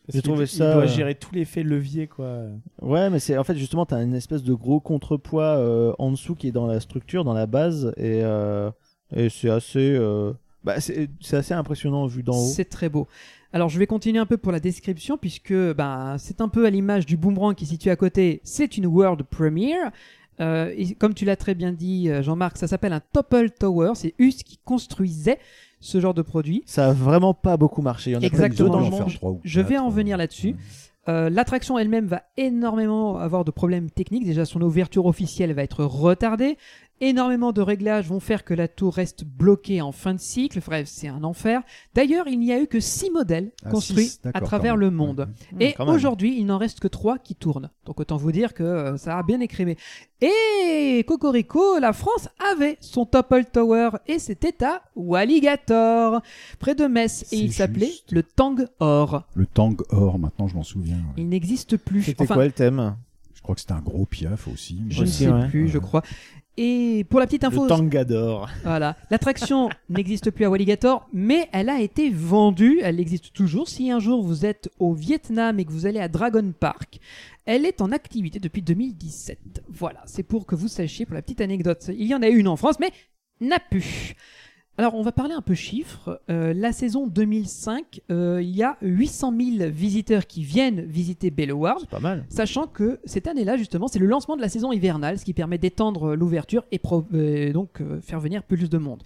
Speaker 6: Parce
Speaker 8: J'ai
Speaker 6: qu'il-
Speaker 8: trouvé ça.
Speaker 6: Il doit
Speaker 8: euh,
Speaker 6: gérer tout l'effet levier, quoi.
Speaker 8: Ouais, mais c'est en fait justement t'as une espèce de gros contrepoids euh, en dessous qui est dans la structure, dans la base, et, euh, et c'est assez, euh, bah, c'est c'est assez impressionnant vu d'en haut.
Speaker 9: C'est très beau. Alors je vais continuer un peu pour la description puisque ben, c'est un peu à l'image du boomerang qui est situé à côté. C'est une world premiere. Euh, et comme tu l'as très bien dit euh, Jean-Marc, ça s'appelle un Topple Tower. C'est Us qui construisait ce genre de produit.
Speaker 8: Ça a vraiment pas beaucoup marché. Il y en a
Speaker 9: Exactement.
Speaker 8: plein qui ont dû en
Speaker 9: Je-
Speaker 8: faire trois ou
Speaker 9: Je vais
Speaker 8: quatre.
Speaker 9: en venir là-dessus. Euh, L'attraction elle-même va énormément avoir de problèmes techniques. Déjà, son ouverture officielle va être retardée. Énormément de réglages vont faire que la tour reste bloquée en fin de cycle. Bref, c'est un enfer. D'ailleurs, il n'y a eu que six modèles
Speaker 10: Ah,
Speaker 9: construits
Speaker 10: six, d'accord,
Speaker 9: à
Speaker 10: quand
Speaker 9: travers
Speaker 10: même.
Speaker 9: le monde.
Speaker 10: ouais. Mmh,
Speaker 9: Et
Speaker 10: quand même.
Speaker 9: aujourd'hui, il n'en reste que trois qui tournent. Donc autant vous dire que euh, ça a bien écrémé. Et Cocorico, la France avait son Topple Tower et c'était à Walligator, près de Metz. Et il s'appelait le Tang Or.
Speaker 10: Le Tang Or, maintenant je m'en souviens. ouais.
Speaker 9: Il n'existe plus.
Speaker 10: C'était
Speaker 9: Enfin,
Speaker 10: quoi
Speaker 8: le thème
Speaker 10: Je crois que c'était un gros piaf aussi.
Speaker 9: Je ne sais plus, je crois. Et pour la petite info,
Speaker 8: Le Tangador.
Speaker 9: voilà, l'attraction n'existe plus à Walligator, mais elle a été vendue. Elle existe toujours. Si un jour vous êtes au Vietnam et que vous allez à Dragon Park, elle est en activité depuis 2017. Voilà, c'est pour que vous sachiez pour la petite anecdote. Il y en a eu une en France, mais n'a pu. Alors, on va parler un peu chiffres. Euh, la saison 2005, euh, il y a 800 000 visiteurs qui viennent visiter Belloward.
Speaker 8: C'est pas mal.
Speaker 9: Sachant que cette année-là, justement, c'est le lancement de la saison hivernale, ce qui permet d'étendre euh, l'ouverture et pro- euh, donc euh, faire venir plus de monde.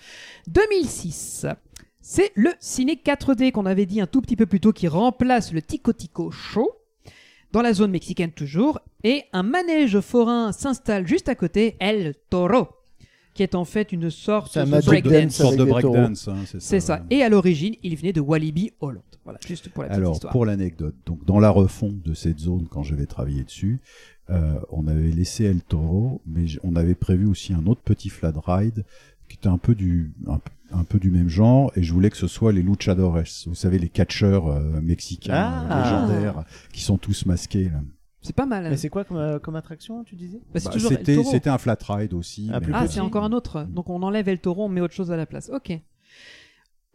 Speaker 9: 2006, c'est le Ciné 4D qu'on avait dit un tout petit peu plus tôt qui remplace le Tico Tico Show. Dans la zone mexicaine toujours, et un manège forain s'installe juste à côté, El Toro, qui est en fait une sorte
Speaker 10: C'est un
Speaker 9: de
Speaker 10: manège de
Speaker 9: breakdance.
Speaker 10: Une sorte de breakdance, hein, c'est ça,
Speaker 9: C'est ça. Et à l'origine, il venait de Walibi, Hollande. Voilà, juste pour la petite
Speaker 10: Alors,
Speaker 9: histoire.
Speaker 10: pour l'anecdote, donc dans la refonte de cette zone, quand j'avais travaillé dessus, euh, on avait laissé El Toro, mais j- on avait prévu aussi un autre petit flat ride qui était un peu du un, p- un peu du même genre, et je voulais que ce soit les luchadores, vous savez, les catcheurs euh, mexicains
Speaker 8: Ah.
Speaker 10: euh, légendaires qui sont tous masqués. là.
Speaker 9: C'est pas mal. hein.
Speaker 8: Mais c'est quoi comme, euh, comme attraction, tu disais
Speaker 9: Bah, c'est
Speaker 10: Bah,
Speaker 9: toujours El
Speaker 10: c'était
Speaker 9: Toro.
Speaker 10: c'était un flat ride aussi. mais-
Speaker 9: Ah, c'est encore un autre. Donc on enlève El Toro, on met autre chose à la place. Ok.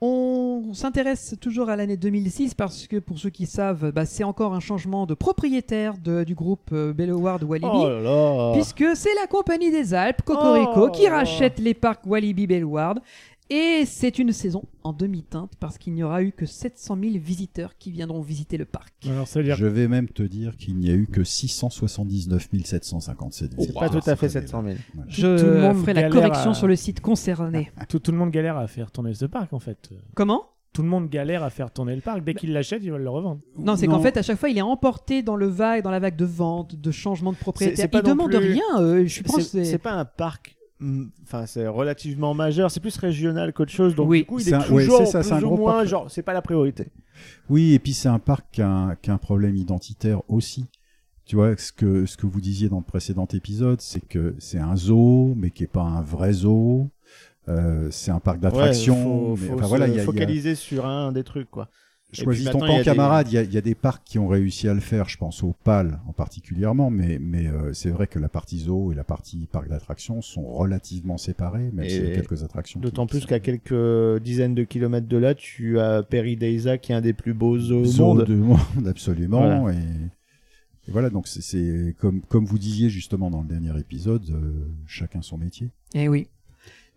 Speaker 9: On s'intéresse toujours à l'année 2006 parce que pour ceux qui savent, bah, c'est encore un changement de propriétaire de- du groupe euh, Belloward Walibi.
Speaker 8: Oh là là.
Speaker 9: Puisque c'est la compagnie des Alpes, Cocorico,
Speaker 8: Oh
Speaker 9: qui rachète les parcs Walibi Bellward. Et c'est une saison en demi-teinte parce qu'il n'y aura eu que 700 000 visiteurs qui viendront visiter le parc.
Speaker 10: Je vais même te dire qu'il n'y a eu que 679 757
Speaker 8: C'est pas tout à fait 700 000.
Speaker 9: Je ferai la correction sur le site concerné.
Speaker 6: Tout, tout le monde galère à faire tourner ce parc, en fait.
Speaker 9: Comment
Speaker 6: Tout le monde galère à faire tourner le parc. Dès qu'ils l'achètent, ils veulent le revendre.
Speaker 9: Non, c'est qu'en fait, à chaque fois, il est emporté dans, le vague, dans la vague de vente, de changement de propriétaire.
Speaker 8: pas
Speaker 9: il
Speaker 8: non
Speaker 9: demande
Speaker 8: plus-
Speaker 9: rien. euh, je pense
Speaker 8: C'est c'est pas un parc. hum, Enfin, c'est relativement majeur. C'est plus régional qu'autre chose. Donc
Speaker 10: Oui.
Speaker 8: du coup, il est,
Speaker 10: C'est un-
Speaker 8: toujours
Speaker 10: ouais, c'est ça, c'est
Speaker 8: plus
Speaker 10: un
Speaker 8: ou
Speaker 10: gros
Speaker 8: moins.
Speaker 10: parc.
Speaker 8: Genre, c'est pas la priorité.
Speaker 10: Oui, et puis c'est un parc qui a un, qui a un problème identitaire aussi. Tu vois, ce que, ce que vous disiez dans le précédent épisode, c'est que c'est un zoo, mais qui n'est pas un vrai zoo. Euh, c'est un parc d'attractions.
Speaker 8: Ouais, faut,
Speaker 10: mais-
Speaker 8: faut
Speaker 10: enfin,
Speaker 8: se
Speaker 10: voilà, il y a- il y a-
Speaker 8: focaliser sur un des trucs quoi. Et
Speaker 10: Choisis
Speaker 8: puis
Speaker 10: ton
Speaker 8: maintenant, il y
Speaker 10: camp,
Speaker 8: a des-
Speaker 10: camarade. Il y, a, il y a des parcs qui ont réussi à le faire. Je pense au PAL en particulièrement, mais, mais euh, c'est vrai que la partie zoo et la partie parc d'attractions sont relativement séparées, même s'il y a
Speaker 8: Et
Speaker 10: quelques attractions. qui-
Speaker 8: D'autant plus qu'à quelques dizaines de kilomètres de là, tu as Perry Deiza qui est un des plus beaux zoos au
Speaker 10: Zoo
Speaker 8: monde.
Speaker 10: de monde, absolument.
Speaker 8: Voilà.
Speaker 10: Et, Et voilà, donc c'est- c'est comme, comme vous disiez justement dans le dernier épisode, euh, chacun son métier.
Speaker 9: Eh oui.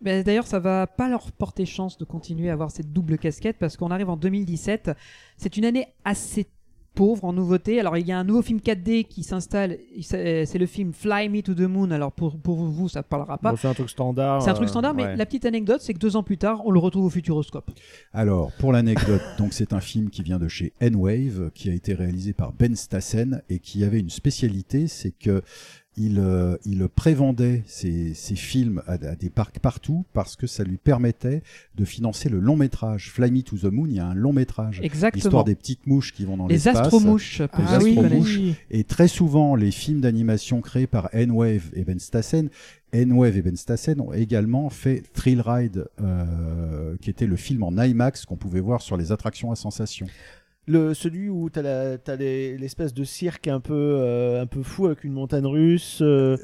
Speaker 9: Ben, D'ailleurs, ça va pas leur porter chance de continuer à avoir cette double casquette parce qu'on arrive en 2017. C'est une année assez pauvre en nouveautés. Alors, il y a un nouveau film 4D qui s'installe. Il s- euh, C'est le film Fly Me to the Moon. Alors, pour, pour vous, ça parlera pas.
Speaker 8: Bon, c'est un truc standard.
Speaker 9: C'est un truc
Speaker 8: euh,
Speaker 9: standard, mais
Speaker 8: ouais.
Speaker 9: la petite anecdote, c'est que deux ans plus tard, on le retrouve au Futuroscope.
Speaker 10: Alors, pour l'anecdote, donc c'est un film qui vient de chez N-Wave, qui a été réalisé par Ben Stassen et qui avait une spécialité, c'est que il, euh, il prévendait ses, ses films à, à des parcs partout parce que ça lui permettait de financer le long métrage. Fly Me to the Moon, il y a un long métrage.
Speaker 9: Exactement.
Speaker 10: L'histoire des petites mouches qui vont dans
Speaker 9: Les
Speaker 10: l'espace.
Speaker 9: astromouches,
Speaker 10: Les
Speaker 9: pour ceux qui
Speaker 10: astromouches.
Speaker 9: connaissent.
Speaker 10: Et très souvent, les films d'animation créés par N-Wave et Ben Stassen, N-Wave et Ben Stassen ont également fait Thrill Ride, euh, qui était le film en IMAX qu'on pouvait voir sur les attractions à sensations.
Speaker 8: Le, celui où t'as la- t'as les- l'espèce de cirque un peu, euh, un peu fou avec une montagne russe. euh,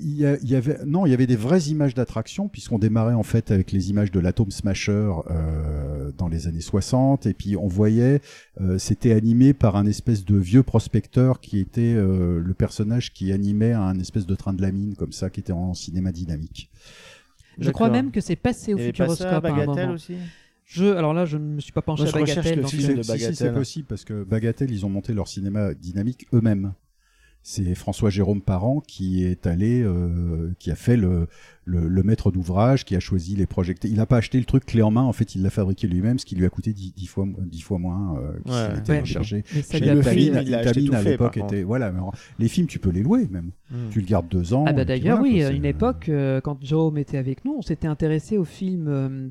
Speaker 10: Il y, a- il y avait non, il y avait des vraies images d'attraction puisqu'on démarrait en fait avec les images de l'Atom Smasher euh, dans les années 60 et puis on voyait euh, c'était animé par un espèce de vieux prospecteur qui était euh, le personnage qui animait un espèce de train de la mine comme ça qui était en cinéma dynamique.
Speaker 9: Je crois même que c'est passé au
Speaker 10: Il y avait
Speaker 9: Futuroscope. hein,
Speaker 10: passé à
Speaker 9: un
Speaker 10: Bagatelle
Speaker 9: moment.
Speaker 10: aussi
Speaker 9: je, Alors là, je ne me suis pas penché
Speaker 10: Moi,
Speaker 9: à
Speaker 10: je recherche
Speaker 9: Bagatelle.
Speaker 10: le
Speaker 9: donc-
Speaker 10: film de Si, si, c'est possible parce que Bagatelle, ils ont monté leur cinéma dynamique eux-mêmes. C'est François Jérôme Parent qui est allé, euh, qui a fait le, le, le maître d'ouvrage, qui a choisi les projecteurs. Il n'a pas acheté le truc clé en main, en fait, il l'a fabriqué lui-même, ce qui lui a coûté 10, fois, mo- dix fois moins euh, que
Speaker 8: Ouais.
Speaker 10: s'il était
Speaker 8: Ouais.
Speaker 10: recherché.
Speaker 8: Mais ça
Speaker 10: Chez
Speaker 8: lui a
Speaker 10: Tamine,
Speaker 8: pris, il a
Speaker 10: Tamine,
Speaker 8: acheté tout
Speaker 10: à
Speaker 8: fait,
Speaker 10: l'époque
Speaker 8: par
Speaker 10: était.
Speaker 8: contre. Hmm.
Speaker 10: Voilà, mais en- les films, tu peux les louer même. Tu le gardes deux ans.
Speaker 9: Ah
Speaker 10: et
Speaker 9: bah
Speaker 10: puis
Speaker 9: d'ailleurs
Speaker 10: voilà,
Speaker 9: oui,
Speaker 10: quoi,
Speaker 9: à
Speaker 10: c'est-
Speaker 9: une époque euh, quand Jérôme était avec nous, on s'était intéressé au film euh,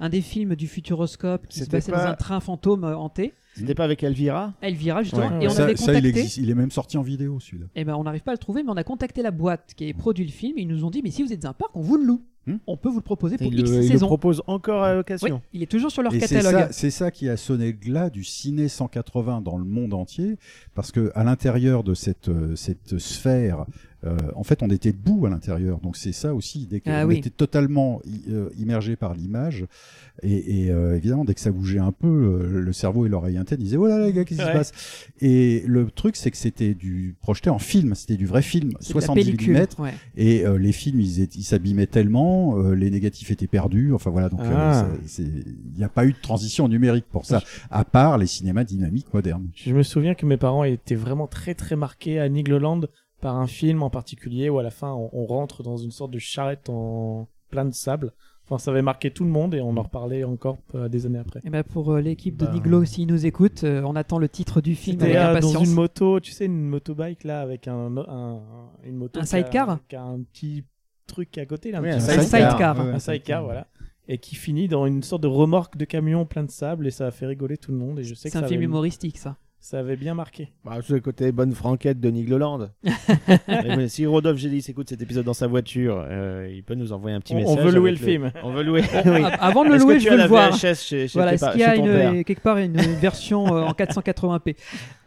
Speaker 9: un des films du Futuroscope qui se
Speaker 8: C'était
Speaker 9: passait dans
Speaker 8: pas-
Speaker 9: un train fantôme euh, hanté.
Speaker 8: C'était pas avec Elvira
Speaker 9: Elvira justement et on
Speaker 10: ça,
Speaker 9: avait
Speaker 10: ça, il,
Speaker 9: contacté
Speaker 10: existe- il est même sorti en vidéo celui-là.
Speaker 9: et ben on n'arrive pas à le trouver mais on a contacté la boîte qui a produit le film, et ils nous ont dit mais si vous êtes un parc, on vous le loue.
Speaker 10: Hmm.
Speaker 9: On peut vous le proposer pour
Speaker 8: Il
Speaker 9: X
Speaker 8: le- il le
Speaker 9: saisons.
Speaker 8: propose encore à l'occasion.
Speaker 9: Oui, il est toujours sur leur
Speaker 10: Et c'est
Speaker 9: catalogue.
Speaker 10: ça- C'est ça, qui a sonné le glas du ciné 180 dans le monde entier, parce que à l'intérieur de cette euh, cette sphère, euh, en fait, on était debout à l'intérieur. Donc c'est ça aussi, dès qu'on
Speaker 9: Ah oui.
Speaker 10: était totalement i- euh, immergé par l'image, et, et, euh, évidemment, dès que ça bougeait un peu, euh, le cerveau et l'oreille interne disaient voilà les gars, qu'est-ce qui
Speaker 11: Ouais.
Speaker 10: se passe Et le truc, c'est que c'était du projeté en film, c'était du vrai film,
Speaker 11: C'est de la
Speaker 10: 70
Speaker 11: pellicule,
Speaker 10: mm,
Speaker 11: ouais.
Speaker 10: et euh, les films ils étaient- ils s'abîmaient tellement, euh, les négatifs étaient perdus. Enfin voilà, donc euh,
Speaker 17: Ah.
Speaker 10: ça- c'est- il n'y a pas eu de transition numérique pour ça, à part les cinémas dynamiques modernes.
Speaker 17: Je me souviens que mes parents étaient vraiment très très marqués à Nigloland par un film en particulier où à la fin on, on rentre dans une sorte de charrette en plein de sable. Enfin, ça avait marqué tout le monde et on en reparlait encore euh, des années après.
Speaker 9: Et ben pour euh, l'équipe de
Speaker 17: Bah.
Speaker 9: Niglo s'ils nous écoutent, euh, on attend le titre du film
Speaker 17: C'était
Speaker 9: avec
Speaker 17: euh,
Speaker 9: impatience.
Speaker 17: dans une moto, tu sais, une motobike là avec un, un une moto
Speaker 9: Un
Speaker 17: qui a-
Speaker 9: sidecar
Speaker 17: qui a un petit truc à côté là,
Speaker 9: Oui,
Speaker 17: petit-
Speaker 9: un Un sidecar. sidecar. Ouais,
Speaker 17: un
Speaker 9: ouais,
Speaker 17: sidecar
Speaker 9: sidecar.
Speaker 17: voilà, et qui finit dans une sorte de remorque de camion plein de sable et ça a fait rigoler tout le monde et je sais que
Speaker 9: C'est un
Speaker 17: ça
Speaker 9: film
Speaker 17: avait-
Speaker 9: humoristique ça.
Speaker 17: Ça avait bien marqué.
Speaker 8: Bah, c'est le côté bonne franquette de Nigloland. Mais oui, si Rodolphe Gélis écoute cet épisode dans sa voiture, euh, il peut nous envoyer un petit
Speaker 17: On- on
Speaker 8: message.
Speaker 17: veut louer
Speaker 8: avec
Speaker 17: le film.
Speaker 8: On veut louer.
Speaker 9: Bon,
Speaker 8: oui.
Speaker 9: a- Ah, Avant de le
Speaker 8: Est-ce que
Speaker 9: louer,
Speaker 8: tu
Speaker 9: je
Speaker 8: as
Speaker 9: veux
Speaker 8: la
Speaker 9: le voir.
Speaker 8: VHS chez, chez
Speaker 9: voilà,
Speaker 8: tes
Speaker 9: est-ce
Speaker 8: pa-
Speaker 9: qu'il y a
Speaker 8: chez ton père
Speaker 9: une, euh, quelque part une, une version euh, en 480p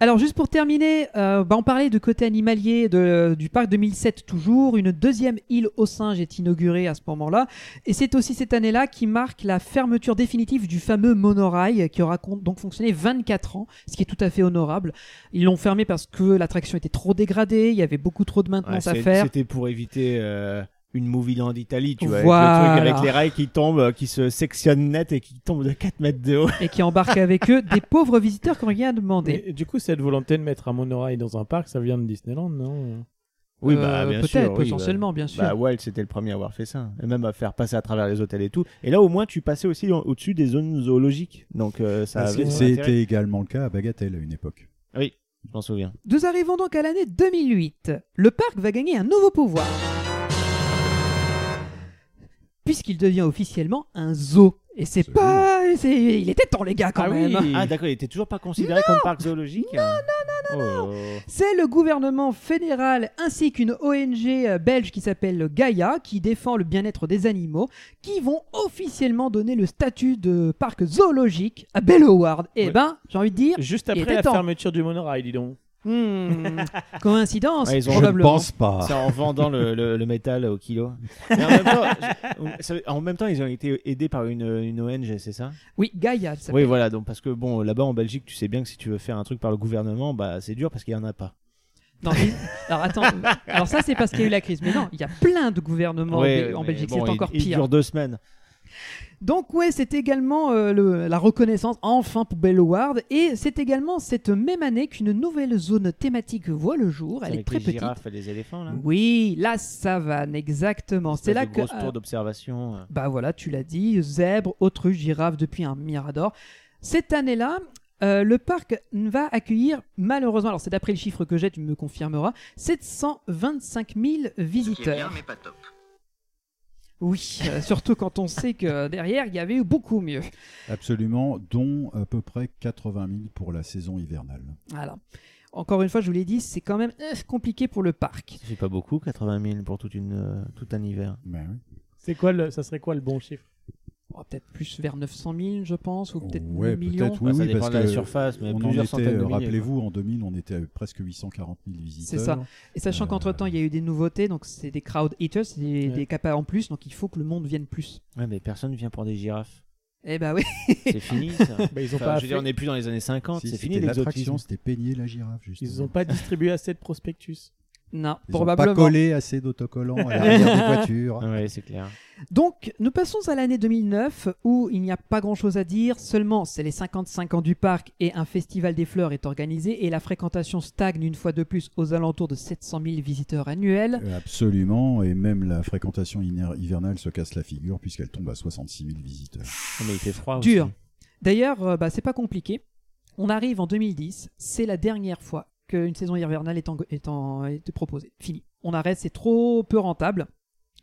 Speaker 9: Alors, juste pour terminer, euh, bah, on parlait du côté animalier de- du parc 2007 toujours. Une deuxième île aux singes est inaugurée à ce moment-là. Et c'est aussi cette année-là qui marque la fermeture définitive du fameux monorail qui aura con- donc fonctionné 24 ans, ce qui est tout à fait honorable. Ils l'ont fermé parce que l'attraction était trop dégradée, il y avait beaucoup trop de
Speaker 8: Ouais,
Speaker 9: maintenance à
Speaker 8: c'est-
Speaker 9: faire.
Speaker 8: C'était pour éviter euh, une movie land d'Italie, tu vois. avec
Speaker 9: Voilà.
Speaker 8: le truc avec les rails qui tombent, euh, qui se sectionnent net et qui tombent de 4 mètres de haut.
Speaker 9: Et qui embarque avec eux des pauvres visiteurs qui n'ont rien demandé.
Speaker 17: Et du coup, cette volonté de mettre un monorail dans un parc, ça vient de Disneyland, non
Speaker 8: Oui,
Speaker 9: Euh,
Speaker 8: bah, bien
Speaker 9: peut-être,
Speaker 8: sûr, oui,
Speaker 9: potentiellement,
Speaker 8: bah.
Speaker 9: bien sûr.
Speaker 8: Bah, Walt, c'était le premier à avoir fait ça. Et même à faire passer à travers les hôtels et tout. Et là, au moins, tu passais aussi en- au-dessus des zones zoologiques. Donc, euh, ça avait son intérêt.
Speaker 10: C'était également le cas à Bagatelle à une époque.
Speaker 8: Oui, je m'en souviens.
Speaker 9: Nous arrivons donc à l'année 2008. Le parc va gagner un nouveau pouvoir. Puisqu'il devient officiellement un zoo. Et c'est pas. c'est- Il était temps, les gars, quand même.
Speaker 8: Ah, d'accord, il était toujours pas considéré comme parc zoologique hein. Oh. Non, non, non, non
Speaker 9: C'est le gouvernement fédéral ainsi qu'une ONG euh, belge qui s'appelle Gaia, qui défend le bien-être des animaux, qui vont officiellement donner le statut de parc zoologique à Bell Howard. Eh
Speaker 17: Ouais.
Speaker 9: ben, j'ai envie de dire.
Speaker 17: Juste
Speaker 9: il
Speaker 17: après
Speaker 9: était
Speaker 17: la
Speaker 9: temps.
Speaker 17: fermeture du monorail, dis donc.
Speaker 9: Hmm, coïncidence,
Speaker 8: Ouais, ils ont-
Speaker 9: probablement.
Speaker 8: C'est en vendant le, le- le métal au kilo. Ah. Mais en, même temps, ça- en même temps, ils ont été aidés par une, une ONG, c'est ça
Speaker 9: Oui, Gaia. elle
Speaker 8: Oui,
Speaker 9: s'appelle.
Speaker 8: voilà. Donc, parce que bon, là-bas en Belgique, tu sais bien que si tu veux faire un truc par le gouvernement, bah, c'est dur parce qu'il y en a pas.
Speaker 9: Non, mais- alors attends, alors ça c'est parce qu'il y a eu la crise, mais non, il y a plein de gouvernements en
Speaker 8: Ouais,
Speaker 9: Bel- en
Speaker 8: mais
Speaker 9: Belgique,
Speaker 8: bon,
Speaker 9: c'est
Speaker 8: il-
Speaker 9: encore
Speaker 8: Il
Speaker 9: pire.
Speaker 8: dure deux semaines.
Speaker 9: Donc ouais, c'est également euh, le- la reconnaissance enfin pour Bell Howard et c'est également cette même année qu'une nouvelle zone thématique voit le jour. Elle est
Speaker 8: Avec
Speaker 9: très
Speaker 8: les
Speaker 9: petite.
Speaker 8: girafes et les éléphants, là.
Speaker 9: Oui, la savane, exactement. C'est
Speaker 8: Espèce
Speaker 9: là
Speaker 8: de
Speaker 9: que euh,
Speaker 8: grosse tour d'observation. euh.
Speaker 9: bah voilà, tu l'as dit, zèbre, autruche, girafe depuis un mirador. Cette année-là, euh, le parc va accueillir, malheureusement, alors c'est d'après les chiffres que j'ai, tu me confirmeras, 725 000 visiteurs.
Speaker 5: pas top.
Speaker 9: Oui, euh, surtout quand on sait que derrière, il y avait eu beaucoup mieux.
Speaker 10: Absolument, dont à peu près 80 000 pour la saison hivernale.
Speaker 9: Voilà. Encore une fois, je vous l'ai dit, c'est quand même euh, compliqué pour le parc.
Speaker 8: Ça fait pas beaucoup, 80 000 pour toute une, euh, tout un hiver.
Speaker 6: C'est quoi le, ça serait quoi le bon chiffre
Speaker 9: Oh, peut-être plus vers 900 000, je pense, ou peut-être
Speaker 10: Ouais,
Speaker 9: 1 million.
Speaker 10: peut-être, oui,
Speaker 8: Bah, Ça
Speaker 10: oui,
Speaker 8: dépend
Speaker 10: parce
Speaker 8: de la
Speaker 10: que
Speaker 8: surface, mais
Speaker 10: on en
Speaker 8: plusieurs
Speaker 10: était,
Speaker 8: centaines de
Speaker 10: euh,
Speaker 8: milliers,
Speaker 10: Rappelez-vous, en 2000, on était à presque 840 000 visiteurs.
Speaker 9: C'est ça. Et sachant qu'entre-temps, il y a eu des nouveautés, donc c'est des crowd eaters, c'est des,
Speaker 8: Ouais.
Speaker 9: des capas en plus, donc il faut que le monde vienne plus.
Speaker 8: Ouais, mais personne vient pour des girafes.
Speaker 9: Eh bah oui.
Speaker 8: C'est fini, ça.
Speaker 6: Bah, ils ont
Speaker 8: Enfin,
Speaker 6: pas
Speaker 8: je veux dire,
Speaker 6: fait-
Speaker 8: on n'est plus dans les années 50,
Speaker 10: Si,
Speaker 8: c'est
Speaker 10: c'était
Speaker 8: fini l'exotisme.
Speaker 10: l'attraction, c'était peigner la girafe, justement.
Speaker 6: Ils ont pas distribué assez de prospectus.
Speaker 9: Non,
Speaker 10: Ils ont
Speaker 9: probablement.
Speaker 10: pas collé assez d'autocollants à l'arrière des voitures.
Speaker 8: Ouais, c'est clair.
Speaker 9: Donc, nous passons à l'année 2009 où il n'y a pas grand-chose à dire, seulement c'est les 55 ans du parc et un festival des fleurs est organisé et la fréquentation stagne une fois de plus aux alentours de 700 000 visiteurs annuels.
Speaker 10: Euh, Absolument, et même la fréquentation iner- hivernale se casse la figure puisqu'elle tombe à 66 000 visiteurs.
Speaker 8: Mais il fait froid
Speaker 9: Dur. D'ailleurs, euh, bah, c'est pas compliqué. On arrive en 2010, c'est la dernière fois qu'une saison hivernale est, en- est en- est proposée. Fini. On arrête, c'est trop peu rentable.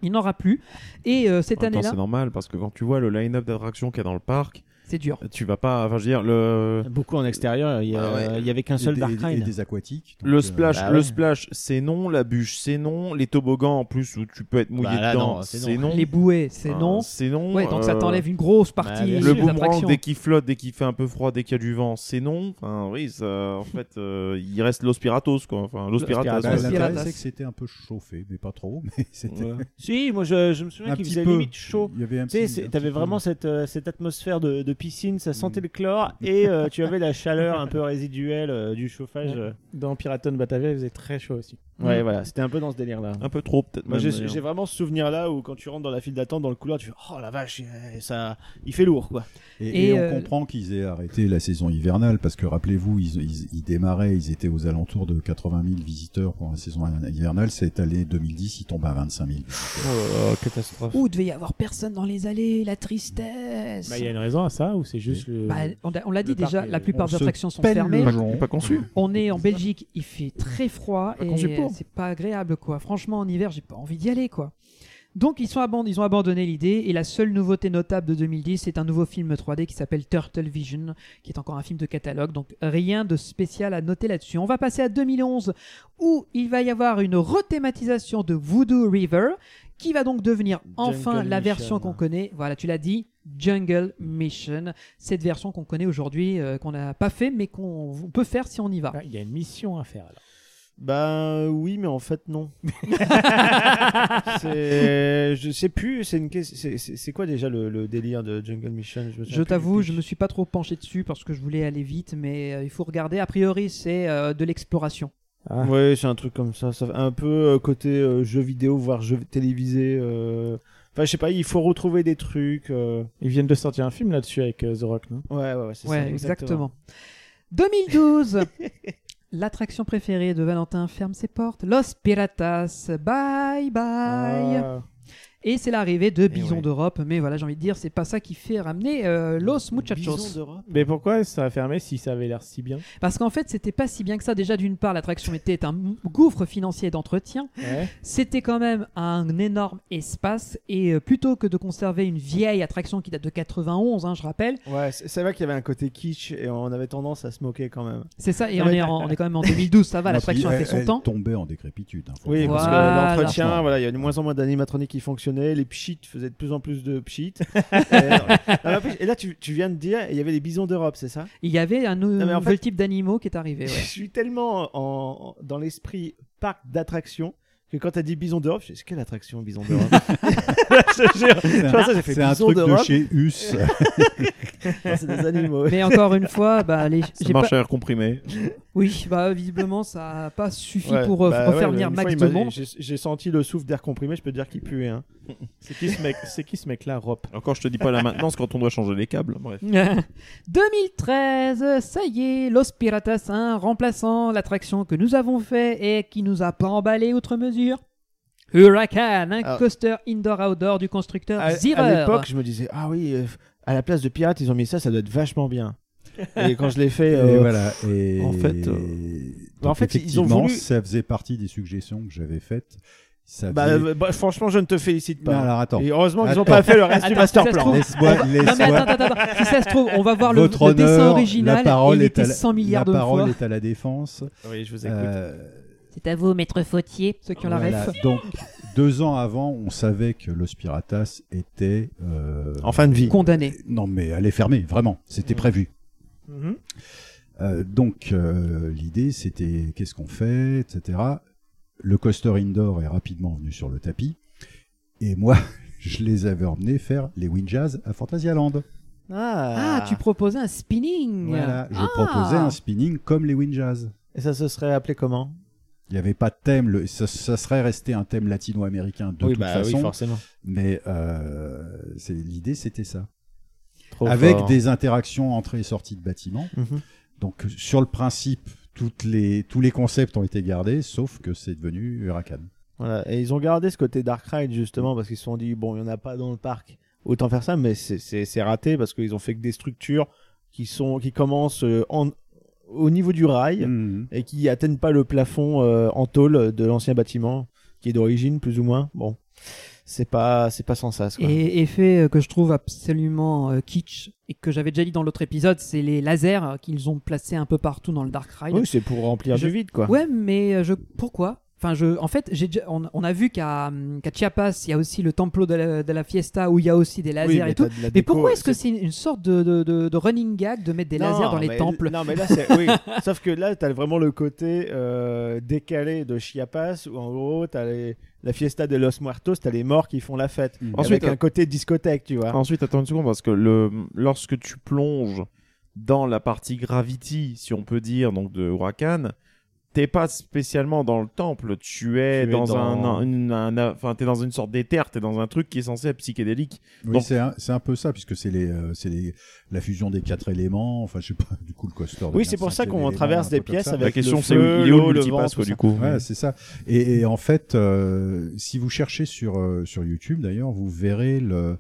Speaker 9: Il n'en aura plus. Et euh, cette
Speaker 13: En même temps,
Speaker 9: année-là,
Speaker 13: C'est normal parce que quand tu vois le line-up d'attractions qu'il y a dans le parc,
Speaker 9: c'est dur.
Speaker 13: Tu vas pas, enfin je veux dire le
Speaker 8: beaucoup en extérieur, il y, a- il y avait qu'un seul Dark Ride.
Speaker 10: aquatiques. euh,
Speaker 13: Le splash,
Speaker 8: Bah
Speaker 13: le
Speaker 8: ouais.
Speaker 13: splash, c'est non. La bûche, c'est non. Les toboggans en plus où tu peux être mouillé
Speaker 8: Bah là,
Speaker 13: dedans,
Speaker 8: non, c'est
Speaker 13: c'est
Speaker 8: non.
Speaker 13: non.
Speaker 9: Les bouées, c'est
Speaker 10: Ah.
Speaker 13: Hein,
Speaker 9: non.
Speaker 13: C'est non. euh,
Speaker 9: Ouais, donc ça
Speaker 8: euh,
Speaker 9: t'enlève une grosse
Speaker 8: bah,
Speaker 9: partie des
Speaker 13: le boomerang
Speaker 9: attractions.
Speaker 13: dès qu'il flotte, dès qu'il fait un peu froid, dès qu'il y a du vent, c'est non. Enfin oui, ça, en fait, euh, il reste Los Piratos quoi. Enfin Los Piratas.
Speaker 10: Bah,
Speaker 13: ouais.
Speaker 10: L'intérêt, c'est que c'était un peu chauffé, mais pas trop. Mais c'était...
Speaker 13: Ouais.
Speaker 8: Si, moi je, je me souviens
Speaker 10: Un
Speaker 8: qu'il
Speaker 10: petit
Speaker 8: faisait
Speaker 10: peu.
Speaker 8: limite chaud.
Speaker 10: Il y avait un
Speaker 8: Tu sais,
Speaker 10: petit-
Speaker 8: c'est-
Speaker 10: un
Speaker 8: t'avais
Speaker 10: petit peu. Mm.
Speaker 8: vraiment cette, euh, cette atmosphère de, de piscine, ça sentait le chlore et euh, tu avais la chaleur un peu résiduelle euh, du chauffage. euh.
Speaker 6: Dans Piraton Batavia, il faisait très chaud aussi.
Speaker 10: Mm.
Speaker 8: Ouais, voilà, c'était un peu dans ce délire-là.
Speaker 10: Ah,
Speaker 13: Un peu trop peut-être.
Speaker 8: Moi
Speaker 13: même,
Speaker 8: j'ai
Speaker 13: d'ailleurs.
Speaker 8: j'ai vraiment ce souvenir-là où quand tu rentres dans la file d'attente dans le couloir, tu fais oh la vache, euh, ça, il fait lourd quoi.
Speaker 10: Et, et
Speaker 8: euh,
Speaker 10: on comprend qu'ils aient arrêté la saison hivernale parce que rappelez-vous, ils, ils- ils démarraient, ils étaient aux alentours de 80 000 visiteurs pour la saison hivernale. Cette année 2010, ils tombent à 25 000.
Speaker 8: Oh,
Speaker 13: catastrophe.
Speaker 9: Ouh, devait y avoir personne dans les allées, la tristesse.
Speaker 6: Bah, il y a une raison à ça ou c'est juste le.
Speaker 9: Bah, on a- on l'a dit
Speaker 6: Euh, le parc
Speaker 9: déjà,
Speaker 6: est-
Speaker 9: la plupart
Speaker 6: on
Speaker 9: des
Speaker 6: se
Speaker 9: attractions sont
Speaker 6: pèle le
Speaker 9: fermées.
Speaker 6: jonc. Pas conçu.
Speaker 9: On est en Belgique, il fait très froid
Speaker 6: Pas conçu
Speaker 9: et
Speaker 6: pour.
Speaker 9: c'est pas agréable quoi. Franchement, en hiver, j'ai pas envie d'y aller quoi. Donc ils, sont aband- ils ont abandonné l'idée et la seule nouveauté notable de 2010 c'est un nouveau film 3D qui s'appelle Turtle Vision qui est encore un film de catalogue donc rien de spécial à noter là-dessus. On va passer à 2011 où il va y avoir une rethématisation de Voodoo River qui va donc devenir enfin la
Speaker 6: Mission.
Speaker 9: version qu'on connaît. Voilà, tu l'as dit, Jungle Mission, cette version qu'on connaît aujourd'hui euh, qu'on n'a pas fait mais qu'on on peut faire si on y va.
Speaker 6: Ah, Il y a une mission à faire alors.
Speaker 8: Bah oui, mais en fait non. C'est- je sais plus, c'est une ques- c'est- c'est c'est quoi déjà le, le délire de Jungle Mission me souviens
Speaker 9: Je
Speaker 8: plus
Speaker 9: t'avoue,
Speaker 8: du
Speaker 9: je
Speaker 8: pitch.
Speaker 9: me suis pas trop penché dessus parce que je voulais aller vite, mais euh, il faut regarder. A priori, c'est euh, de l'exploration.
Speaker 8: Ouais, c'est un truc comme ça, ça fait un peu euh, côté euh, jeu vidéo voire jeu télévisé euh, Enfin, je sais pas, il faut retrouver des trucs. euh.
Speaker 6: Ils viennent de sortir un film là-dessus avec euh, The Rock, non
Speaker 8: Ouais, ouais, ouais, c'est
Speaker 9: Ouais,
Speaker 8: ça.
Speaker 9: exactement. 2012, l'attraction préférée de Valentin ferme ses portes. Los Piratas, bye bye.
Speaker 6: Ah.
Speaker 9: Et c'est l'arrivée de Bison d'Europe, mais voilà, j'ai envie de dire, c'est pas ça qui fait ramener euh, Los Muchachos.
Speaker 6: Mais pourquoi ça a fermé si ça avait l'air si bien
Speaker 9: Parce qu'en fait, c'était pas si bien que ça. Déjà, d'une part, l'attraction était un gouffre financier d'entretien.
Speaker 6: Ouais.
Speaker 9: C'était quand même un énorme espace. Et euh, plutôt que de conserver une vieille attraction qui date de 91, hein, je rappelle,
Speaker 8: Ouais, c'est c'est vrai qu'il y avait un côté kitsch et on avait tendance à se moquer quand même.
Speaker 9: c'est ça. Et
Speaker 8: Non,
Speaker 9: on,
Speaker 8: mais-
Speaker 9: est en- on est quand même en 2012, ça
Speaker 8: Bah,
Speaker 9: va,
Speaker 10: Non,
Speaker 9: l'attraction a
Speaker 10: puis
Speaker 9: fait son
Speaker 10: elle-
Speaker 9: temps.
Speaker 10: Elle tombait en décrépitude. hein, faut
Speaker 8: Oui,
Speaker 10: pas-
Speaker 8: parce
Speaker 9: Voilà.
Speaker 8: que l'entretien, voilà, il y a de moins en moins d'animatroniques qui fonctionnaient, les pchits faisaient de plus en plus de pchits. Euh,
Speaker 13: Ah, bah,
Speaker 8: non, mais et là, tu, tu viens de dire, il y avait les bisons d'Europe, c'est ça
Speaker 9: Il y avait un nou-
Speaker 8: Non, mais en
Speaker 9: nouvel
Speaker 8: fait-
Speaker 9: type d'animaux qui est arrivé. ouais.
Speaker 8: Je suis tellement en, en- dans l'esprit parc d'attraction que quand t'as dit bison d'Europe, je sais quelle attraction bison d'Europe Je te jure,
Speaker 10: C'est
Speaker 8: je pense que
Speaker 10: un-
Speaker 8: j'ai fait
Speaker 10: c'est un
Speaker 8: bison
Speaker 10: truc de
Speaker 8: d'Europe.
Speaker 10: chez Us.
Speaker 8: Non, c'est des animaux.
Speaker 9: Mais encore une fois, bah, les...
Speaker 13: Ça marche à air comprimé.
Speaker 9: Oui, bah visiblement ça n'a pas suffi
Speaker 8: Ouais,
Speaker 9: pour euh,
Speaker 8: bah ouais,
Speaker 9: refaire venir
Speaker 8: une fois,
Speaker 9: Max de
Speaker 8: il m'a-
Speaker 9: Monde.
Speaker 8: j'ai- J'ai senti le souffle d'air comprimé, je peux te dire qu'il puait. Hein. c'est qui ce mec C'est qui ce mec-là, Rob
Speaker 13: Encore, je te dis pas la maintenance quand on doit changer les câbles. Bref.
Speaker 9: 2013, ça y est, Los Piratas 1 remplaçant l'attraction que nous avons fait et qui nous a pas emballé outre mesure. Huracan, un
Speaker 8: Ah.
Speaker 9: coaster indoor-outdoor du
Speaker 10: euh,
Speaker 9: constructeur
Speaker 8: À,
Speaker 9: Zierer.
Speaker 8: à l'époque, je me disais, ah oui, euh, à la place de pirate, ils ont mis ça, ça doit être vachement bien. Et quand je l'ai fait,
Speaker 10: Et
Speaker 8: euh,
Speaker 10: voilà. Et
Speaker 8: en fait, euh,
Speaker 10: donc
Speaker 8: en fait, ils ont
Speaker 10: effectivement,
Speaker 8: voulu-
Speaker 10: ça faisait partie des suggestions que j'avais faites. Ça
Speaker 8: Bah,
Speaker 10: faisait-
Speaker 8: euh, bah, franchement, je ne te félicite pas.
Speaker 10: Non, alors attends.
Speaker 8: Et heureusement qu'ils n'ont
Speaker 10: Attends.
Speaker 8: pas fait le reste du
Speaker 10: Attends,
Speaker 8: master
Speaker 10: si ça se
Speaker 8: plan.
Speaker 10: trouve, Laisse-moi- on va- non, Ah, mais laisse-moi- attends, attends, attends.
Speaker 9: Si ça se trouve, on va voir le,
Speaker 10: Votre
Speaker 9: le dessin
Speaker 10: honneur,
Speaker 9: original.
Speaker 10: La parole
Speaker 9: et il
Speaker 10: est à
Speaker 9: était
Speaker 10: la,
Speaker 9: 100 milliards de
Speaker 10: la parole
Speaker 9: fois.
Speaker 10: est à la défense. Euh,
Speaker 8: Oui, je vous écoute.
Speaker 9: C'est à vous, maître Fautier. Ceux qui ont la
Speaker 10: Voilà,
Speaker 9: ref.
Speaker 10: Donc, deux ans avant, on savait que Los Piratas était. euh,
Speaker 8: En fin de vie.
Speaker 9: Condamné.
Speaker 10: Non, mais allait fermer, vraiment. C'était
Speaker 8: Mmh.
Speaker 10: prévu.
Speaker 17: Mhm.
Speaker 10: Euh, donc, euh, l'idée, c'était qu'est-ce qu'on fait, etc. Le coaster indoor est rapidement venu sur le tapis. Et moi, je les avais emmenés faire les wind jazz à Phantasialand.
Speaker 9: Ah, tu proposais un
Speaker 8: Mmh.
Speaker 9: spinning.
Speaker 10: Voilà, je
Speaker 9: Ah.
Speaker 10: proposais un spinning comme les wind jazz.
Speaker 8: Et ça se serait appelé comment
Speaker 10: Il n'y avait pas de thème, le- ça, ça serait resté un thème latino-américain de
Speaker 8: Oui,
Speaker 10: toute
Speaker 8: bah oui,
Speaker 10: façon.
Speaker 8: forcément.
Speaker 10: Mais euh, c'est- l'idée, c'était ça.
Speaker 8: Trop
Speaker 10: Avec
Speaker 8: fort.
Speaker 10: des interactions entrée et sortie de bâtiment.
Speaker 8: Mhm.
Speaker 10: Donc, sur le principe, toutes les, tous les concepts ont été gardés, sauf que c'est devenu Huracan.
Speaker 8: Voilà. Et ils ont gardé ce côté Dark Ride justement parce qu'ils se sont dit bon, il n'y en a pas dans le parc, autant faire ça, mais c'est- c'est c'est raté parce qu'ils ont fait que des structures qui, sont, qui commencent euh, en, au niveau du rail et qui atteignent pas le plafond euh, en tôle de l'ancien bâtiment qui est d'origine plus ou moins. Bon, c'est pas, c'est pas sans ça. Quoi.
Speaker 9: Et effet euh, que je trouve absolument euh, kitsch et que j'avais déjà dit dans l'autre épisode, c'est les lasers euh, qu'ils ont placés un peu partout dans le Dark Ride.
Speaker 8: Oui, c'est pour remplir
Speaker 9: Je-
Speaker 8: du vide, quoi.
Speaker 9: Ouais, mais euh, je pourquoi Enfin, je, en fait, j'ai déjà- on, on a vu qu'à hum, qu'à Chiapas, il y a aussi le Templo de la, de la Fiesta où il y a aussi des lasers
Speaker 8: mais
Speaker 9: et tout.
Speaker 8: t'as de la
Speaker 9: mais
Speaker 8: déco,
Speaker 9: pourquoi est-ce que c'est une sorte de, de- de- de running gag de mettre des
Speaker 8: Non,
Speaker 9: lasers dans les
Speaker 8: mais-
Speaker 9: temples
Speaker 8: Non, mais là, c'est. Oui. Sauf que là, t'as vraiment le côté euh, décalé de Chiapas où en gros, t'as les- la fiesta de los muertos, t'as les morts qui font la fête.
Speaker 13: Ensuite,
Speaker 8: Mm. Avec un Oh,
Speaker 13: euh,
Speaker 8: côté discothèque, tu vois.
Speaker 13: Ensuite, attends une seconde, parce que le, lorsque tu plonges dans la partie gravity, si on peut dire, donc de Huracan, t'es pas spécialement dans le temple, tu es,
Speaker 10: Tu es
Speaker 13: dans,
Speaker 10: dans-
Speaker 13: un- un, une- un- enfin, t'es dans une sorte d'éther, t'es dans un truc qui est censé être psychédélique.
Speaker 10: Oui,
Speaker 13: donc,
Speaker 10: c'est un, c'est un peu ça, puisque c'est les, euh, c'est les- la fusion des quatre éléments. Enfin, je sais pas, du coup, le coaster.
Speaker 8: Oui,
Speaker 10: devient
Speaker 8: c'est pour
Speaker 10: le
Speaker 8: ça
Speaker 10: cinquième
Speaker 8: qu'on
Speaker 10: élément,
Speaker 8: traverse
Speaker 10: un
Speaker 8: des
Speaker 10: truc comme
Speaker 8: pièces
Speaker 10: ça.
Speaker 8: avec La question, le c'est où- feu, il est où l'eau, le le multipass, vent, quoi, tout du ça. coup
Speaker 10: Voilà, c'est ça. Et, et en fait, euh, si vous cherchez sur, euh, sur YouTube, d'ailleurs, vous verrez le,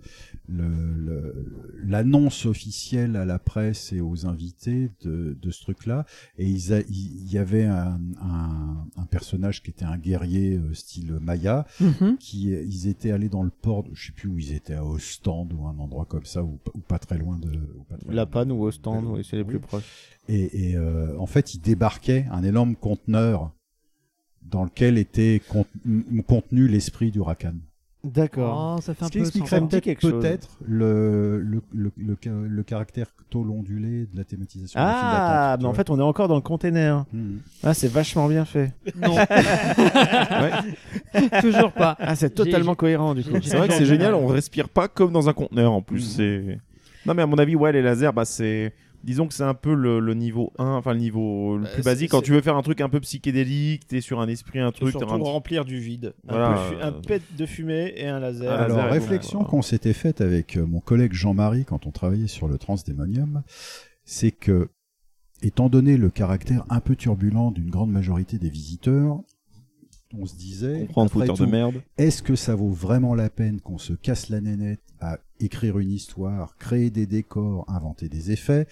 Speaker 10: le- le- l'annonce officielle à la presse et aux invités de, de ce truc-là. Et ils a- il il y avait un, un- un personnage qui était un guerrier euh, style Maya,
Speaker 9: Mhm.
Speaker 10: qui euh, ils étaient allés dans le port, de- je sais plus où ils étaient, à Ostende ou un endroit comme ça, ou, ou pas très loin de. ou pas très
Speaker 8: La
Speaker 10: loin
Speaker 8: panne ou Ostende, oui, c'est les plus proches.
Speaker 10: et, et, euh, en fait, ils débarquaient un énorme conteneur dans lequel était con- m- contenu l'esprit d'Huracan.
Speaker 8: D'accord.
Speaker 9: Oh, ça fait un
Speaker 8: Ce qui
Speaker 9: peu
Speaker 8: expliquerait
Speaker 9: sens.
Speaker 8: peut-être quelque chose.
Speaker 10: Peut-être le, le, le, le ca- le caractère tôle ondulé de la thématisation. du film
Speaker 8: Ah,
Speaker 10: d'attente, tu
Speaker 8: mais en
Speaker 10: vois.
Speaker 8: fait, on est encore dans le container.
Speaker 10: Mhm.
Speaker 8: Ah, c'est vachement bien fait.
Speaker 9: Non.
Speaker 8: Ouais.
Speaker 9: Toujours pas.
Speaker 8: Ah, c'est
Speaker 9: J'ai-
Speaker 8: totalement
Speaker 9: j'ai-
Speaker 8: cohérent, du coup.
Speaker 13: C'est vrai que c'est génial, on respire pas comme dans un conteneur en plus. c'est- Non, mais à mon avis, ouais, les lasers, bah, c'est. Disons que c'est un peu le, le niveau 1, enfin le niveau le
Speaker 8: Euh,
Speaker 13: plus
Speaker 8: c'est-
Speaker 13: basique. Quand
Speaker 8: c'est-
Speaker 13: tu veux faire un truc un peu psychédélique, t'es sur un esprit, un truc.
Speaker 8: Surtout
Speaker 13: t'es un-
Speaker 8: remplir du vide. Un
Speaker 13: Voilà,
Speaker 8: peu de fu- Un,
Speaker 13: euh,
Speaker 8: pet de fumée et un Ah, laser.
Speaker 10: Alors, réflexion qu'on s'était faite avec euh, mon collègue Jean-Marie quand on travaillait sur le Transdémonium, c'est que, étant donné le caractère un peu turbulent d'une grande majorité des visiteurs, on se disait,
Speaker 13: Comprendre,
Speaker 10: après
Speaker 13: fouteur de
Speaker 10: tout,
Speaker 13: merde.
Speaker 10: est-ce que ça vaut vraiment la peine qu'on se casse la nénette à écrire une histoire, créer des décors, inventer des effets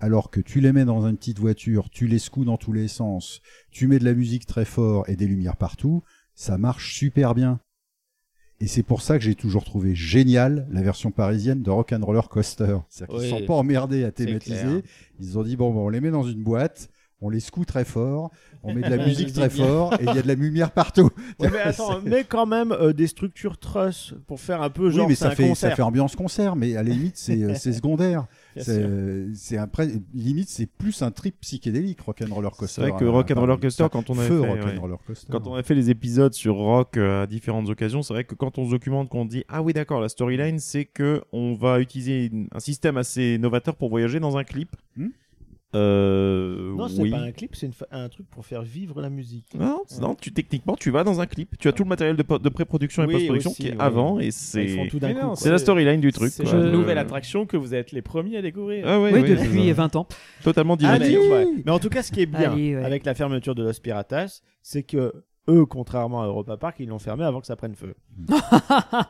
Speaker 10: alors que tu les mets dans une petite voiture, tu les secoues dans tous les sens, tu mets de la musique très fort et des lumières partout, ça marche super bien. Et c'est pour ça que j'ai toujours trouvé génial la version parisienne de Rock'n'Roller Coaster. C'est-à-dire qu'ils ne
Speaker 8: Oui.
Speaker 10: sont pas emmerdés à
Speaker 8: C'est clair.
Speaker 10: thématiser. Ils ont dit bon, bon, on les met dans une boîte, on les secoue très fort, on met de la
Speaker 8: La
Speaker 10: musique très
Speaker 8: musique bien.
Speaker 10: fort et il y a de la lumière partout.
Speaker 8: Ouais, mais attends,
Speaker 10: C'est-
Speaker 8: mais quand même euh, des structures truss pour faire un peu genre
Speaker 10: oui, mais
Speaker 8: c'est
Speaker 10: ça
Speaker 8: un
Speaker 10: fait,
Speaker 8: concert.
Speaker 10: ça fait ambiance concert, mais à la limite, c'est euh, c'est secondaire.
Speaker 8: Bien
Speaker 10: C'est
Speaker 8: sûr.
Speaker 10: euh, c'est un pré- limite, c'est plus un trip psychédélique, Rock'n'Roller Coaster.
Speaker 13: C'est vrai que
Speaker 10: euh,
Speaker 13: Rock and Roller
Speaker 10: enfin,
Speaker 13: Coaster, quand on a
Speaker 10: Feu
Speaker 13: fait,
Speaker 10: Rock'n'Roller
Speaker 13: ouais.
Speaker 10: Coaster.
Speaker 13: quand on a fait les épisodes sur Rock euh, à différentes occasions, c'est vrai que quand on se documente, qu'on dit ah oui d'accord, la storyline
Speaker 10: Hmm
Speaker 13: c'est que on va utiliser une- un système assez novateur pour voyager dans un clip. Euh,
Speaker 8: Non, c'est
Speaker 13: oui.
Speaker 8: pas un clip, c'est une fa- un truc pour faire vivre la musique.
Speaker 13: Non, c'est- non, tu, techniquement, tu vas dans un clip. Tu as tout le matériel de, po- de pré-production
Speaker 8: Oui,
Speaker 13: et post-production
Speaker 8: aussi,
Speaker 13: qui est
Speaker 8: ouais.
Speaker 13: avant et
Speaker 8: Ils
Speaker 13: c'est.
Speaker 8: font tout d'un
Speaker 13: Mais
Speaker 8: coup,
Speaker 13: non,
Speaker 8: quoi.
Speaker 13: C'est la storyline du truc.
Speaker 17: C'est
Speaker 13: quoi.
Speaker 17: une
Speaker 13: Euh,
Speaker 17: nouvelle attraction que vous êtes les premiers à découvrir.
Speaker 13: Ah ouais,
Speaker 9: Oui,
Speaker 13: ouais,
Speaker 9: depuis
Speaker 13: ouais.
Speaker 9: 20 ans.
Speaker 13: Totalement
Speaker 8: Ah,
Speaker 13: dynamique.
Speaker 8: mais, ouais. Mais en tout cas, ce qui est bien
Speaker 9: Allez, ouais.
Speaker 8: avec la fermeture de Los Piratas, c'est que eux, contrairement à Europa Park, ils l'ont fermé avant que ça prenne feu.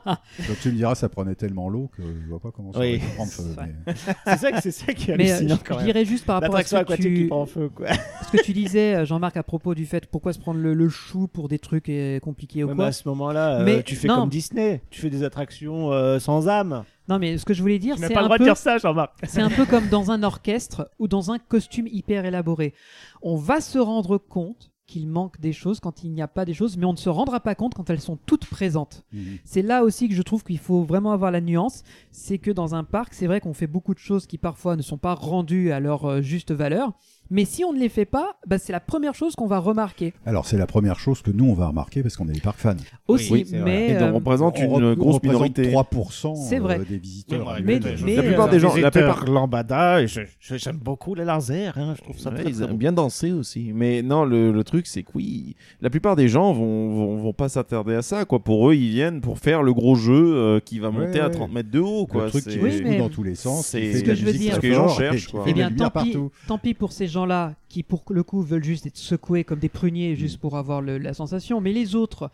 Speaker 10: Donc tu me diras, ça prenait tellement l'eau que je vois pas comment ça
Speaker 8: Oui.
Speaker 10: aurait pu prendre feu.
Speaker 8: C'est
Speaker 10: mais-
Speaker 8: C'est ça, que- c'est ça qui est
Speaker 9: Mais euh,
Speaker 8: hallucinant
Speaker 9: je-
Speaker 8: quand
Speaker 9: je
Speaker 8: même.
Speaker 9: dirais juste par rapport à ce
Speaker 8: L'attraction
Speaker 9: que,
Speaker 8: aquatique
Speaker 9: tu...
Speaker 8: qui prend feu, quoi.
Speaker 9: ce que tu disais, euh, Jean-Marc, à propos du fait pourquoi se prendre le, le chou pour des trucs euh, compliqués ou
Speaker 8: Ouais,
Speaker 9: quoi.
Speaker 8: mais à ce moment-là, euh,
Speaker 9: Mais
Speaker 8: tu fais
Speaker 9: non.
Speaker 8: comme Disney, tu fais des attractions euh, sans âme.
Speaker 9: Non, mais ce que je voulais dire,
Speaker 8: Tu n'as
Speaker 9: c'est
Speaker 8: pas
Speaker 9: un
Speaker 8: le droit de
Speaker 9: peu-
Speaker 8: dire ça, Jean-Marc.
Speaker 9: C'est un peu comme dans un orchestre ou dans un costume hyper élaboré. On va se rendre compte qu'il manque des choses quand il n'y a pas des choses, mais on ne se rendra pas compte quand elles sont toutes présentes.
Speaker 10: Mhm.
Speaker 9: C'est là aussi que je trouve qu'il faut vraiment avoir la nuance. C'est que dans un parc, c'est vrai qu'on fait beaucoup de choses qui parfois ne sont pas rendues à leur euh, juste valeur. Mais si on ne les fait pas, bah, c'est la première chose qu'on va remarquer.
Speaker 10: Alors c'est la première chose que nous on va remarquer parce qu'on est des parcs fans.
Speaker 9: Aussi, Oui, c'est vrai. mais, Et donc, on euh, représente
Speaker 10: On
Speaker 13: une
Speaker 10: rep-
Speaker 13: grosse
Speaker 10: on représente
Speaker 13: minorité.
Speaker 10: 3%
Speaker 9: C'est vrai.
Speaker 10: euh, des visiteurs.
Speaker 13: Oui,
Speaker 10: annuels.
Speaker 13: mais- mais- La
Speaker 9: euh,
Speaker 13: plupart des gens- la plupart-
Speaker 8: lambada, et je- je- j'aime beaucoup les lasers, hein, je trouve ça
Speaker 13: Ouais,
Speaker 8: très,
Speaker 13: ils
Speaker 8: très
Speaker 13: aiment
Speaker 8: beau.
Speaker 13: bien danser aussi. Mais non, le, le truc, c'est que oui, la plupart des gens vont, vont, vont pas s'attarder à ça. Quoi. Pour eux, ils viennent pour faire le gros jeu euh, qui va monter à
Speaker 10: ouais.
Speaker 13: 30 mètres de haut. Quoi.
Speaker 10: Le truc qui
Speaker 13: C'est-
Speaker 10: Oui, mais- dans tous les sens, qui
Speaker 13: C'est
Speaker 10: fait de la Ce que je veux musique dire.
Speaker 13: ce
Speaker 10: très
Speaker 13: que les gens
Speaker 10: fort et
Speaker 13: cherchent.
Speaker 10: qui
Speaker 13: Quoi.
Speaker 10: fait
Speaker 9: Eh bien,
Speaker 10: des
Speaker 9: tant
Speaker 10: lumières
Speaker 9: pis,
Speaker 10: partout.
Speaker 9: tant pis pour ces gens-là qui, pour le coup, veulent juste être secoués comme des
Speaker 8: Mm.
Speaker 9: pruniers juste pour avoir le- la sensation. Mais les autres,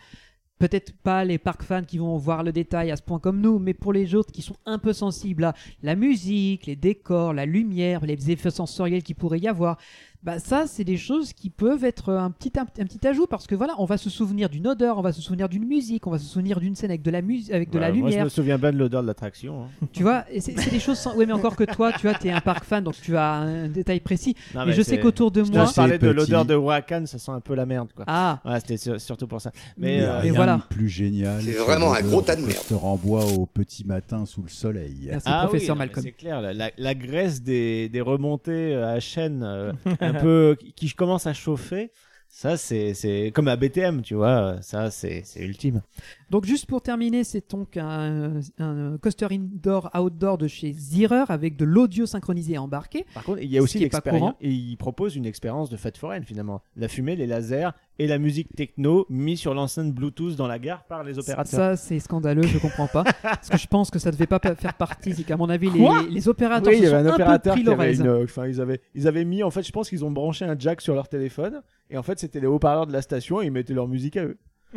Speaker 9: peut-être pas les park fans qui vont voir le détail à ce point comme nous, mais pour les autres qui sont un peu sensibles à la musique, les décors, la lumière, les effets sensoriels qu'il pourrait y avoir, bah ça, c'est des choses qui peuvent être un petit, un, un petit ajout parce que voilà, on va se souvenir d'une odeur, on va se souvenir d'une musique, on va se souvenir d'une scène avec de la, musique, avec de la
Speaker 8: Bah,
Speaker 9: lumière.
Speaker 8: Moi, je me souviens pas de l'odeur de l'attraction. hein.
Speaker 9: Tu vois, et c'est c'est des choses sans. Oui, mais encore que toi, tu vois, t'es un park fan, donc tu as un détail précis.
Speaker 8: Non, Ah
Speaker 9: mais, je
Speaker 8: bah, c'est-
Speaker 9: sais qu'autour de
Speaker 8: je
Speaker 9: moi.
Speaker 8: te parlais de l'odeur de Wakan, ça sent un peu la merde, quoi.
Speaker 9: Ah.
Speaker 8: Ouais, c'était sur- surtout pour ça.
Speaker 10: Il
Speaker 8: Mais,
Speaker 10: y a
Speaker 8: euh,
Speaker 10: rien de plus génial.
Speaker 8: C'est
Speaker 10: que
Speaker 8: vraiment un
Speaker 10: l'odeur
Speaker 8: gros tas de
Speaker 10: que
Speaker 8: merde.
Speaker 10: te renvoie au petit matin sous le soleil.
Speaker 8: Ah oui, non, mais C'est clair, la, la- la graisse des, des remontées euh, à chaîne euh, un peu qui- qui commence à chauffer, ça c'est c'est comme à BTM, tu vois, ça c'est c'est ultime.
Speaker 9: Donc, juste pour terminer, c'est donc un, un coaster indoor-outdoor de chez Zirer avec de l'audio synchronisé embarqué.
Speaker 8: Par contre, il y a aussi
Speaker 9: ce qui est pas
Speaker 8: l'expérience,
Speaker 9: courant.
Speaker 8: et il propose une expérience de fête foraine finalement. La fumée, les lasers et la musique techno mise sur l'enceinte Bluetooth dans la gare par les opérateurs.
Speaker 9: Ça, c'est scandaleux, je comprends pas. Parce que je pense que ça devait pas pa- faire partie, c'est qu'à mon avis, les,
Speaker 8: Quoi
Speaker 9: les opérateurs
Speaker 8: Oui, il y
Speaker 9: se sont
Speaker 8: avait un opérateur
Speaker 9: peu pris
Speaker 8: qui avait
Speaker 9: l'oreille.
Speaker 8: une, euh, enfin, ils avaient, ils avaient mis, en fait, je pense qu'ils ont branché un jack sur leur téléphone, et en fait, c'était les haut-parleurs de la station, et ils mettaient leur musique à eux.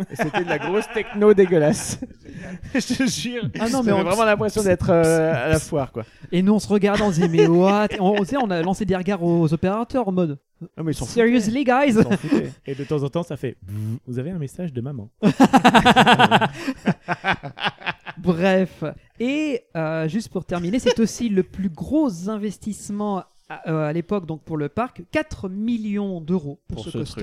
Speaker 8: Et c'était de la grosse techno dégueulasse. je te jure.
Speaker 9: Ah non, mais
Speaker 8: J'avais
Speaker 9: on-
Speaker 8: vraiment l'impression d'être euh, à la foire, quoi.
Speaker 9: Et nous, on se regarde, on se dit, mais what on, on, sait, on a lancé des regards aux opérateurs en mode.
Speaker 8: mais
Speaker 9: Seriously, guys
Speaker 17: Et de temps en temps, ça fait. Vous avez un message de maman.
Speaker 9: Bref. Et euh, juste pour terminer, c'est aussi le plus gros investissement à, euh, à l'époque donc pour le parc 4 millions d'euros pour, ce, coaster.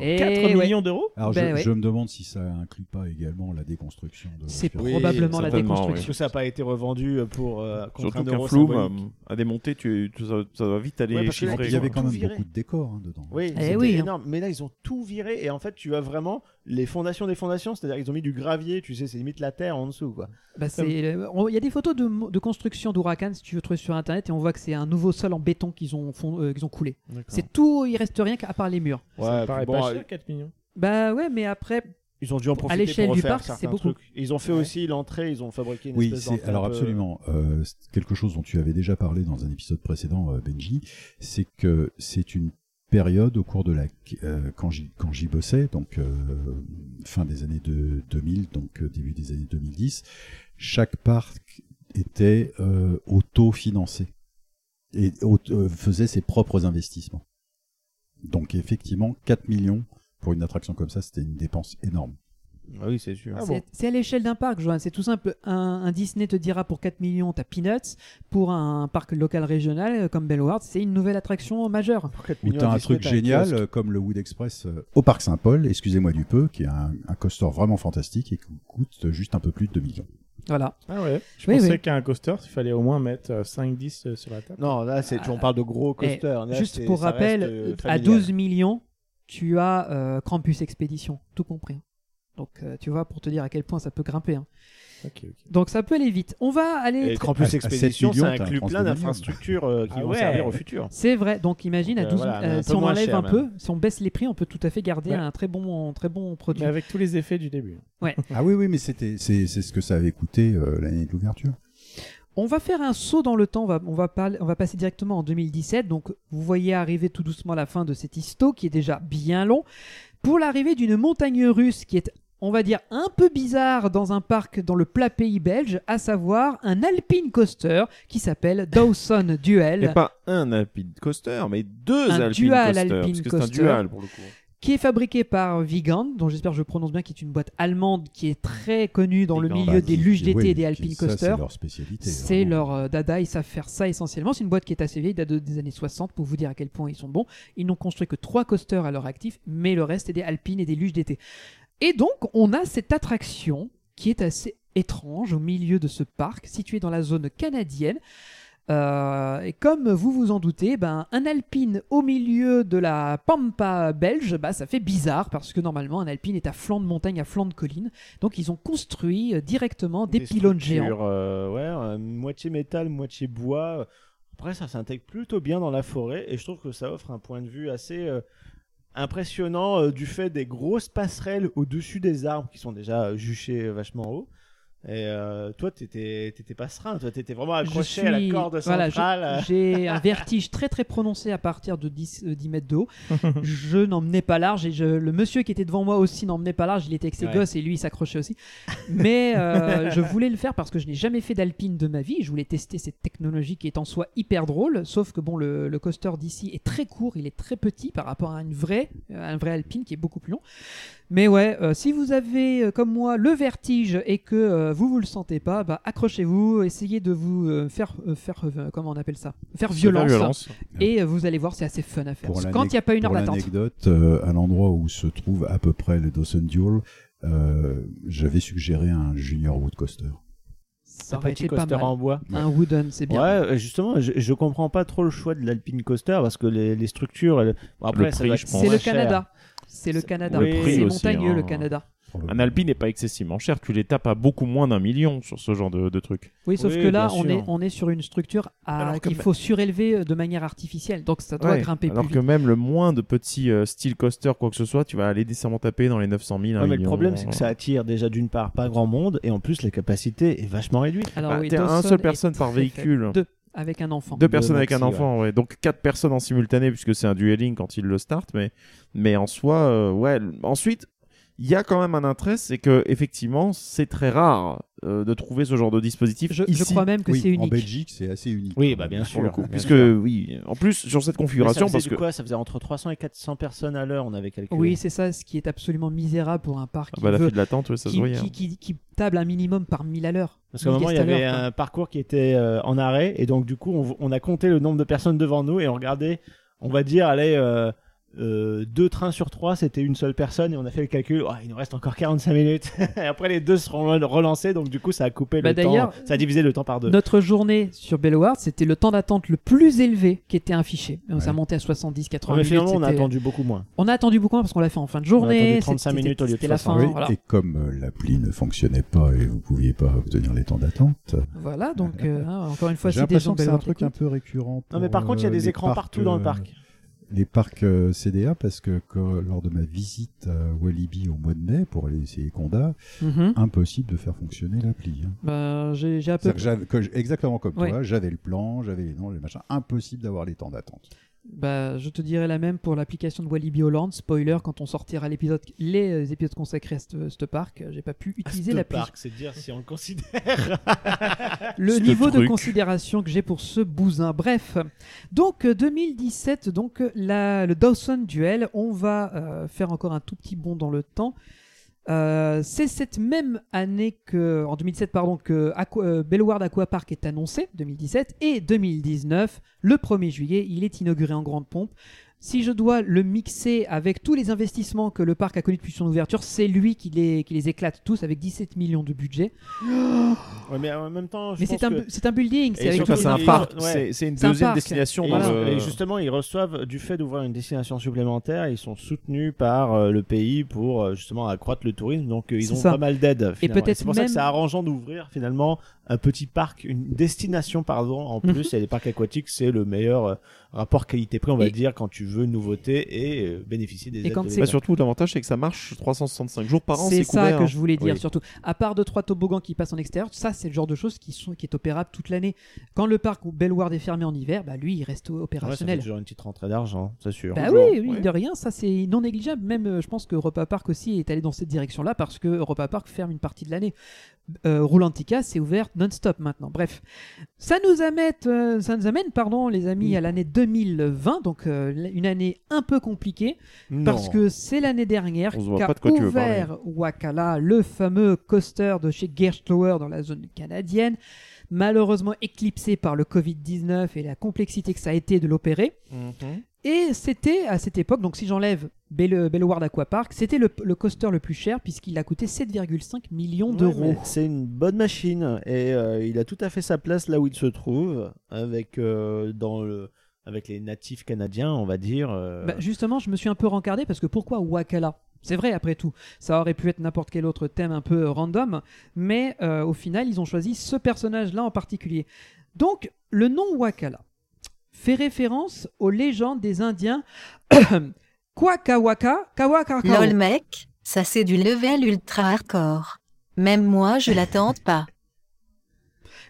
Speaker 9: Et
Speaker 17: 4
Speaker 9: ouais.
Speaker 17: millions d'euros
Speaker 10: Alors
Speaker 9: Ben
Speaker 10: je,
Speaker 9: ouais.
Speaker 10: je me demande si ça inclut pas également la déconstruction. de
Speaker 9: C'est
Speaker 10: l'opéra.
Speaker 9: probablement la
Speaker 13: certainement,
Speaker 9: déconstruction.
Speaker 8: Parce que ça n'a pas été revendu pour euh, contre
Speaker 13: Surtout
Speaker 8: un
Speaker 13: qu'un
Speaker 8: euro
Speaker 13: floum euh,
Speaker 8: symbolique.
Speaker 13: à démonter, tu, tu- ça, ça doit vite aller
Speaker 8: Ouais, parce que là,
Speaker 13: chiffrer.
Speaker 10: Il y avait
Speaker 13: quoi.
Speaker 10: quand même
Speaker 8: Tout viré.
Speaker 10: beaucoup de décors hein, dedans.
Speaker 8: Oui,
Speaker 9: Eh
Speaker 8: c'était
Speaker 9: oui, hein.
Speaker 8: énorme. Mais là, ils ont tout viré et en fait, tu as vraiment les fondations des fondations, c'est-à-dire qu'ils ont mis du gravier, tu sais, c'est limite la terre en dessous, quoi.
Speaker 9: Bah, c'est- euh, on- Il y a des photos de, mo- de construction d'Huracan, si tu veux trouver sur internet, et on voit que c'est un nouveau sol en béton qu'ils ont, fond- euh, qu'ils ont coulé.
Speaker 8: D'accord.
Speaker 9: C'est tout, il reste rien qu'à part les murs.
Speaker 8: Ouais,
Speaker 17: Ça me
Speaker 8: puis
Speaker 17: paraît
Speaker 8: bon,
Speaker 17: pas
Speaker 8: euh,
Speaker 17: cher, 4 millions.
Speaker 9: Bah ouais, mais après.
Speaker 8: Ils ont dû en profiter
Speaker 9: À l'échelle
Speaker 8: pour
Speaker 9: du
Speaker 8: refaire
Speaker 9: parc, c'est
Speaker 8: certains
Speaker 9: beaucoup.
Speaker 8: trucs. Et Ils ont fait aussi l'entrée, ils ont fabriqué une
Speaker 10: Oui,
Speaker 8: espèce
Speaker 10: c'est
Speaker 8: d'entrée
Speaker 10: alors
Speaker 8: un peu-
Speaker 10: absolument euh, c'est quelque chose dont tu avais déjà parlé dans un épisode précédent, euh, Benji, c'est que c'est une période au cours de la euh, quand j'y quand j'y bossais, donc euh, fin des années de 2000, donc euh, début des années 2010, chaque parc était euh, autofinancé et auto- euh, faisait ses propres investissements. Donc effectivement, 4 millions pour une attraction comme ça, c'était une dépense énorme.
Speaker 8: Ah oui, c'est sûr.
Speaker 9: C'est c'est à l'échelle d'un parc, Johan. C'est tout simple. Un, un Disney te dira pour 4 millions, t'as Peanuts. Pour un parc local régional euh, comme Bellward, c'est une nouvelle attraction majeure.
Speaker 10: Ou t'as un truc génial euh, comme le Wood Express euh, au Parc Saint-Paul, excusez-moi du peu, qui est un, un coaster vraiment fantastique et qui coûte juste un peu plus de 2 millions.
Speaker 9: Voilà.
Speaker 17: Ah ouais. Je
Speaker 9: Oui,
Speaker 17: pensais
Speaker 9: oui.
Speaker 17: qu'à un coaster, il fallait au moins mettre euh, 5-10 sur la table.
Speaker 8: Non, là, c'est, on parle de gros
Speaker 9: Et
Speaker 8: coasters. Là,
Speaker 9: Ah. Eh, juste
Speaker 8: c'est-
Speaker 9: pour
Speaker 8: ça reste,
Speaker 9: rappel,
Speaker 8: euh,
Speaker 9: à
Speaker 8: familial.
Speaker 9: 12 millions, tu as euh, Krampus Expédition, tout compris. Donc euh, tu vois, pour te dire à quel point ça peut grimper. hein. Donc ça peut aller vite. On va aller.
Speaker 8: Et
Speaker 9: très-
Speaker 8: Campus Expédition, ça inclut plein d'infrastructures euh, qui
Speaker 9: hein, Ah
Speaker 8: vont
Speaker 9: ouais.
Speaker 8: servir au futur.
Speaker 9: C'est vrai. Donc imagine, à
Speaker 8: Donc, euh,
Speaker 9: 12,
Speaker 8: voilà,
Speaker 9: euh,
Speaker 8: un
Speaker 9: si
Speaker 8: peu
Speaker 9: on
Speaker 8: moins
Speaker 9: enlève
Speaker 8: cher,
Speaker 9: un
Speaker 8: même.
Speaker 9: peu, si on baisse les prix, on peut tout à fait garder
Speaker 17: Ouais.
Speaker 9: un très bon, très bon produit.
Speaker 17: Mais avec tous les effets du début.
Speaker 9: Ouais.
Speaker 10: Ah oui, oui, mais c'était, c'est, c'est ce que ça avait coûté euh, l'année de l'ouverture.
Speaker 9: On va faire un saut dans le temps, on va, on va, parler- on va passer directement en 2017, donc vous voyez arriver tout doucement la fin de cet histo qui est déjà bien long, pour l'arrivée d'une montagne russe qui est, on va dire, un peu bizarre dans un parc dans le plat pays belge, à savoir un alpine coaster qui s'appelle Dawson Duel.
Speaker 13: Et pas un Alpine Coaster, mais deux
Speaker 9: Un
Speaker 13: Alpine
Speaker 9: dual
Speaker 13: Coaster.
Speaker 9: Alpine
Speaker 13: parce que
Speaker 9: Coaster.
Speaker 13: c'est un dual pour le coup.
Speaker 9: qui est fabriqué par Vigand, dont j'espère que je prononce bien, qui est une boîte allemande qui est très connue dans le
Speaker 10: Vigand,
Speaker 9: milieu
Speaker 10: bah,
Speaker 9: des
Speaker 10: qui-
Speaker 9: luges
Speaker 10: qui-
Speaker 9: d'été
Speaker 10: oui,
Speaker 9: et des
Speaker 10: qui-
Speaker 9: alpine
Speaker 10: ça, c'est
Speaker 9: coasters.
Speaker 10: leur spécialité,
Speaker 9: C'est leur euh, dada, ils savent faire ça essentiellement. C'est une boîte qui est assez vieille, date de- des années 60, pour vous dire à quel point ils sont bons. Ils n'ont construit que trois coasters à leur actif, mais le reste est des alpines et des luges d'été. Et donc, on a cette attraction qui est assez étrange au milieu de ce parc, situé dans la zone canadienne. Euh, et comme vous vous en doutez, ben, un alpine au milieu de la pampa belge, bah, ça fait bizarre parce que normalement un alpine est à flanc de montagne, à flanc de colline. Donc ils ont construit euh, directement des, pylônes géants.
Speaker 8: Sur, euh, ouais, euh, moitié métal, moitié bois. Après, ça s'intègre plutôt bien dans la forêt et je trouve que ça offre un point de vue assez euh, impressionnant euh, du fait des grosses passerelles au-dessus des arbres qui sont déjà euh, juchées vachement haut. Et euh, toi, t'étais t'étais pas serein, toi, t'étais vraiment
Speaker 9: Je
Speaker 8: accroché à la
Speaker 9: suis-
Speaker 8: corde
Speaker 9: voilà, je-
Speaker 8: centrale. euh,
Speaker 9: J'ai un vertige très très prononcé à partir de 10, euh, 10 mètres de haut. je n'emmenais pas large et je- le monsieur qui était devant moi aussi n'emmenait pas large. Il était avec ses
Speaker 8: Ouais.
Speaker 9: gosses et lui il s'accrochait aussi. Mais euh, je voulais le faire parce que je n'ai jamais fait d'alpine de ma vie. Je voulais tester cette technologie qui est en soi hyper drôle. Sauf que bon, le, le coaster d'ici est très court, il est très petit par rapport à une vraie, à un vrai alpine qui est beaucoup plus long. Mais ouais, euh, si vous avez euh, comme moi le vertige et que euh, vous vous le sentez pas, bah, accrochez-vous, essayez de vous euh, faire euh, faire euh, comment on appelle ça, faire
Speaker 13: Se faire
Speaker 9: violence.
Speaker 13: violence.
Speaker 9: Et euh, vous allez voir, c'est assez fun à faire.
Speaker 10: Pour
Speaker 9: Quand il
Speaker 10: l'anec-
Speaker 9: n'y a pas une heure
Speaker 10: pour
Speaker 9: d'attente.
Speaker 10: l'anecdote, euh, à l'endroit où se trouve à peu près le Dawson Duel, euh, j'avais suggéré un Junior Wood Coaster.
Speaker 9: Ça
Speaker 8: Un
Speaker 9: aurait
Speaker 8: petit
Speaker 9: été pas
Speaker 8: coaster
Speaker 9: mal.
Speaker 8: en bois.
Speaker 9: Un wooden, c'est bien.
Speaker 8: Ouais, euh, justement, je, je comprends pas trop le choix de l'Alpine Coaster parce que les, les structures. elles- bon, après,
Speaker 13: Le
Speaker 8: ça
Speaker 13: prix,
Speaker 8: doit
Speaker 13: je
Speaker 8: être
Speaker 13: pense.
Speaker 9: C'est
Speaker 8: moins
Speaker 9: le
Speaker 8: cher.
Speaker 9: Canada. C'est le Canada.
Speaker 13: Le prix
Speaker 9: c'est
Speaker 13: aussi,
Speaker 9: montagneux
Speaker 13: hein.
Speaker 9: le Canada.
Speaker 13: Un Alpine n'est pas excessivement cher, tu les tapes à beaucoup moins d'un million sur ce genre de, de truc.
Speaker 9: Oui, sauf que là,
Speaker 13: bien
Speaker 9: on
Speaker 13: sûr.
Speaker 9: est, on est sur une structure à-
Speaker 13: Alors que-
Speaker 9: qu'il faut surélever euh, de manière artificielle. Donc ça doit
Speaker 13: Ouais,
Speaker 9: grimper
Speaker 13: Alors
Speaker 9: plus
Speaker 13: que même le moins de petits euh, style coaster, quoi que ce soit, tu vas aller décemment taper dans les 900 000. un
Speaker 8: Ouais, mais le
Speaker 13: million.
Speaker 8: problème, c'est que ça attire déjà d'une part pas grand monde et en plus la capacité est vachement réduite.
Speaker 9: Alors
Speaker 13: Ah,
Speaker 9: oui,
Speaker 13: t'es un
Speaker 9: Dawson
Speaker 13: seul
Speaker 9: est
Speaker 13: personne par
Speaker 9: très
Speaker 13: véhicule.
Speaker 9: faible. Deux avec un enfant.
Speaker 13: Deux personnes avec un
Speaker 8: maxi,
Speaker 13: enfant, ouais. Donc quatre personnes en simultané, puisque c'est un dueling quand ils le startent, mais, mais en soi, euh, ouais. l- Ensuite, il y a quand même un intérêt, c'est que, effectivement, c'est très rare euh, de trouver ce genre de dispositif.
Speaker 9: Je- je
Speaker 13: ici.
Speaker 9: crois même que Oui, c'est unique.
Speaker 10: En Belgique, c'est assez unique.
Speaker 8: Oui,
Speaker 10: quand
Speaker 8: bah,
Speaker 10: même.
Speaker 8: bien sûr.
Speaker 13: Pour le coup,
Speaker 8: bien
Speaker 13: puisque,
Speaker 8: sûr.
Speaker 13: oui, en plus, sur cette configuration,
Speaker 8: Mais ça faisait
Speaker 13: parce
Speaker 8: du
Speaker 13: que.
Speaker 8: quoi Ça faisait entre 300 et 400 personnes à l'heure, on avait calculé.
Speaker 9: Oui, c'est ça, ce qui est absolument misérable pour un parc
Speaker 13: Ah
Speaker 9: qui,
Speaker 13: bah, la
Speaker 9: veut-
Speaker 13: file d'attente, ouais, ça se
Speaker 9: qui,
Speaker 13: voyait,
Speaker 9: qui-
Speaker 13: hein.
Speaker 9: qui- qui table un minimum par 1000 à l'heure.
Speaker 8: Parce qu'à un
Speaker 9: 1000
Speaker 8: moment, il y
Speaker 9: guests à
Speaker 8: avait
Speaker 9: l'heure, quoi.
Speaker 8: un parcours qui était euh, en arrêt et donc du coup, on, on a compté le nombre de personnes devant nous et on regardait, on va dire, allez, euh, euh, deux trains sur trois, c'était une seule personne et on a fait le calcul. Oh, il nous reste encore 45 minutes. et après, les deux seront relancés, donc du coup, ça a coupé
Speaker 9: Bah,
Speaker 8: le temps.
Speaker 9: d'ailleurs,
Speaker 8: Ça a divisé le temps par deux.
Speaker 9: Notre journée sur Bellward, c'était le temps d'attente le plus élevé qui était affiché. Donc, Ça montait à 70, 80
Speaker 8: Mais
Speaker 9: minutes.
Speaker 8: finalement, on a
Speaker 9: c'était-
Speaker 8: attendu beaucoup moins.
Speaker 9: On a attendu beaucoup moins parce qu'on l'a fait en fin de journée.
Speaker 8: attendu 35
Speaker 9: c'était-
Speaker 8: minutes au lieu de
Speaker 9: C'était la
Speaker 8: 60.
Speaker 9: fin.
Speaker 10: Oui,
Speaker 9: voilà.
Speaker 10: Et comme euh, l'appli ne fonctionnait pas et vous pouviez pas obtenir les temps d'attente,
Speaker 9: Voilà, donc euh, hein, encore une fois,
Speaker 10: J'ai
Speaker 9: c'est des
Speaker 10: l'impression
Speaker 9: gens
Speaker 10: que c'est un
Speaker 9: Bellward
Speaker 10: truc
Speaker 9: qui
Speaker 10: un
Speaker 9: écoutent.
Speaker 10: peu récurrent.
Speaker 8: Non, mais par
Speaker 10: pour,
Speaker 8: contre, il y a
Speaker 10: euh,
Speaker 8: des
Speaker 10: les
Speaker 8: écrans
Speaker 10: parcs,
Speaker 8: partout dans le
Speaker 10: euh,
Speaker 8: parc.
Speaker 10: Les parcs euh, CDA, parce que, que lors de ma visite euh, à Walibi au mois de mai pour aller essayer Conda,
Speaker 13: hein.
Speaker 9: Mhm.
Speaker 10: impossible de faire fonctionner l'appli. hein.
Speaker 9: Bah, j'ai j'ai à peu
Speaker 10: C'est-à-dire que j'avais- que j'- exactement comme
Speaker 9: Ouais.
Speaker 10: toi, j'avais le plan, j'avais les noms, les machins. Impossible d'avoir les temps d'attente.
Speaker 9: Bah, je te dirais la même pour l'application de Walibi Holland. Spoiler, quand on sortira l'épisode, les euh, épisodes consacrés à ce ce parc, euh, j'ai pas pu utiliser
Speaker 8: Le
Speaker 9: l'appli.
Speaker 8: parc, Ah, c'est dire si on le considère.
Speaker 9: Le
Speaker 8: Ce
Speaker 9: niveau de
Speaker 8: truc.
Speaker 9: considération que j'ai pour ce bousin. Bref, donc euh, 2017, donc euh, la- le Dawson Duel, on va euh, faire encore un tout petit bond dans le temps. Euh, c'est cette même année que, en 2007, pardon, que Aqua, euh, Bellward Aqua Park est annoncé, 2017, et 2019, le 1er juillet, il est inauguré en grande pompe. Si je dois le mixer avec tous les investissements que le parc a connus depuis son ouverture, c'est lui qui les, qui les éclate tous avec 17 millions de budget.
Speaker 8: Ouais, mais en même temps, je
Speaker 9: Mais c'est
Speaker 8: pense
Speaker 9: un
Speaker 8: que-
Speaker 9: bu- c'est un building,
Speaker 8: Et
Speaker 9: c'est avec
Speaker 8: surtout,
Speaker 9: tout- c'est un
Speaker 8: ils-
Speaker 9: parc.
Speaker 8: ouais.
Speaker 9: C'est- c'est une C'est un deuxième parc. destination
Speaker 8: Et,
Speaker 9: dans
Speaker 8: ils-
Speaker 9: le-
Speaker 8: et justement, ils reçoivent du fait d'ouvrir une destination supplémentaire, ils sont soutenus par euh, le pays pour euh, justement accroître le tourisme. Donc euh, ils
Speaker 9: C'est
Speaker 8: ont
Speaker 9: ça.
Speaker 8: pas mal d'aide.
Speaker 9: Et
Speaker 8: finalement.
Speaker 9: peut-être
Speaker 8: c'est pour ça que
Speaker 9: même-
Speaker 8: c'est arrangeant d'ouvrir finalement un petit parc, une destination pardon. En
Speaker 9: Mhm.
Speaker 8: plus, et les parcs aquatiques, c'est le meilleur euh, rapport qualité-prix, on va dire, quand tu veux une nouveauté et euh, bénéficier des aides. de l'État.
Speaker 13: Bah, surtout, l'avantage, c'est que ça marche 365 jours par an.
Speaker 9: C'est ça
Speaker 13: couvert,
Speaker 9: que
Speaker 13: hein.
Speaker 9: je voulais dire
Speaker 13: Oui.
Speaker 9: surtout. À part deux trois toboggans qui passent en extérieur, ça c'est le genre de choses qui sont qui est opérable toute l'année. Quand le parc ou Bellward est fermé en hiver, bah lui il reste
Speaker 8: Ouais, ça fait
Speaker 9: opérationnel.
Speaker 8: toujours une petite rentrée d'argent, c'est sûr.
Speaker 9: bah
Speaker 8: Toujours.
Speaker 9: oui, oui, de rien, ça c'est non négligeable. Même euh, je pense que Europa Park aussi est allé dans cette direction-là parce que Europa Park ferme une partie de l'année. Euh, Roulantica c'est ouvert non-stop maintenant. Bref, ça nous amène, euh, ça nous amène pardon les amis à l'année 2020, donc euh, une année un peu compliquée
Speaker 13: Non.
Speaker 9: parce que c'est l'année dernière
Speaker 13: On se voit
Speaker 9: qu'a
Speaker 13: pas de quoi tu veux
Speaker 9: ouvert Wakala, le fameux coaster de chez Gerstlauer dans la zone canadienne, malheureusement éclipsé par le Covid-19 et la complexité que ça a été de l'opérer.
Speaker 13: Mhm.
Speaker 9: Et c'était à cette époque, donc si j'enlève Belle- Bellward Aquapark, c'était le, le coaster le plus cher puisqu'il a coûté 7,5 millions
Speaker 8: Ouais,
Speaker 9: d'euros.
Speaker 8: mais C'est une bonne machine et euh, il a tout à fait sa place là où il se trouve avec euh, dans le avec les natifs canadiens, on va dire. euh,
Speaker 9: Bah, justement, je me suis un peu rencardé parce que pourquoi Wakala C'est vrai, après tout, ça aurait pu être n'importe quel autre thème un peu euh, random, mais euh, au final, ils ont choisi ce personnage-là en particulier. Donc, le nom Wakala fait référence aux légendes des Indiens Kwakawaka, Kawakakao.
Speaker 3: Lol mec, ça c'est du level ultra hardcore. Même moi je la tente pas.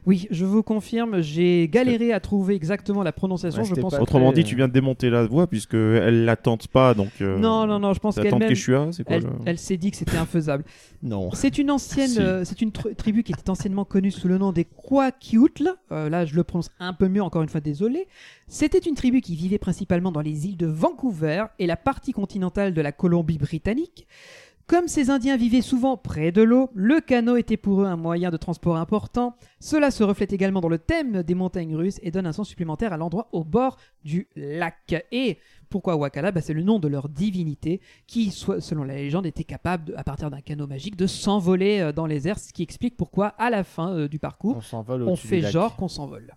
Speaker 9: Oui, je vous confirme, j'ai galéré à trouver exactement la prononciation.
Speaker 8: Ouais,
Speaker 9: je
Speaker 8: c'était
Speaker 9: pense.
Speaker 8: pas
Speaker 13: Autrement
Speaker 8: très,
Speaker 13: dit, tu viens de démonter la voix puisque elle l'attente pas, donc. euh,
Speaker 9: Non, non, non, je pense
Speaker 13: la
Speaker 9: qu'elle
Speaker 13: tante
Speaker 9: même-
Speaker 13: Quechua, c'est quoi
Speaker 9: elle,
Speaker 13: le-
Speaker 9: elle s'est dit que c'était infaisable.
Speaker 8: Non.
Speaker 9: C'est une ancienne,
Speaker 13: Si.
Speaker 9: euh, c'est une tr- tribu qui était anciennement connue sous le nom des Kwakiutl. Euh, là, je le prononce un peu mieux, encore une fois, désolé. C'était une tribu qui vivait principalement dans les îles de Vancouver et la partie continentale de la Colombie-Britannique. Comme ces Indiens vivaient souvent près de l'eau, le canot était pour eux un moyen de transport important. Cela se reflète également dans le thème des montagnes russes et donne un sens supplémentaire à l'endroit au bord du lac. Et pourquoi Wakala Bah, C'est le nom de leur divinité qui, soit- selon la légende, était capable, de- à partir d'un canot magique, de s'envoler euh, dans les airs, ce qui explique pourquoi, à la fin euh, du parcours,
Speaker 8: On s'envole
Speaker 9: on
Speaker 8: au-dessus du
Speaker 9: fait
Speaker 8: lac.
Speaker 9: genre qu'on s'envole.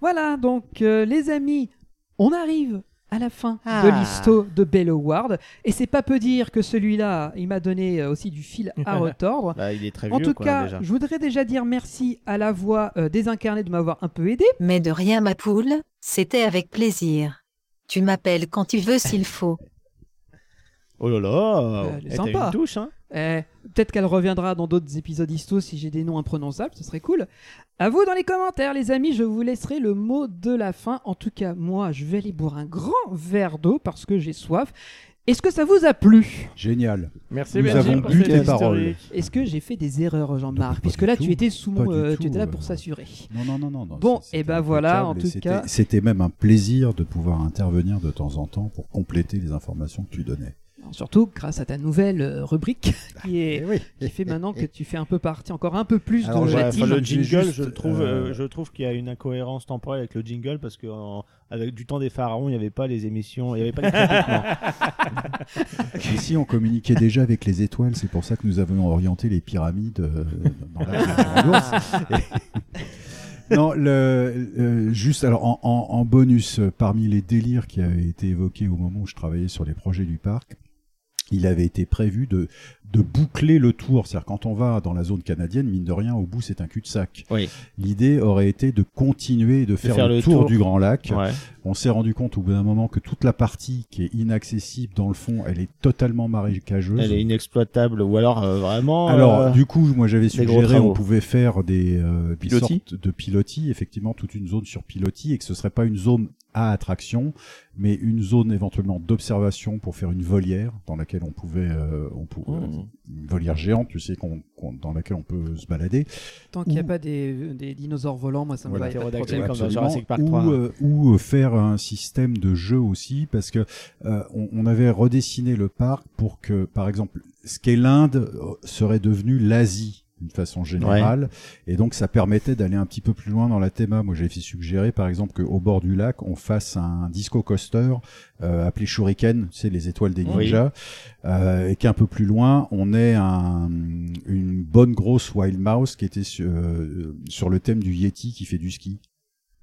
Speaker 9: Voilà, donc euh, les amis, on arrive à la fin de
Speaker 8: Ah.
Speaker 9: l'histo de Belloward. Et c'est pas peu dire que celui-là, il m'a donné euh, aussi du fil à retordre.
Speaker 8: Bah, il est très
Speaker 9: en
Speaker 8: vieux,
Speaker 9: tout
Speaker 8: quoi,
Speaker 9: cas,
Speaker 8: déjà.
Speaker 9: je voudrais déjà dire merci à la voix euh, désincarnée de m'avoir un peu aidé.
Speaker 3: Mais de rien ma poule, c'était avec plaisir. Tu m'appelles quand tu veux s'il faut.
Speaker 8: Oh là là.
Speaker 9: Euh, elle est
Speaker 8: Eh, t'as
Speaker 9: sympa.
Speaker 8: une touche, hein.
Speaker 9: Eh, Peut-être qu'elle reviendra dans d'autres épisodes histo si j'ai des noms imprononçables, ce serait cool. À vous dans les commentaires, les amis, je vous laisserai le mot de la fin. En tout cas, moi, je vais aller boire un grand verre d'eau parce que j'ai soif. Est-ce que ça vous a plu
Speaker 10: Génial.
Speaker 17: Merci,
Speaker 10: Nous avons bu tes paroles.
Speaker 9: Est-ce que j'ai fait des erreurs, Jean-Marc Puisque là, tu étais sous
Speaker 10: pas
Speaker 9: mon,
Speaker 10: du
Speaker 9: euh,
Speaker 10: tout,
Speaker 9: tu étais là
Speaker 10: euh,
Speaker 9: pour s'assurer.
Speaker 10: Non, non, non, non.
Speaker 9: bon, et ben voilà, en
Speaker 10: Et
Speaker 9: tout
Speaker 10: c'était-
Speaker 9: cas.
Speaker 10: C'était même un plaisir de pouvoir intervenir de temps en temps pour compléter les informations que tu donnais.
Speaker 9: Surtout grâce à ta nouvelle euh, rubrique qui,
Speaker 8: Eh
Speaker 9: est, qui fait maintenant que tu fais un peu partie, encore un peu plus
Speaker 8: Alors,
Speaker 9: de
Speaker 8: ouais,
Speaker 9: la
Speaker 8: enfin,
Speaker 9: team.
Speaker 8: le jingle, je le trouve, euh, je trouve qu'il y a une incohérence temporelle avec le jingle parce que en- avec du temps des pharaons, il n'y avait pas les émissions, il n'y avait pas les traitements.
Speaker 10: Ici, on communiquait déjà avec les étoiles, c'est pour ça que nous avions orienté les pyramides euh, dans la dans la bourse. Et- Non, le, euh, juste alors en, en- en bonus, euh, parmi les délires qui avaient été évoqués au moment où je travaillais sur les projets du parc, il avait été prévu de, de boucler le tour. C'est-à-dire, quand on va dans la zone canadienne, mine de rien, au bout, c'est un cul-de-sac. L'idée aurait été de continuer et de faire, le, tour, du Grand Lac.
Speaker 8: Ouais.
Speaker 10: On s'est rendu compte au bout d'un moment que toute la partie qui est inaccessible dans le fond, elle est totalement marécageuse.
Speaker 8: Elle est inexploitable ou alors euh, vraiment.
Speaker 10: Alors,
Speaker 8: euh,
Speaker 10: du coup, moi j'avais
Speaker 8: des gros
Speaker 10: suggéré on
Speaker 8: travaux.
Speaker 10: pouvait faire des, euh, des
Speaker 8: Pilotis
Speaker 10: sortes de pilotis, effectivement toute une zone sur pilotis, et que ce serait pas une zone à attraction, mais une zone éventuellement d'observation pour faire une volière dans laquelle on pouvait, euh, on pou-
Speaker 8: Mmh.
Speaker 13: Mmh.
Speaker 10: une volière géante, tu sais, qu'on qu'on- dans laquelle on peut se balader.
Speaker 9: Tant qu'il n'y a pas des, des dinosaures volants, moi ça me
Speaker 10: Voilà.
Speaker 9: va. y a pas de
Speaker 10: Ouais,
Speaker 9: problème.
Speaker 10: absolument. ou, euh, ou, euh, faire un système de jeu aussi, parce que euh, on, on avait redessiné le parc pour que, par exemple, ce qu'est l'Inde euh, serait devenu l'Asie. d'une façon générale. Et donc, ça permettait d'aller un petit peu plus loin dans la théma. Moi, j'avais fait suggérer, par exemple, qu'au bord du lac, on fasse un disco coaster euh, appelé Shuriken, c'est les étoiles des
Speaker 8: Oui.
Speaker 10: ninjas, euh, et qu'un peu plus loin, on ait un, une bonne grosse wild mouse qui était sur, euh, sur le thème du Yeti qui fait du ski.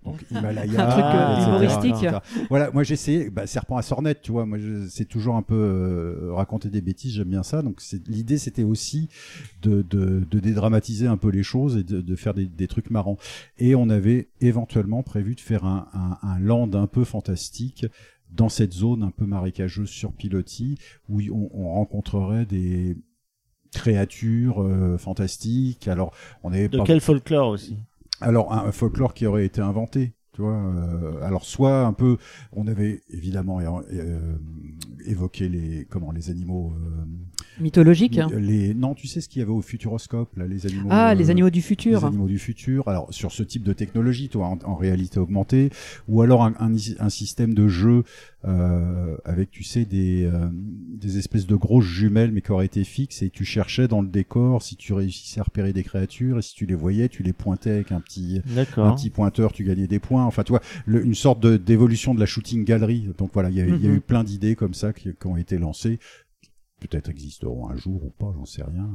Speaker 10: Donc Himalaya,
Speaker 9: Un truc, euh,
Speaker 10: etc.,
Speaker 9: humoristique.
Speaker 10: etc. Voilà, moi j'ai essayé bah, serpent à sornette, tu vois. Moi je- c'est toujours un peu euh, raconter des bêtises, j'aime bien ça. Donc c'est- l'idée c'était aussi de, de, de dédramatiser un peu les choses et de, de faire des, des trucs marrants. Et on avait éventuellement prévu de faire un, un, un land un peu fantastique dans cette zone un peu marécageuse sur pilotis où y- on, on rencontrerait des créatures euh, fantastiques. Alors on avait
Speaker 8: De
Speaker 10: pas-
Speaker 8: quel folklore aussi
Speaker 10: alors, un un folklore qui aurait été inventé, tu vois. euh, alors, soit un peu, on avait évidemment euh, euh, évoqué les comment les animaux euh,
Speaker 9: Mythologiques,
Speaker 10: mi-
Speaker 9: hein.
Speaker 10: Les non, tu sais ce qu'il y avait au futuroscope, là, les animaux. euh,
Speaker 9: Ah, les animaux du futur.
Speaker 10: Les animaux du futur. Alors, sur ce type de technologie, toi, en, en réalité augmentée, ou alors un, un, un système de jeu euh, avec, tu sais, des euh, des espèces de grosses jumelles, mais qui auraient été fixes, et tu cherchais dans le décor si tu réussissais à repérer des créatures, et si tu les voyais, tu les pointais avec un petit
Speaker 8: D'accord.
Speaker 10: un petit pointeur, tu gagnais des points. Enfin, tu vois, le- une sorte de- d'évolution de la shooting gallery. Donc voilà, il y, a- il y a
Speaker 8: Mhm.
Speaker 10: eu plein d'idées comme ça qui, qui ont été lancées. Peut-être existeront un jour ou pas, j'en sais rien.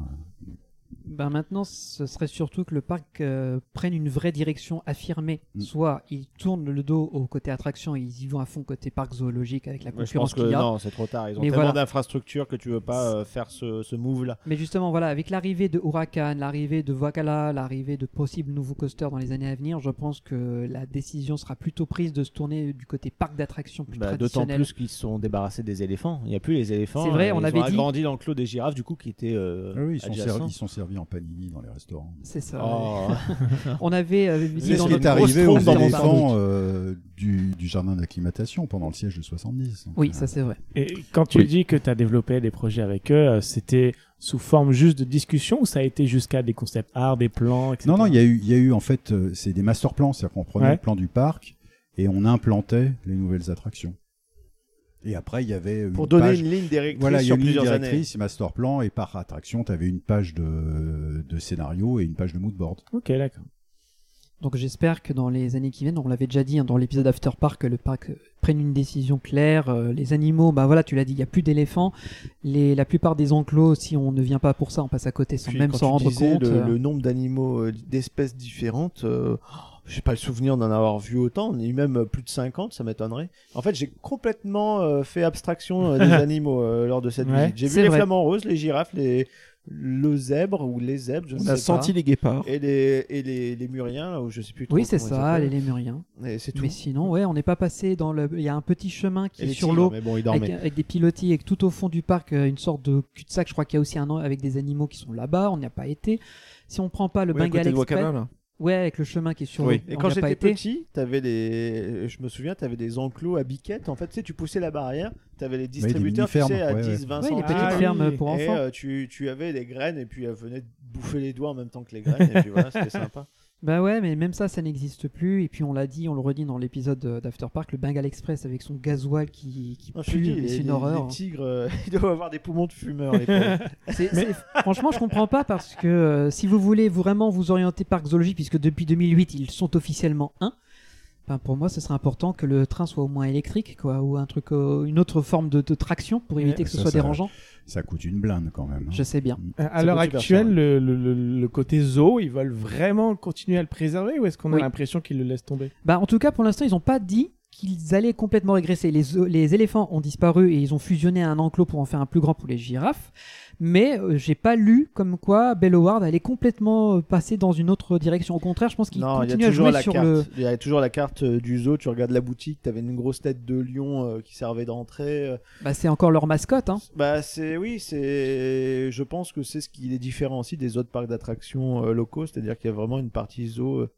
Speaker 9: Ben maintenant, ce serait surtout que le parc euh, prenne une vraie direction affirmée.
Speaker 10: Mm.
Speaker 9: Soit il tourne le dos au côté attraction et ils y vont à fond côté parc zoologique avec la
Speaker 8: Ouais, je
Speaker 9: concurrence
Speaker 8: pense que
Speaker 9: qu'il y a.
Speaker 8: non, c'est trop tard. Ils ont
Speaker 9: Mais
Speaker 8: tellement
Speaker 9: voilà.
Speaker 8: d'infrastructures que tu veux pas euh, faire ce, ce move-là.
Speaker 9: Mais justement, voilà, avec l'arrivée de Huracan, l'arrivée de Wakala, l'arrivée de possibles nouveaux coasters dans les années à venir, je pense que la décision sera plutôt prise de se tourner du côté parc d'attractions plus
Speaker 8: Bah, D'autant
Speaker 9: traditionnel.
Speaker 8: plus qu'ils se sont débarrassés des éléphants. Il n'y a plus les éléphants.
Speaker 9: C'est vrai,
Speaker 8: euh,
Speaker 9: on
Speaker 8: ils
Speaker 9: avait
Speaker 8: ont
Speaker 9: dit-
Speaker 8: agrandi l'enclos des girafes, du coup, qui était. euh,
Speaker 10: Ah oui, ils sont,
Speaker 8: adjacent.
Speaker 10: servis, Ah ils sont servis en panini dans les restaurants.
Speaker 9: C'est ça.
Speaker 8: Oh.
Speaker 9: ouais. On avait euh, dit
Speaker 10: C'est ce
Speaker 9: dans
Speaker 10: qui
Speaker 9: notre
Speaker 10: est arrivé aux
Speaker 9: grosse trompe dans
Speaker 10: éléphants
Speaker 9: Paris.
Speaker 10: euh, du, du jardin d'acclimatation pendant le siège de 70. Donc,
Speaker 8: Euh,
Speaker 10: euh,
Speaker 9: Oui, ça c'est vrai.
Speaker 6: Et quand tu
Speaker 10: Oui.
Speaker 6: dis que tu as développé des projets avec eux, euh, c'était sous forme juste de discussion ou ça a été jusqu'à des concepts art, des plans, etc.
Speaker 10: Non, non, il y a eu, il y a eu en fait, euh, c'est des master plans, c'est-à-dire qu'on prenait
Speaker 6: Ouais.
Speaker 10: le plan du parc et on implantait les nouvelles attractions. Et après, il y avait
Speaker 8: Pour
Speaker 10: une
Speaker 8: donner
Speaker 10: page-
Speaker 8: une ligne directrice
Speaker 10: voilà, il y a
Speaker 8: sur
Speaker 10: une ligne
Speaker 8: plusieurs
Speaker 10: directrice, master plan, et par attraction, tu avais une page de, de scénario et une page de mood board.
Speaker 6: Ok, d'accord.
Speaker 9: Donc j'espère que dans les années qui viennent, on l'avait déjà dit hein, dans l'épisode After Park, le parc euh, prenne une décision claire. euh, les animaux, bah voilà, tu l'as dit, il n'y a plus d'éléphants. Les, la plupart des enclos, si on ne vient pas pour ça, on passe à côté sans
Speaker 8: Puis,
Speaker 9: même
Speaker 8: quand
Speaker 9: s'en
Speaker 8: tu
Speaker 9: rendre
Speaker 8: disais
Speaker 9: compte.
Speaker 8: Le,
Speaker 9: euh,
Speaker 8: le nombre d'animaux, euh, d'espèces différentes, euh, je n'ai pas le souvenir d'en avoir vu autant, ni même euh, plus de 50, ça m'étonnerait. En fait, j'ai complètement euh, fait abstraction euh, des animaux euh, lors de cette
Speaker 13: Ouais,
Speaker 8: visite. J'ai
Speaker 13: c'est
Speaker 8: vu les
Speaker 13: vrai.
Speaker 8: flamants roses, les girafes, les le zèbre ou les zèbres, je
Speaker 13: On
Speaker 8: ne sais
Speaker 13: a
Speaker 8: pas.
Speaker 13: senti les guépards.
Speaker 8: Et les, et les, les muriens, là, ou je sais plus trop
Speaker 9: Oui, c'est
Speaker 8: comment ils
Speaker 9: ça, les
Speaker 8: s'appellent.
Speaker 9: lémuriens.
Speaker 8: Et c'est tout.
Speaker 9: Mais sinon, ouais, on n'est pas passé dans le. Il y a un petit chemin qui
Speaker 8: Et
Speaker 9: est
Speaker 8: les
Speaker 9: sur
Speaker 8: tigres,
Speaker 9: l'eau,
Speaker 8: mais bon, ils
Speaker 9: avec,
Speaker 8: dormaient.
Speaker 9: avec des pilotis, et que tout au fond du parc, euh, une sorte de cul-de-sac. Je crois qu'il y a aussi un an avec des animaux qui sont là-bas. On n'y a pas été. Si on prend pas le
Speaker 13: Oui, à
Speaker 9: Bengale
Speaker 13: côté de
Speaker 9: Express-
Speaker 13: Wakana, là.
Speaker 9: ouais, avec le chemin qui est sur l'eau,
Speaker 8: Et
Speaker 9: on
Speaker 8: quand
Speaker 9: n'y a pas
Speaker 8: j'étais
Speaker 9: été.
Speaker 8: petit, t'avais des, je me souviens, t'avais des enclos à biquettes. En fait, tu sais, tu poussais la barrière, t'avais les distributeurs, tu
Speaker 10: mini-fermes,
Speaker 8: sais, à
Speaker 10: ouais,
Speaker 8: 10,
Speaker 10: ouais.
Speaker 8: 20
Speaker 10: Ouais, les
Speaker 8: centimes.
Speaker 10: petites Ah oui. fermes pour
Speaker 8: Et
Speaker 10: enfants.
Speaker 8: euh, tu, tu avais des graines et puis elles venaient te bouffer les doigts en même temps que les graines. et puis voilà, c'était sympa.
Speaker 9: Bah ouais, mais même ça, ça n'existe plus. Et puis on l'a dit, on le redit dans l'épisode euh, d'After Park, le Bengal Express avec son gasoil qui, qui
Speaker 10: Ah,
Speaker 8: Non, je te
Speaker 9: pue,
Speaker 8: dis,
Speaker 9: mais
Speaker 8: les,
Speaker 9: c'est une
Speaker 8: les-
Speaker 9: horreur.
Speaker 8: les tigres, euh, ils doivent avoir des poumons de fumeurs. les
Speaker 17: Euh,
Speaker 8: pauvres.
Speaker 9: C'est- c'est- Franchement, je comprends pas parce que euh, si vous voulez vraiment vous orienter parc zoologique, puisque depuis 2008 ils sont officiellement un, ben, pour moi ce serait important que le train soit au moins électrique, quoi, ou un truc, euh, une autre forme de, de traction pour éviter que ce
Speaker 10: Ça,
Speaker 9: soit
Speaker 10: ça-
Speaker 9: dérangeant.
Speaker 10: Ça coûte une blinde quand même. hein.
Speaker 9: Je sais bien.
Speaker 10: Mm.
Speaker 6: À- À l'heure actuelle, le, le- le- le côté zoo, ils veulent vraiment continuer à le préserver ou est-ce qu'on a
Speaker 9: Oui.
Speaker 6: l'impression qu'ils le laissent tomber
Speaker 9: Bah, en tout cas, pour l'instant, ils n'ont pas dit qu'ils allaient complètement régresser. Les, zo- les éléphants ont disparu et ils ont fusionné à un enclos pour en faire un plus grand pour les girafes. Mais euh, j'ai pas lu comme quoi Belloward allait complètement euh, passer dans une autre direction. Au contraire, je pense qu'ils
Speaker 8: Non, il y a
Speaker 9: continuent à
Speaker 8: toujours
Speaker 9: jouer
Speaker 8: la
Speaker 9: sur
Speaker 8: carte.
Speaker 9: le.
Speaker 8: Il y a toujours la carte euh, du zoo. Tu regardes la boutique, t'avais une grosse tête de lion euh, qui servait d'entrée. euh,
Speaker 9: Bah, c'est encore leur mascotte. Hein.
Speaker 8: Bah c'est oui, c'est je pense que c'est ce qui les différencie des autres parcs d'attractions euh, locaux, c'est-à-dire qu'il y a vraiment une partie zoo euh,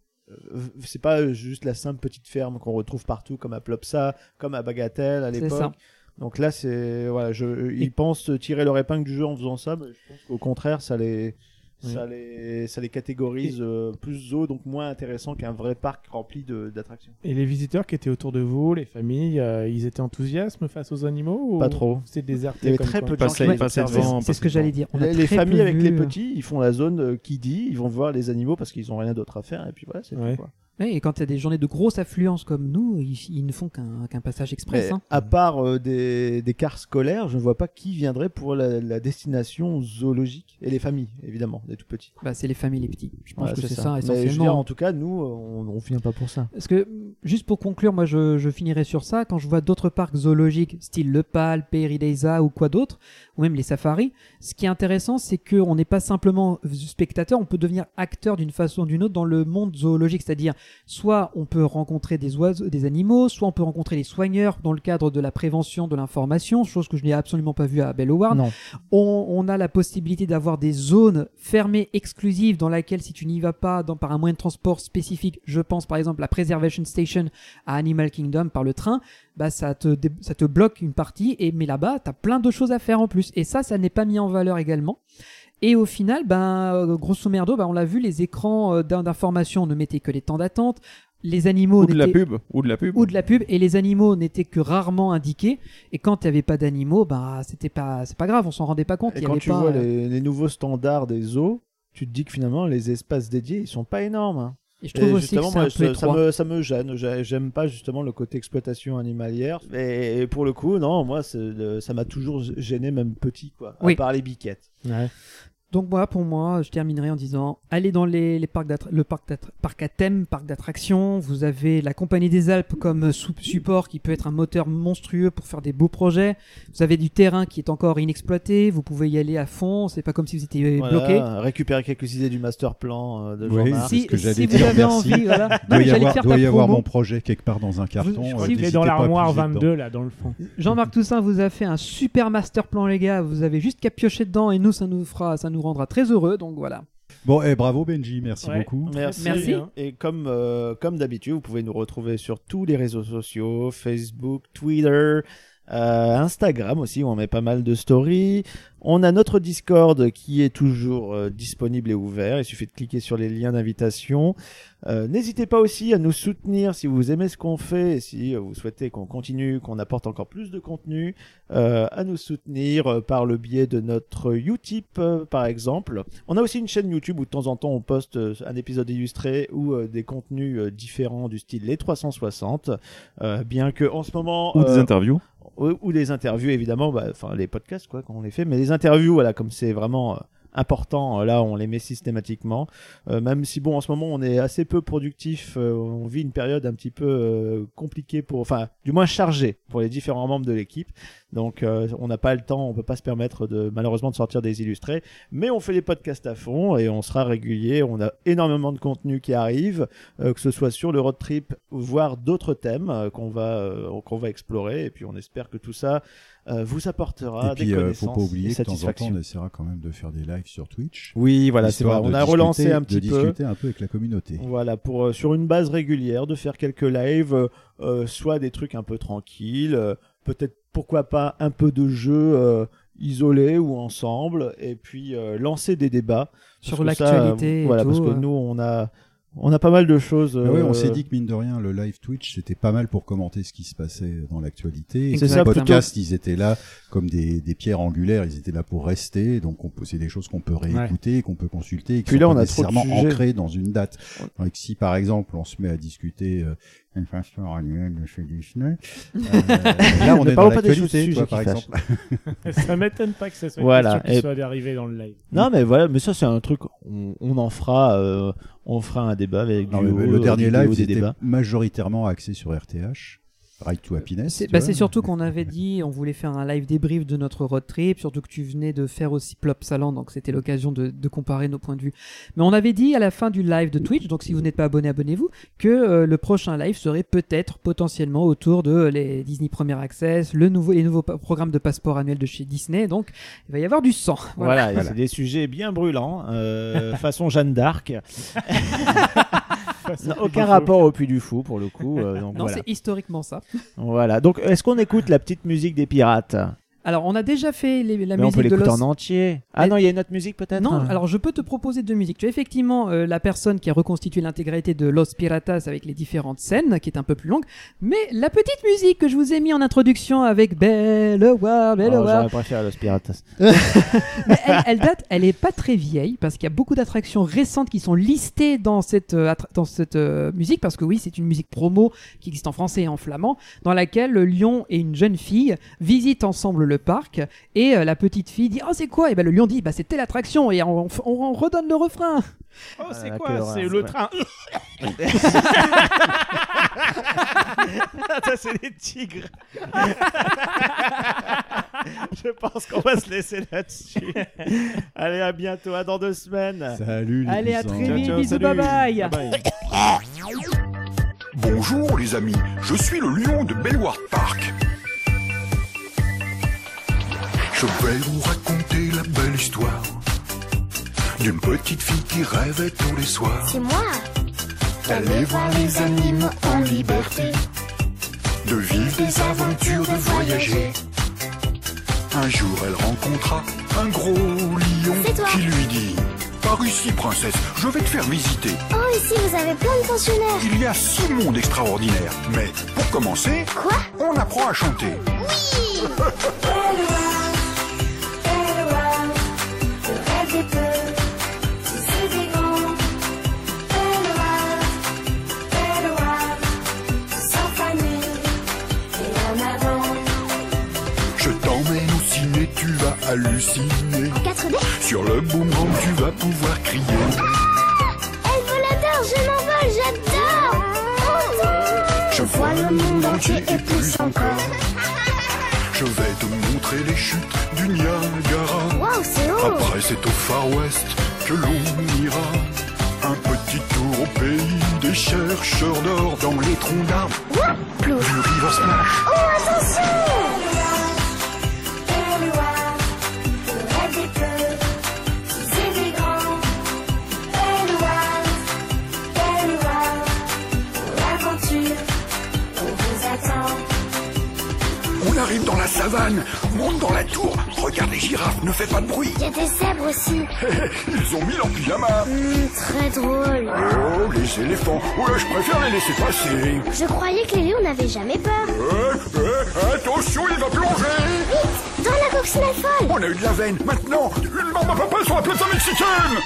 Speaker 8: euh, c'est pas juste la simple petite ferme qu'on retrouve partout comme à Plopsa, comme à Bagatelle à
Speaker 9: C'est
Speaker 8: l'époque.
Speaker 9: ça.
Speaker 8: Donc là euh, c'est voilà, je ils pensent tirer leur épingle du jeu en faisant ça, mais je pense qu'au contraire ça les ça, les, ça les catégorise euh, plus zoo, donc moins intéressant qu'un vrai parc rempli de- d'attractions.
Speaker 17: Et les visiteurs qui étaient autour de vous, les familles, euh, ils étaient enthousiastes face aux animaux ou
Speaker 8: Pas trop.
Speaker 17: C'est déserté
Speaker 8: Il y avait
Speaker 17: comme
Speaker 8: très
Speaker 17: quoi
Speaker 8: peu de gens qui les observaient. les les familles avec
Speaker 9: euh,
Speaker 8: les petits, ils font la zone euh, qui dit, ils vont voir les animaux parce qu'ils ont rien d'autre à faire, et puis voilà, c'est tout. quoi.
Speaker 9: Ouais, et quand il y a des journées de grosse affluence comme nous, ils, ils ne font qu'un qu'un passage express.
Speaker 8: Mais
Speaker 9: hein.
Speaker 8: à part euh, des, des cars scolaires, je ne vois pas qui viendrait pour la, la destination zoologique et les familles, évidemment, des tout petits.
Speaker 9: Bah, c'est les familles, les petits. Je pense
Speaker 8: Voilà,
Speaker 9: que c'est ça,
Speaker 8: Mais je veux
Speaker 9: essentiellement.
Speaker 8: dire, en tout cas, nous, euh, on ne vient pas pour ça.
Speaker 9: Parce que, juste pour conclure, moi je, je finirai sur ça, quand je vois d'autres parcs zoologiques, style Le Pal, Pérideisa ou quoi d'autre, ou même les safaris, ce qui est intéressant, c'est qu'on n'est pas simplement spectateur, on peut devenir acteur d'une façon ou d'une autre dans le monde zoologique, c'est-à-dire soit on peut rencontrer des oiseaux, des animaux, soit on peut rencontrer les soigneurs dans le cadre de la prévention, de l'information, chose que je n'ai absolument pas vue à Bell Howard.
Speaker 8: Non.
Speaker 9: On, on a la possibilité d'avoir des zones fermées exclusives dans laquelle si tu n'y vas pas dans, par un moyen de transport spécifique, je pense par exemple la Preservation Station à Animal Kingdom par le train, bah ça te, dé- ça te bloque une partie, et, mais là-bas, tu as plein de choses à faire en plus. Et ça, ça n'est pas mis en valeur également. Et au final, ben, euh, grosso merdo, ben, on l'a vu, les écrans euh, d'in- d'information ne mettaient que les temps d'attente. Les animaux
Speaker 13: Ou de la
Speaker 9: n'étaient-
Speaker 13: pub, ou de la pub.
Speaker 9: ou de la pub et les animaux n'étaient que rarement indiqués et quand il n'y avait pas d'animaux bah c'était pas c'est pas grave on s'en rendait pas compte
Speaker 8: Et
Speaker 9: il y
Speaker 8: quand
Speaker 9: avait
Speaker 8: tu
Speaker 9: pas
Speaker 8: vois
Speaker 9: euh,
Speaker 8: les, les nouveaux standards des zoos, tu te dis que finalement les espaces dédiés ils sont pas énormes. hein.
Speaker 9: Et je trouve aussi que
Speaker 8: justement,
Speaker 9: c'est
Speaker 8: moi,
Speaker 9: un peu
Speaker 8: ça- ça,
Speaker 9: étroit.
Speaker 8: me, ça me gêne. J'ai- J'aime pas justement le côté exploitation animalière. Et, et pour le coup, non, moi c'est le- ça m'a toujours gêné, même petit, quoi.
Speaker 9: Oui.
Speaker 8: À part les biquettes.
Speaker 9: donc moi pour moi je terminerai en disant allez dans les, les parcs d'attra- le parc, d'attra- parc à thème parc d'attraction vous avez la compagnie des Alpes comme sou- support qui peut être un moteur monstrueux pour faire des beaux projets vous avez du terrain qui est encore inexploité vous pouvez y aller à fond c'est pas comme si vous étiez
Speaker 8: Voilà,
Speaker 9: bloqué
Speaker 8: Récupérer quelques idées du master plan euh, de
Speaker 10: Oui,
Speaker 8: Jean-Marc.
Speaker 10: Ah, c'est ce que j'allais
Speaker 9: vous
Speaker 10: dire.
Speaker 9: avez
Speaker 10: merci.
Speaker 9: envie, voilà. Non,
Speaker 10: Doit
Speaker 9: mais
Speaker 10: y
Speaker 9: j'allais
Speaker 10: avoir,
Speaker 9: faire
Speaker 10: doit
Speaker 9: ta
Speaker 10: y avoir
Speaker 9: promo.
Speaker 10: mon projet quelque part dans un carton.
Speaker 9: je
Speaker 10: euh,
Speaker 9: crois qu'il est
Speaker 10: n'hésitez
Speaker 9: dans
Speaker 10: pas à
Speaker 9: l'armoire
Speaker 10: puiser dedans.
Speaker 17: 22 là dans le fond.
Speaker 9: Jean-Marc Toussaint vous a fait un super master plan, les gars. Vous avez juste qu'à piocher dedans et nous, ça nous fera, ça nous rendra très heureux. Donc voilà.
Speaker 10: Bon, et bravo Benji, merci
Speaker 8: Ouais.
Speaker 10: beaucoup.
Speaker 8: Merci.
Speaker 9: Merci.
Speaker 8: Et comme, euh, comme d'habitude, vous pouvez nous retrouver sur tous les réseaux sociaux Facebook, Twitter. euh, Instagram aussi, où on met pas mal de stories. On a notre Discord qui est toujours euh, disponible et ouvert. Il suffit de cliquer sur les liens d'invitation. Euh, N'hésitez pas aussi à nous soutenir si vous aimez ce qu'on fait et si euh, vous souhaitez qu'on continue, qu'on apporte encore plus de contenu, euh, à nous soutenir euh, par le biais de notre Utip euh, par exemple. On a aussi une chaîne YouTube où de temps en temps on poste euh, un épisode illustré ou euh, des contenus euh, différents du style les 360, euh, bien que en ce moment
Speaker 13: Ou des
Speaker 8: euh,
Speaker 13: interviews.
Speaker 8: ou, ou des interviews évidemment, bah, enfin les podcasts quoi quand on les fait, mais les interviews voilà comme c'est vraiment euh, important euh, là on les met systématiquement, Euh, même si bon en ce moment on est assez peu productif, euh, on vit une période un petit peu euh, compliquée pour, enfin du moins chargée pour les différents membres de l'équipe, donc euh, on n'a pas le temps, on peut pas se permettre de malheureusement de sortir des illustrés, mais on fait les podcasts à fond et on sera régulier, on a énormément de contenu qui arrive, euh, que ce soit sur le road trip, voire d'autres thèmes euh, qu'on va euh, qu'on va explorer et puis on espère que tout ça euh, vous apportera
Speaker 10: et puis,
Speaker 8: des
Speaker 10: euh,
Speaker 8: connaissances
Speaker 10: faut pas oublier
Speaker 8: et
Speaker 10: que de temps en temps,
Speaker 8: satisfaction.
Speaker 10: on essaiera quand même de faire des lives sur Twitch.
Speaker 8: Oui, voilà, c'est
Speaker 10: Histoire
Speaker 8: vrai. On
Speaker 10: de
Speaker 8: a relancé
Speaker 10: discuter-
Speaker 8: un petit
Speaker 10: de
Speaker 8: peu.
Speaker 10: discuter un peu avec la communauté.
Speaker 8: Voilà, pour euh, sur une base régulière, de faire quelques lives, euh, euh, soit des trucs un peu tranquilles, euh, peut-être pourquoi pas un peu de jeu euh, isolé ou ensemble, et puis euh, lancer des débats
Speaker 9: Sur
Speaker 8: Parce que ça,
Speaker 9: l'actualité
Speaker 8: euh,
Speaker 9: et
Speaker 8: Voilà, parce
Speaker 9: tout,
Speaker 8: que
Speaker 9: euh.
Speaker 8: nous on a on a pas mal de choses.
Speaker 10: Ah ouais,
Speaker 8: euh,
Speaker 10: on s'est dit que mine de rien, le live Twitch c'était pas mal pour commenter ce qui se passait dans l'actualité. Et
Speaker 8: C'est
Speaker 10: Les
Speaker 8: ça,
Speaker 10: podcasts,
Speaker 8: plutôt.
Speaker 10: ils étaient là comme des, des pierres angulaires, ils étaient là pour rester. Donc on peut- c'est des choses qu'on peut réécouter, qu'on peut consulter, et qui
Speaker 8: Puis
Speaker 10: sont
Speaker 8: là,
Speaker 10: pas
Speaker 8: on a trop de
Speaker 10: nécessairement
Speaker 8: sujets.
Speaker 10: ancrées dans une date. Donc si par exemple on se met à discuter euh, l'inflation annuelle de chez Disney, euh, là on
Speaker 8: Ne
Speaker 10: est dans
Speaker 8: parlons pas des
Speaker 10: l'actualité,
Speaker 8: choses
Speaker 10: quoi,
Speaker 8: qui
Speaker 10: par
Speaker 8: fâchent.
Speaker 10: exemple.
Speaker 17: ça m'étonne pas que ça soit une
Speaker 8: Voilà,
Speaker 17: question qui
Speaker 8: et-
Speaker 17: soit arrivée dans le live.
Speaker 8: Non, mais voilà, mais ça c'est un truc. On, on en fera, euh, on fera un débat avec du
Speaker 10: Non, mais
Speaker 8: haut,
Speaker 10: le
Speaker 8: euh,
Speaker 10: dernier
Speaker 8: du haut
Speaker 10: live
Speaker 8: des
Speaker 10: était
Speaker 8: débats.
Speaker 10: majoritairement axé sur RTH, Right to Happiness.
Speaker 9: C'est
Speaker 10: tu
Speaker 9: bah,
Speaker 10: vois.
Speaker 9: c'est surtout qu'on avait dit, on voulait faire un live débrief de notre road trip, surtout que tu venais de faire aussi Plop Salan, donc c'était l'occasion de, de comparer nos points de vue. Mais on avait dit à la fin du live de Twitch, donc si vous n'êtes pas abonné, abonnez-vous, que euh, le prochain live serait peut-être potentiellement autour de euh, les Disney Premier Access, le nouveau, les nouveaux pa- programmes de passeport annuel de chez Disney, donc il va y avoir du sang.
Speaker 8: Voilà,
Speaker 9: Voilà.
Speaker 8: et c'est des sujets bien brûlants, euh, façon Jeanne d'Arc. Non, aucun rapport au Puy du Fou pour le coup. euh, donc
Speaker 9: Non,
Speaker 8: voilà.
Speaker 9: c'est historiquement ça.
Speaker 8: Voilà. Donc, est-ce qu'on écoute la petite musique des pirates
Speaker 9: Alors, on a déjà fait les- la
Speaker 8: Mais on
Speaker 9: musique
Speaker 8: peut
Speaker 9: de
Speaker 8: l'écouter
Speaker 9: Lost.
Speaker 8: en entier. Ah
Speaker 9: Mais-
Speaker 8: non, il y a une autre musique peut-être hein. Ah,
Speaker 9: Non, alors je peux te proposer deux musiques. Tu as effectivement euh, la personne qui a reconstitué l'intégralité de Los Piratas avec les différentes scènes, qui est un peu plus longue, mais la petite musique que je vous ai mis en introduction avec Belleward,
Speaker 8: Oh, J'aurais
Speaker 9: Belleward,
Speaker 8: préféré Los Piratas.
Speaker 9: mais elle, elle date, elle est pas très vieille parce qu'il y a beaucoup d'attractions récentes qui sont listées dans cette euh, attra- dans cette euh, musique parce que oui, c'est une musique promo qui existe en français et en flamand dans laquelle euh, Lion et une jeune fille visitent ensemble le parc et euh, la petite fille dit "Oh, c'est quoi Et ben le lion dit "Bah c'est telle attraction" et on, on- on redonne le refrain.
Speaker 6: Oh, c'est
Speaker 8: Ah, quelle
Speaker 6: quoi
Speaker 8: horreur,
Speaker 6: C'est
Speaker 8: ouais.
Speaker 6: le train.
Speaker 8: Ça, c'est les tigres. Je pense qu'on va se laisser là-dessus. Allez, à bientôt, à dans deux semaines.
Speaker 10: Salut, les
Speaker 9: Allez, à
Speaker 10: puissants.
Speaker 9: très vite, bisous, bye bye.
Speaker 18: Bonjour les amis, je suis le lion de Bellward Park.
Speaker 5: Je vais vous raconter la belle histoire d'une petite fille qui rêvait tous les soirs
Speaker 2: C'est moi
Speaker 5: d'aller voir les animaux en liberté, de vivre des aventures, de voyager. Un jour, elle rencontra un gros lion qui lui dit Par ici, princesse, je vais te faire visiter.
Speaker 2: Oh, ici, vous avez plein de pensionnaires
Speaker 5: Il y a six mondes extraordinaires, mais pour commencer, on apprend à chanter.
Speaker 2: Oui le rêve des petits, c'est des grands. Belleward, Belleward, sans famille et en avant.
Speaker 5: Je t'emmène au ciné, tu vas halluciner.
Speaker 2: En 4D
Speaker 5: Sur le boomerang, tu vas pouvoir crier.
Speaker 2: Elle volateur, je m'envole, j'adore
Speaker 5: Je vois le monde entier et plus encore. Je vais te montrer les chutes du Niagara.
Speaker 2: Waouh, c'est haut.
Speaker 5: Après, c'est au Far West que l'on ira. Un petit tour au pays des chercheurs d'or dans les troncs d'arbres. Du River Smash.
Speaker 2: Oh, attention Belleward, le rêve des petits et des grands. Belleward, Belleward, pour l'aventure, on vous attend.
Speaker 5: On arrive dans la savane, monte dans la tour. Regarde les girafes, ne fais pas de bruit.
Speaker 2: Il y a des zèbres aussi.
Speaker 5: Ils ont mis leur pyjama.
Speaker 2: Hmm, très drôle.
Speaker 5: Oh, les éléphants. Ouais, je préfère les laisser passer.
Speaker 2: Je croyais que les lions n'avaient jamais peur.
Speaker 5: Euh, euh, attention, il va plonger.
Speaker 2: Vite, dans la coccinelle folle
Speaker 5: On a eu de la veine. Maintenant, une maman à papa sur la plaza mexicaine.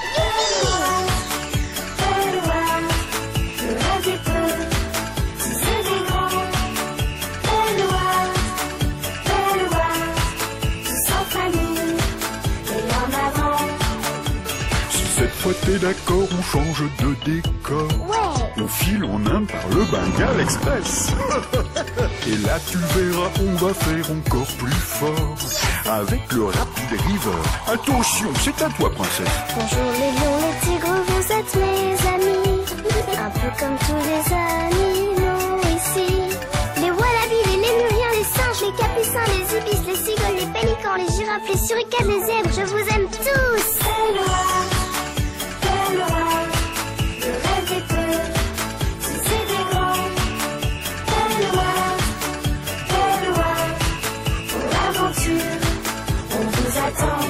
Speaker 2: Belleward, le rêve des petits et des grands. Belleward, Belleward, tous en famille et en avant.
Speaker 5: Si cette fois t'es d'accord, on change de décor. On file en Inde par le Bengal Express. Et là, tu verras, on va faire encore plus fort. Avec le rap des rivers. Attention, c'est à toi, princesse.
Speaker 2: Bonjour les lions, les tigres, vous êtes mes amis. Un peu comme tous les animaux ici. Les wallabies, les lémuriens, les singes, les capucins, les ibis, les cigognes, les pélicans, les girafes, les suricates, les zèbres, je vous aime tous. Belleward, Belleward, le rêve des petits et des grands. Belleward, Belleward, pour l'aventure, on vous attend.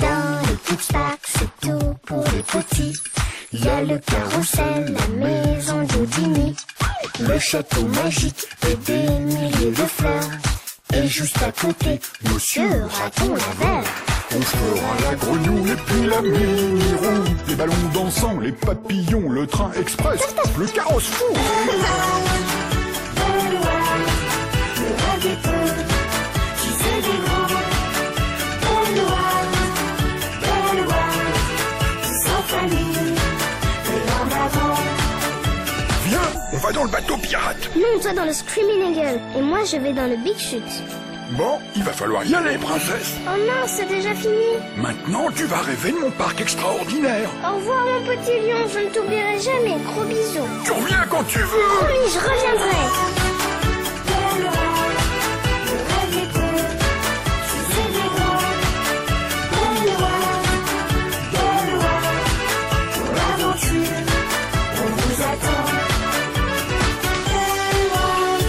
Speaker 2: Dans le kickback, c'est tout pour les petits. Il y a le carrousel, la maison d'Houdini,
Speaker 5: Le château magique et des milliers de fleurs. Et juste à côté, monsieur raton laveur. On fera la grenouille et puis la mini Les ballons dansants, les papillons, le train express, le carrosse fou.
Speaker 2: Belleward, le roi des petits et des grands. Belleward, Belleward, tous en famille et en avant.
Speaker 5: Viens, on va dans le bateau pirate.
Speaker 19: Non, toi dans le Screaming Eagle. Et moi, je vais dans le Big Shoot.
Speaker 5: Bon, il va falloir y aller, princesse.
Speaker 19: Oh non, c'est déjà fini.
Speaker 5: Maintenant, tu vas rêver de mon parc extraordinaire.
Speaker 19: Au revoir, mon petit lion. Je ne t'oublierai jamais. Gros bisous.
Speaker 5: Tu reviens quand tu veux.
Speaker 19: Promis, je reviendrai.
Speaker 2: Belleward, le roi des petits et des grands. Belleward, Belleward, pour l'aventure, on vous attend. Belleward,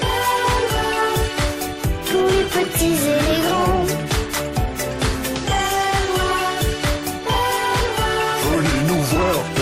Speaker 2: Belleward, tous les petits
Speaker 5: Oh, voir